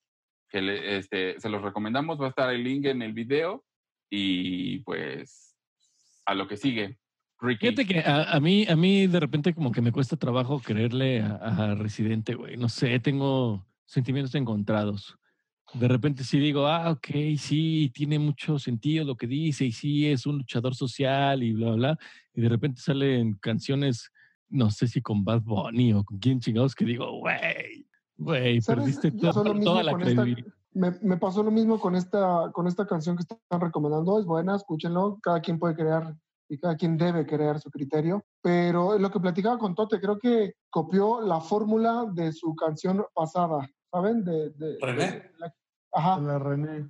S7: que le- este, se los recomendamos, va a estar el link en el video y pues a lo que sigue. Ricky.
S9: Fíjate que a, a mí, a mí de repente como que me cuesta trabajo creerle a, a Residente, güey. No sé, tengo sentimientos encontrados. De repente sí digo, ah, ok, sí, tiene mucho sentido lo que dice y sí, es un luchador social y bla, bla. Y de repente salen canciones, no sé si con Bad Bunny o con quién chingados, que digo, güey, güey,
S10: ¿Sabes?
S9: perdiste
S10: Yo
S9: to-
S10: soy lo mismo
S9: toda la
S10: con este esta-
S9: credibilidad.
S10: Me, me pasó lo mismo con esta, con esta canción que están recomendando. Es buena, escúchenlo. Cada quien puede crear y cada quien debe crear su criterio. Pero es lo que platicaba con Tote, creo que copió la fórmula de su canción pasada, ¿saben? De, de-
S11: René.
S10: de la- ajá.
S8: La René.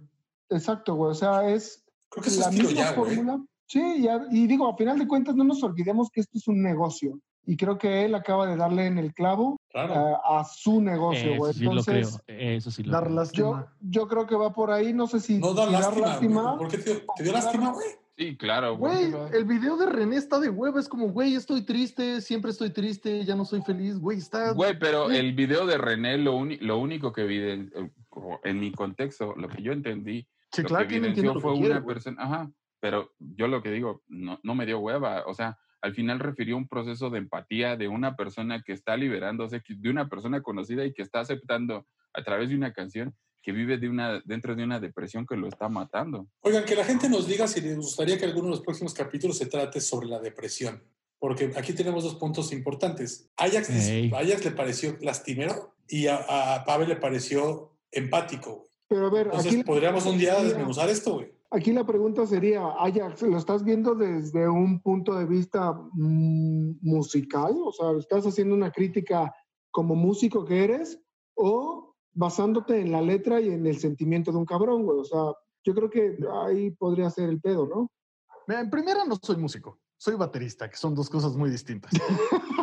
S10: Exacto, güey. O sea, es
S11: Creo que es su
S10: la
S11: estilo
S10: misma
S11: ya, güey.
S10: fórmula, Sí, y, a- y digo, a final de cuentas no nos olvidemos que esto es un negocio. Y creo que él acaba de darle en el clavo a, a su negocio,
S9: Eso
S10: güey.
S9: sí lo creo.
S10: Entonces,
S9: Eso sí lo
S10: dar
S9: creo.
S10: yo, yo creo que va por ahí, no sé si,
S11: No da
S10: si
S11: lástima, güey. ¿Por qué te, te dio lástima, güey?
S7: Sí, claro.
S8: Güey, el video de René está de huevo. Es como, güey, estoy triste, siempre estoy triste, ya no soy feliz. Güey, está.
S7: Güey, pero el video de René, lo, uni- lo único que evidenció, en mi contexto, lo que yo entendí,
S8: Sí,
S7: lo
S8: claro
S7: que
S8: que él entiende
S7: evidenció
S8: lo que
S7: fue
S8: quiere,
S7: una
S8: güey.
S7: persona, ajá, pero yo lo que digo, no, no me dio hueva, o sea, al final refirió un proceso de empatía de una persona que está liberándose, que- de una persona conocida y que está aceptando a través de una canción que vive de una, dentro de una depresión que lo está matando.
S11: Oigan, que la gente nos diga si les gustaría que alguno de los próximos capítulos se trate sobre la depresión. Porque aquí tenemos dos puntos importantes. Ajax, dis-
S9: Ey.
S11: Ajax le pareció lastimero y a, a Pavel le pareció empático. güey.
S10: Pero a ver,
S11: Entonces
S10: aquí,
S11: podríamos un día desmenuzar esto, güey.
S10: aquí la pregunta sería, Ajax, ¿lo estás viendo desde un punto de vista mm, musical? O sea, ¿estás haciendo una crítica como músico que eres? ¿O basándote en la letra y en el sentimiento de un cabrón, güey? O sea, yo creo que ahí podría ser el pedo, ¿no?
S8: Mira, en primera no soy músico, soy baterista, que son dos cosas muy distintas.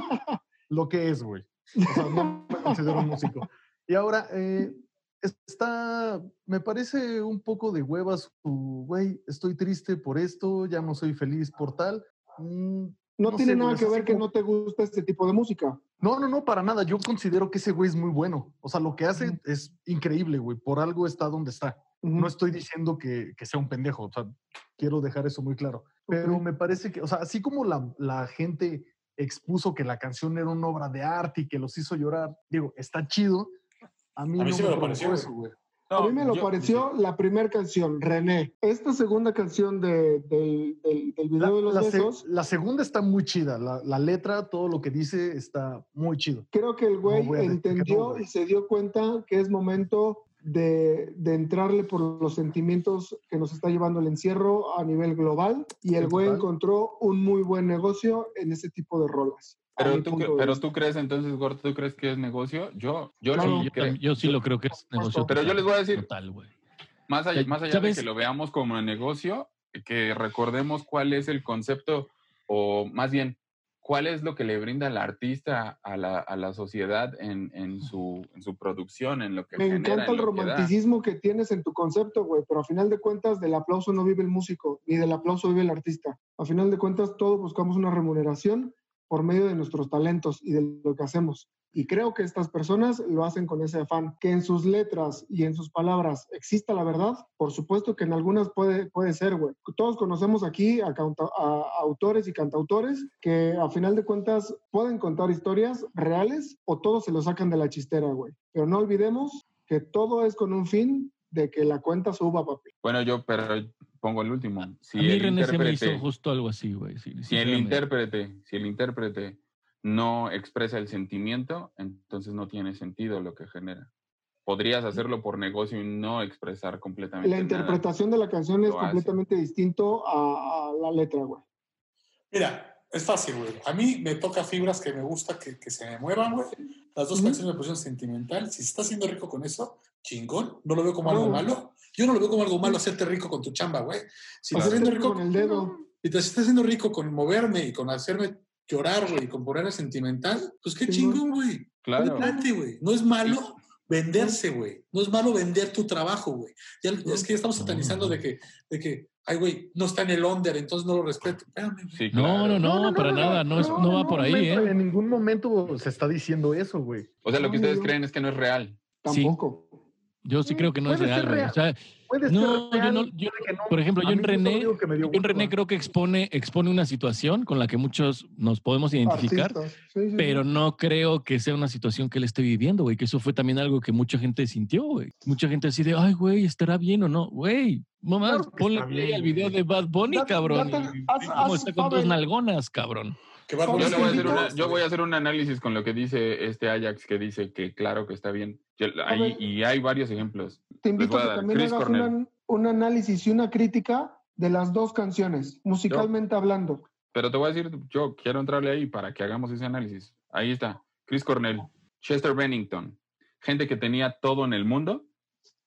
S8: Lo que es, güey. O sea, no me considero un músico. Y ahora, eh, está, me parece un poco de huevas, güey, estoy triste por esto, ya no soy feliz por tal. Mm,
S10: No, tiene
S8: sé,
S10: nada
S8: güey, es
S10: que
S8: así
S10: ver que
S8: como-
S10: no te gusta este tipo de música.
S8: no, no, no, para nada. Yo considero que ese güey es muy bueno. O sea, lo que hace es increíble, güey. Por algo está donde está. No estoy diciendo que, que sea un pendejo. O sea, quiero dejar eso muy claro. Pero me parece que, o sea, así como la, la gente expuso que la canción era una obra de arte y que los hizo llorar, digo, está chido. A mí,
S11: A mí
S8: no
S11: sí
S8: me,
S11: me
S8: provocó
S11: lo pareció,
S8: eso,
S11: güey.
S8: güey.
S10: a mí me lo pareció la primera canción, René. Esta segunda canción de- del, del- del video de los
S8: La, se-
S10: besos,
S8: la segunda está muy chida. La, la letra, todo lo que dice está muy chido.
S10: creo que el güey
S8: No voy a decir que no,
S10: entendió
S8: güey.
S10: y se dio cuenta que es momento de, de entrarle por los sentimientos que nos está llevando el encierro a nivel global y el
S7: Sí,
S10: güey
S7: total.
S10: encontró un muy buen negocio en ese tipo de rolas. a mi
S7: Pero, tú,
S10: punto
S7: cre-
S10: de
S7: pero
S10: vista.
S7: tú crees entonces, Gordo, ¿tú crees que es negocio? Yo, yo,
S9: Sí,
S7: sí
S9: yo,
S7: creo.
S9: tam- yo sí lo creo que es negocio.
S7: Pero yo les voy a decir,
S9: Total, güey.
S7: Más allá,
S9: Ya-
S7: más allá
S9: ya
S7: de
S9: ves-
S7: que lo veamos como negocio, que recordemos cuál es el concepto, o más bien, cuál es lo que le brinda al artista a la, a la sociedad en, en su, en su producción, en lo que
S10: Me
S7: genera,
S10: encanta
S7: en
S10: el
S7: lo que da.
S10: romanticismo que tienes en tu concepto, güey, pero a final de cuentas del aplauso no vive el músico, ni del aplauso vive el artista. A final de cuentas todos buscamos una remuneración por medio de nuestros talentos y de lo que hacemos. Y creo que estas personas lo hacen con ese afán, que en sus letras y en sus palabras exista la verdad. Por supuesto que en algunas puede, puede ser, güey. Todos conocemos aquí a, canta- a autores y cantautores que a final de cuentas pueden contar historias reales o todos se lo sacan de la chistera, güey. Pero no olvidemos que todo es con un fin de que la cuenta suba, papi.
S7: Bueno, yo, pero pongo el último. Si
S9: a mí
S7: el
S9: René se me hizo
S7: intérprete-
S9: justo algo así, güey. sí,
S7: si el
S9: sinceramente.
S7: intérprete, si el intérprete no expresa el sentimiento, entonces no tiene sentido lo que genera. Podrías hacerlo por negocio y no expresar completamente.
S10: La
S7: nada.
S10: interpretación de la canción es
S7: Lo hace.
S10: completamente distinto a, a la letra, güey.
S11: Mira, es fácil, güey. A mí me toca fibras que me gusta que, que se me muevan, güey. Las dos canciones me pusieron sentimental. Si se está haciendo rico con eso, chingón. No lo veo como algo
S10: Claro.
S11: malo. Yo no lo veo como algo malo hacerte rico con tu chamba, güey. Si te
S10: Claro.
S11: estás haciendo rico
S10: Con el dedo.
S11: Y te estás haciendo rico con moverme y con hacerme llorar, güey, y con ponerme sentimental, pues qué
S10: Chingón.
S11: chingón, güey.
S7: Claro.
S11: Adelante, güey. No es malo venderse, güey. No es malo vender tu trabajo, güey. Ya- Es que ya estamos satanizando de que, de que, ay, güey, no está en el under, entonces no lo respeto. Espérame, güey.
S7: Sí,
S9: No,
S7: claro.
S9: no, no, para nada. No, es- no va por ahí,
S8: momento-
S9: ¿eh?
S8: En ningún momento se está diciendo eso, güey.
S7: O sea, lo que
S8: No,
S7: ustedes
S8: no.
S7: creen es que no es real.
S9: Sí,
S10: Tampoco.
S9: yo sí creo que no es
S8: Puede ser
S9: real, güey. O
S8: real.
S9: sea,
S8: Puede
S9: No,
S8: ser
S9: yo
S8: real,
S9: no-
S8: puede
S9: yo-
S8: que no.
S9: por ejemplo,
S8: A
S9: yo en
S8: mí eso es lo
S9: René-
S8: único que me dio
S9: yo en René
S8: hueva.
S9: creo que expone, expone una situación con la que muchos nos podemos identificar.
S10: Artistas. Sí, sí, sí.
S9: pero no creo que sea una situación que él esté viviendo, güey, que eso fue también algo que mucha gente sintió, güey. Mucha gente así de, ay, güey, ¿estará bien o no? Güey, mamá,
S8: Claro que
S9: ponle
S8: está
S9: play
S8: bien,
S9: al video
S8: güey.
S9: de Bad Bunny,
S10: Date-
S9: cabrón.
S10: date-
S9: y
S10: haz-
S9: cómo
S10: haz-
S9: está con
S10: Pavel.
S9: dos nalgonas, cabrón.
S11: Que va a
S10: Yo
S7: Yo,
S10: Pues
S7: le
S10: te
S7: voy a hacer
S10: invito-
S7: una- yo voy a hacer un análisis con lo que dice este Ajax que dice que claro que está bien. Yo- ahí-
S10: ver.
S7: y hay varios ejemplos.
S10: Te invito
S7: voy
S9: Pues
S10: a
S7: a
S10: que
S7: dar.
S10: también
S7: Chris
S10: hagas
S7: Cornell.
S10: una- un análisis y una crítica de las dos canciones, musicalmente hablando.
S7: Pero te voy a decir, yo quiero entrarle ahí para que hagamos ese análisis. Ahí está. Chris Cornell, Chester Bennington. Gente que tenía todo en el mundo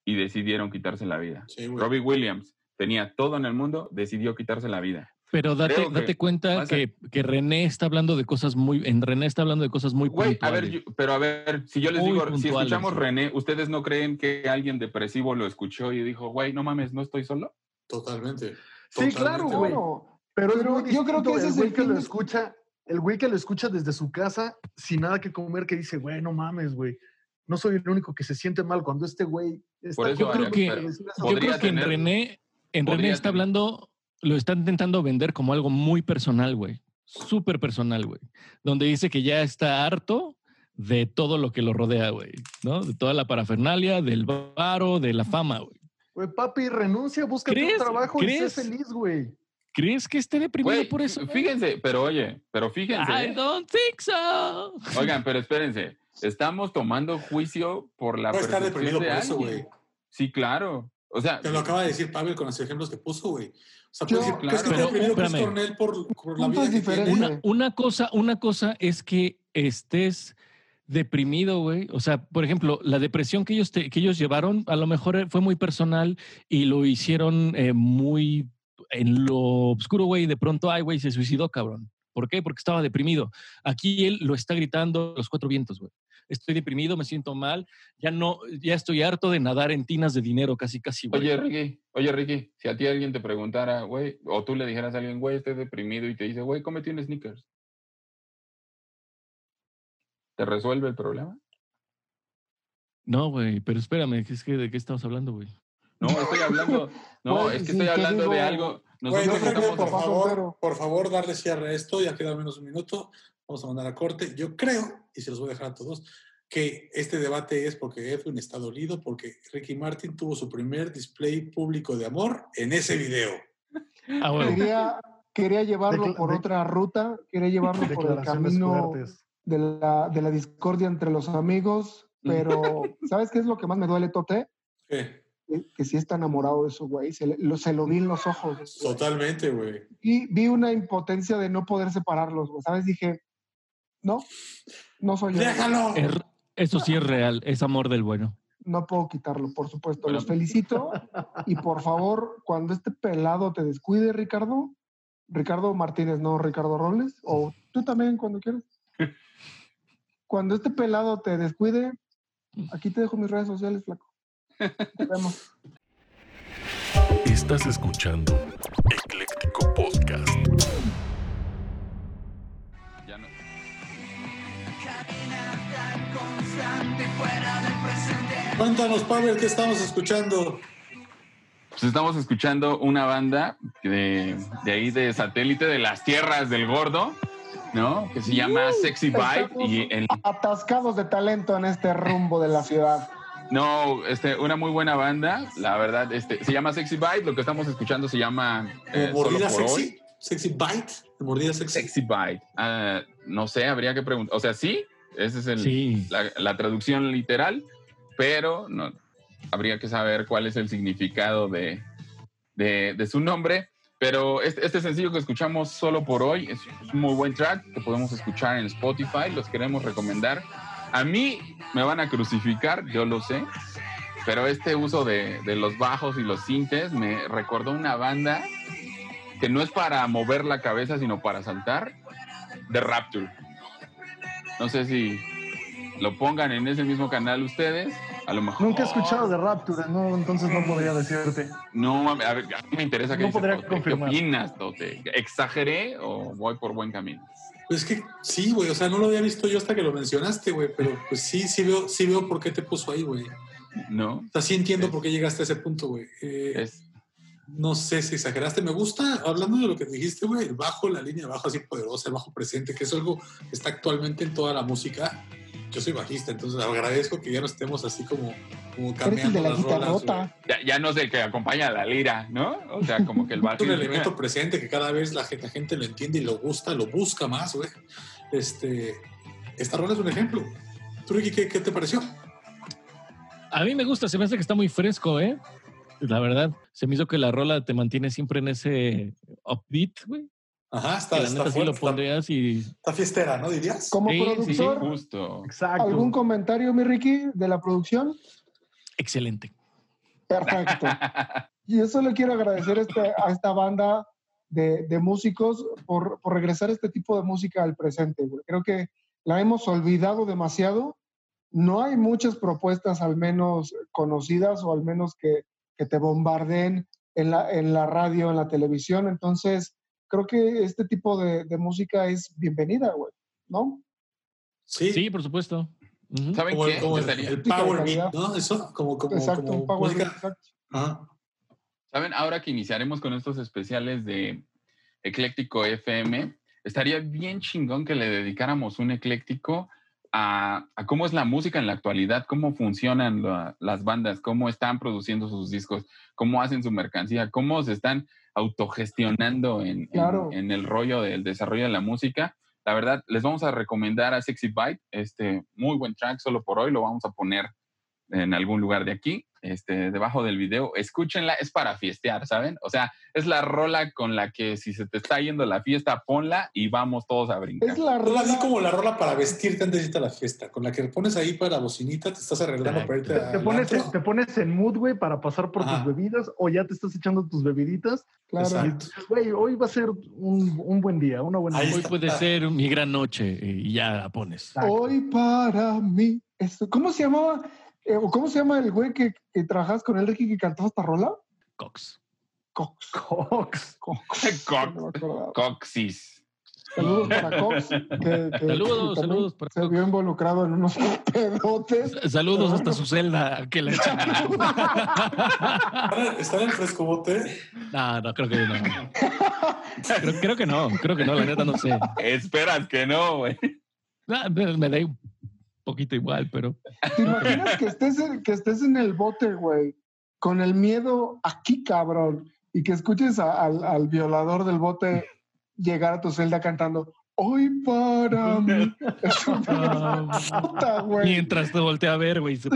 S7: y decidieron quitarse la vida.
S11: Sí, güey.
S7: Robbie Williams tenía todo en el mundo, decidió quitarse la vida.
S9: Pero date,
S7: Creo que
S9: date cuenta
S7: vas a-
S9: que, que René está hablando de cosas muy. En René está hablando de cosas muy
S7: Güey, a
S9: puntuales.
S7: ver, yo- pero a ver, si yo les
S9: Muy
S7: digo, si
S9: puntuales,
S7: escuchamos
S9: güey.
S7: René, ¿ustedes no creen que alguien depresivo lo escuchó y dijo, güey, no mames, no estoy solo?
S11: Totalmente.
S8: Sí, claro, güey. Pero, es
S10: Pero
S8: muy
S10: yo creo que
S8: distinto
S10: ese
S8: el
S10: es
S8: güey
S10: el
S8: que
S10: fin
S8: lo
S10: de-
S8: escucha, el güey que lo escucha desde su casa sin nada que comer, que dice, güey, no mames, güey. No soy el único que se siente mal cuando este güey está
S7: Por eso,
S9: yo creo
S7: Alex,
S9: que,
S7: pero
S9: yo
S7: podría
S9: creo que en
S7: tener-
S9: René, en René
S7: podría
S9: está
S7: tener.
S9: hablando, lo está intentando vender como algo muy personal, güey. Súper personal, güey. Donde dice que ya está harto de todo lo que lo rodea, güey. ¿No? De toda la parafernalia, del varo, de la fama, güey.
S8: Güey, papi, renuncia, busca
S9: ¿Crees?
S8: un trabajo y
S9: ¿Crees?
S8: sé feliz, güey.
S9: ¿Crees que esté deprimido
S7: Güey,
S9: por eso? güey?
S7: Fíjense, pero oye, pero fíjense.
S9: I
S7: ¿eh?
S9: don't think so.
S7: Oigan, pero espérense. Estamos tomando juicio por la
S11: Puede estar
S7: percepción
S11: deprimido
S7: de
S11: por eso,
S7: alguien.
S11: güey.
S7: Sí, claro. O sea,
S11: Te lo acaba de decir Pavel con los ejemplos que puso, güey. O sea,
S7: Yo-
S11: puedes
S7: Claro.
S11: decir, ¿crees que
S7: Pero,
S11: está deprimido Chris
S9: espérame.
S11: Cornell por, por la
S10: Puntos
S11: vida que tiene?
S9: Una,
S10: diferentes.
S9: una cosa, una cosa es que estés deprimido, güey. O sea, por ejemplo, la depresión que ellos, te- que ellos llevaron a lo mejor eh, fue muy personal y lo hicieron eh, muy en lo oscuro, güey. y De pronto, ay, güey, se suicidó, cabrón. ¿Por qué? Porque estaba deprimido. Aquí él lo está gritando a los cuatro vientos, güey. Estoy deprimido, me siento mal, ya no, ya estoy harto de nadar en tinas de dinero, casi, casi, güey.
S7: Oye, Ricky, oye, Ricky, si a ti alguien te preguntara, güey, o tú le dijeras a alguien, güey, estoy deprimido y te dice, güey, cómete un sneakers. ¿Te resuelve el problema?
S9: No, güey, pero espérame, es que de qué estamos hablando, güey.
S7: No, estoy hablando, no,
S10: Güey,
S7: es que
S10: sí,
S7: estoy
S10: te
S7: hablando de
S10: digo,
S7: algo. Nosotros
S11: Güey, no, René,
S7: estamos
S11: por
S10: papá
S11: favor,
S10: soltero.
S11: por favor, darle cierre a esto. Ya queda menos un minuto. Vamos a mandar a corte. Yo creo, y se los voy a dejar a todos, que este debate es porque Edwin está dolido, porque Ricky Martin tuvo su primer display público de amor en ese video.
S9: Ah, bueno.
S10: Quería, quería llevarlo
S8: Decla-
S10: por
S8: de-
S10: otra ruta, quería llevarlo por el
S8: Declaraciones
S10: camino
S8: fuertes.
S10: de la, de la discordia entre los amigos, pero ¿sabes qué es lo que más me duele, Tote?
S11: ¿Qué?
S10: Que, que sí está enamorado de su güey, se, le- lo, se lo vi en los ojos. güey.
S11: Totalmente, güey.
S10: Y vi una impotencia de no poder separarlos, güey, ¿sabes? Dije, no, no soy yo.
S11: ¡Déjalo!
S9: Es- eso sí es real, es amor del bueno.
S10: No puedo quitarlo, por supuesto.
S7: Bueno.
S10: Los felicito. Y por favor, cuando este pelado te descuide, Ricardo, Ricardo Martínez, no Ricardo Robles, o tú también cuando quieras. Cuando este pelado te descuide, aquí te dejo mis redes sociales, flaco. Nos vemos.
S14: Estás escuchando Ecléctico Podcast.
S7: Ya no-
S11: Cuéntanos, Pavel, ¿qué estamos escuchando?
S7: Pues estamos escuchando una banda de, de ahí de satélite de las tierras del gordo, ¿no? Que se llama Sexy Vibe y el,
S10: Atascados de talento en este rumbo de la ciudad.
S7: No, este, una muy buena banda, la verdad, este, se llama Sexy Bite, lo que estamos escuchando se llama eh, Solo
S11: ¿Mordida
S7: por
S11: sexy?
S7: hoy.
S11: ¿Sexy bite? ¿Mordida sexy?
S7: Sexy Bite. Ah, no sé, habría que preguntar. O sea, sí, esa es el-
S9: Sí.
S7: la, la traducción literal, pero no, habría que saber cuál es el significado de, de- de su nombre. Pero este, este sencillo que escuchamos solo por hoy es, es un muy buen track que podemos escuchar en Spotify, los queremos recomendar. A mí me van a crucificar, yo lo sé, pero este uso de, de los bajos y los sintes me recordó una banda que no es para mover la cabeza, sino para saltar, de Rapture. No sé si lo pongan en ese mismo canal ustedes, a lo mejor...
S8: Nunca he escuchado de Rapture, no, entonces no podría decirte.
S7: No, mami, a, ver, a mí me interesa que
S8: No
S7: dice
S8: podría
S7: Tote. ¿Qué
S8: confirmar.
S7: opinas, Tote? ¿Exageré o voy por buen camino?
S11: Pues que sí, güey. O sea, no lo había visto yo hasta que lo mencionaste, güey. Pero pues sí, sí veo, sí veo por qué te puso ahí, güey. O
S7: No,
S11: sea, sí entiendo
S7: Es-
S11: por qué llegaste a ese punto, güey. Eh,
S7: es...
S11: No sé si exageraste. Me gusta, hablando de lo que dijiste, güey, el bajo, la línea de bajo así poderosa, el bajo presente, que es algo que está actualmente en toda la música. Yo soy bajista, entonces agradezco que ya no estemos así como, como
S10: Eres el
S11: cambiando
S10: de la
S11: las rolas. güey.
S10: guitarrota.
S7: Ya, ya no sé, que acompaña a la lira, ¿no? O sea, como que el
S11: Es
S7: bajo...
S11: un elemento presente que cada vez la gente, la gente lo entiende y lo gusta, lo busca más, güey. Este, esta rola es un ejemplo. ¿Tú, Ricky, qué, qué te pareció?
S9: A mí me gusta, se me hace que está muy fresco, ¿eh? La verdad, se me hizo que la rola te mantiene siempre en ese upbeat, güey.
S11: Ajá,
S9: Que
S11: está,
S9: la
S11: está,
S9: neta sí
S11: fuerte,
S9: lo
S11: está,
S9: pondrías y...
S11: está fiestera, ¿no dirías?
S10: Como
S9: Sí, sí,
S7: Sí, sí,
S10: productor,
S7: justo.
S10: ¿algún
S8: Exacto.
S10: comentario, mi Ricky, de la producción?
S9: Excelente.
S10: Perfecto. Y yo solo quiero agradecer este- a esta banda de, de músicos por, por regresar este tipo de música al presente, güey. Creo que la hemos olvidado demasiado. No hay muchas propuestas al menos conocidas o al menos que, que te bombarden en la, en la radio, en la televisión. Entonces, creo que este tipo de, de música es bienvenida, güey, ¿no?
S9: Sí. Sí, por supuesto. Ujú.
S7: ¿Saben
S11: Como,
S7: qué?
S11: el- como el,
S7: Estaría-
S11: el Power
S10: Calidad.
S11: Beat, ¿no? Eso, como, como,
S10: Exacto,
S11: como
S10: un power
S11: música.
S10: beat, exacto.
S11: Ajá.
S7: ¿Saben? Ahora que iniciaremos con estos especiales de Ecléctico FM, estaría bien chingón que le dedicáramos un ecléctico a, a cómo es la música en la actualidad, cómo funcionan la- las bandas, cómo están produciendo sus discos, cómo hacen su mercancía, cómo se están autogestionando en, en-
S10: Claro.
S7: en el rollo del desarrollo de la música. La verdad, les vamos a recomendar a Sexy Bite, este muy buen track solo por hoy, lo vamos a poner en algún lugar de aquí, este, debajo del video, escúchenla, es para fiestear, ¿saben? O sea, es la rola con la que si se te está yendo la fiesta, ponla y vamos todos a brincar.
S10: Es la
S11: Rola
S10: rola.
S11: así como la rola para vestirte antes de irte a la fiesta, con la que pones ahí para la bocinita, te estás arreglando para irte
S8: Te,
S11: a.
S8: te pones, te pones en mood, güey, para pasar por
S11: Ajá.
S8: tus bebidas o ya te estás echando tus bebiditas.
S10: Claro.
S11: Exacto.
S8: Dices, Güey, hoy va a ser un, un buen día, una buena
S11: Ahí
S8: noche.
S9: Hoy
S11: está.
S9: puede ser mi gran noche eh, y ya la pones.
S8: Exacto.
S10: Hoy para mí. esto- ¿Cómo se llamaba? eh, o ¿Cómo se llama el güey que, que trabajas con él, Ricky, que cantaba esta rola?
S9: Cox.
S10: Cox.
S8: Cox.
S10: no me
S7: Cox-
S10: acordaba.
S7: Coxis.
S10: Saludos para Cox. que- que-
S9: Saludos,
S10: que también
S9: saludos para
S10: Se
S9: Cox.
S10: vio involucrado en unos pedotes.
S9: Saludos hasta su celda. Que la
S11: Está en el fresco bote.
S9: no, no, creo que no. Creo, creo que no, creo que no, la neta no sé.
S7: Esperas que no, güey.
S9: Ah, me me da un poquito igual, pero
S10: ¿Te imaginas que estés, en- que estés en el bote, güey? Con el miedo aquí, cabrón. Y que escuches a- al, al violador del bote llegar a tu celda cantando Hoy para mí. Es una puta, güey.
S9: mientras te voltea a ver, güey. se-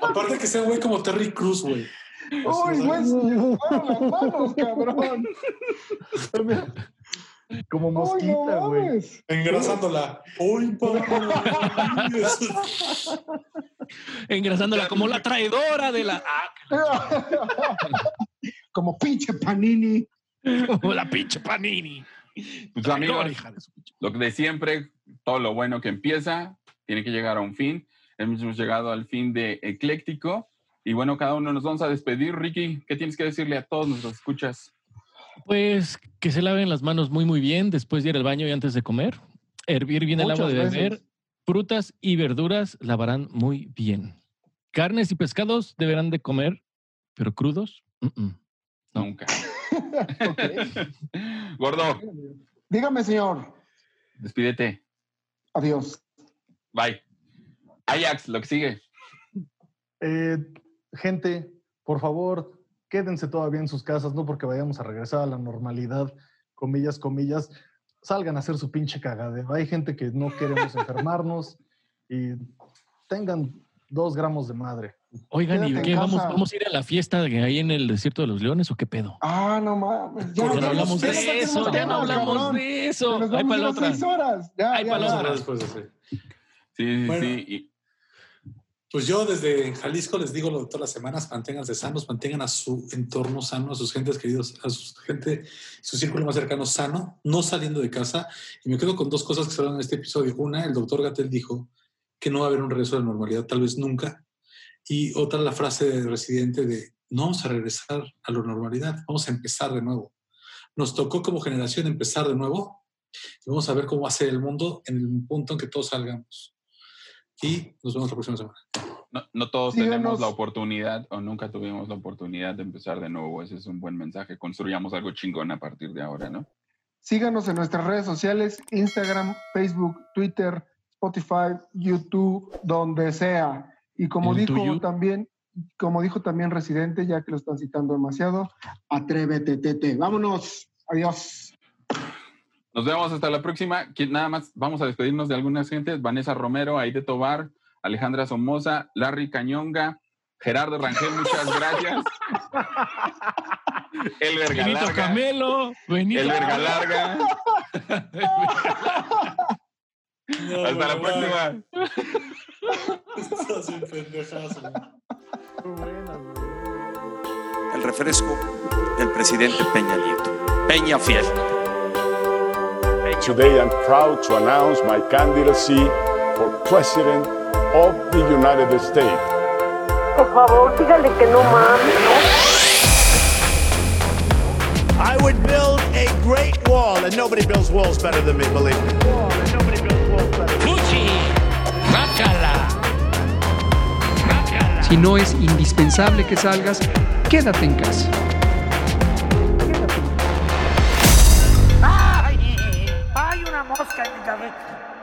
S11: Aparte que sea un güey como Terry Cruz, güey.
S10: Uy, güey, se me llevaron las manos, cabrón.
S8: Como
S10: Uy, no
S8: mosquita, güey.
S10: mames.
S11: Engrasándola. Hoy para mí.
S9: Engrasándola como la traidora de la, ah,
S10: Como pinche panini.
S9: como la pinche Panini.
S7: Pues
S9: Traidora,
S7: amigos,
S9: hija de su pinche-
S7: lo de siempre, todo lo bueno que empieza, tiene que llegar a un fin. Hemos llegado al fin de Ecléctico. Y bueno, cada uno nos vamos a despedir. Ricky, ¿qué tienes que decirle a todos nuestros escuchas?
S9: Pues que se laven las manos muy, muy bien después de ir al baño y antes de comer. Hervir bien el agua de
S10: Muchas
S9: beber.
S10: veces.
S9: Frutas y verduras lavarán muy bien. Carnes y pescados deberán de comer, pero crudos. mm, mm. No.
S7: Nunca.
S10: Ok.
S7: Gordo,
S10: Dígame, señor.
S7: despídete.
S10: Adiós.
S7: Bye. Ajax, lo que sigue.
S8: Eh, gente, por favor, quédense todavía en sus casas, no porque vayamos a regresar a la normalidad, comillas, comillas, salgan a hacer su pinche cagadero. Hay gente que no queremos enfermarnos y tengan dos gramos de madre.
S9: Oigan, ¿y
S10: Quédate en
S9: qué? ¿Vamos,
S10: casa.
S9: ¿Vamos a ir a la fiesta de ahí en el desierto de los leones o qué pedo?
S10: Ah, no mames.
S9: Ya,
S11: Ya
S9: no hablamos
S11: ya no
S9: de
S11: tenemos
S9: eso, ya no
S11: tema,
S9: hablamos
S11: cabrón.
S9: de
S10: Nos
S9: eso.
S10: vamos
S9: Ahí para la
S10: unas
S9: otra.
S10: seis horas. Ya,
S9: Ahí
S10: ya,
S9: para la
S10: ya.
S9: otra.
S11: Después de ese.
S7: Sí, sí,
S11: Bueno.
S7: sí. Y-
S11: Pues yo desde Jalisco les digo lo de todas las semanas, manténganse sanos, mantengan a su entorno sano, a sus gentes queridos, a su gente, su círculo más cercano sano, no saliendo de casa. Y me quedo con dos cosas que se hablan en este episodio. Una, el doctor Gatel dijo que no va a haber un regreso a la normalidad, tal vez nunca. Y otra, la frase de residente de no vamos a regresar a la normalidad, vamos a empezar de nuevo. Nos tocó como generación empezar de nuevo y vamos a ver cómo va a ser el mundo en el punto en que todos salgamos. Y nos vemos la próxima semana.
S7: No, no todos tenemos
S10: Síganos.
S7: la oportunidad o nunca tuvimos la oportunidad de empezar de nuevo. Ese es un buen mensaje. Construyamos algo chingón a partir de ahora, ¿no?
S10: Síganos en nuestras redes sociales, Instagram, Facebook, Twitter, Spotify, YouTube, donde sea. Y como
S9: El
S10: dijo
S9: tuyo.
S10: también, como dijo también Residente, ya que lo están citando demasiado, atrévete, tete. Vámonos. Adiós.
S7: Nos vemos hasta la próxima. Que Nada más vamos a despedirnos de algunas gentes. Vanessa Romero, Aide Tobar, Alejandra Somoza, Larry Cañonga, Gerardo Rangel, muchas gracias. El verga
S9: Benito
S7: larga.
S9: Camelo, Benito
S7: El verga larga. Hasta la próxima.
S11: Estás bien pendejazo.
S1: El refresco del presidente Peña Nieto. Peña Fiel.
S2: Today I'm proud to announce my candidacy for President of the United States.
S15: Por favor, dígale que no mames.
S16: I would build a great wall, and nobody builds walls better than me, believe me.
S8: Si no es indispensable que salgas, quédate en casa.
S12: eh, ¡Ay! ¡Hay una mosca en mi cabeza!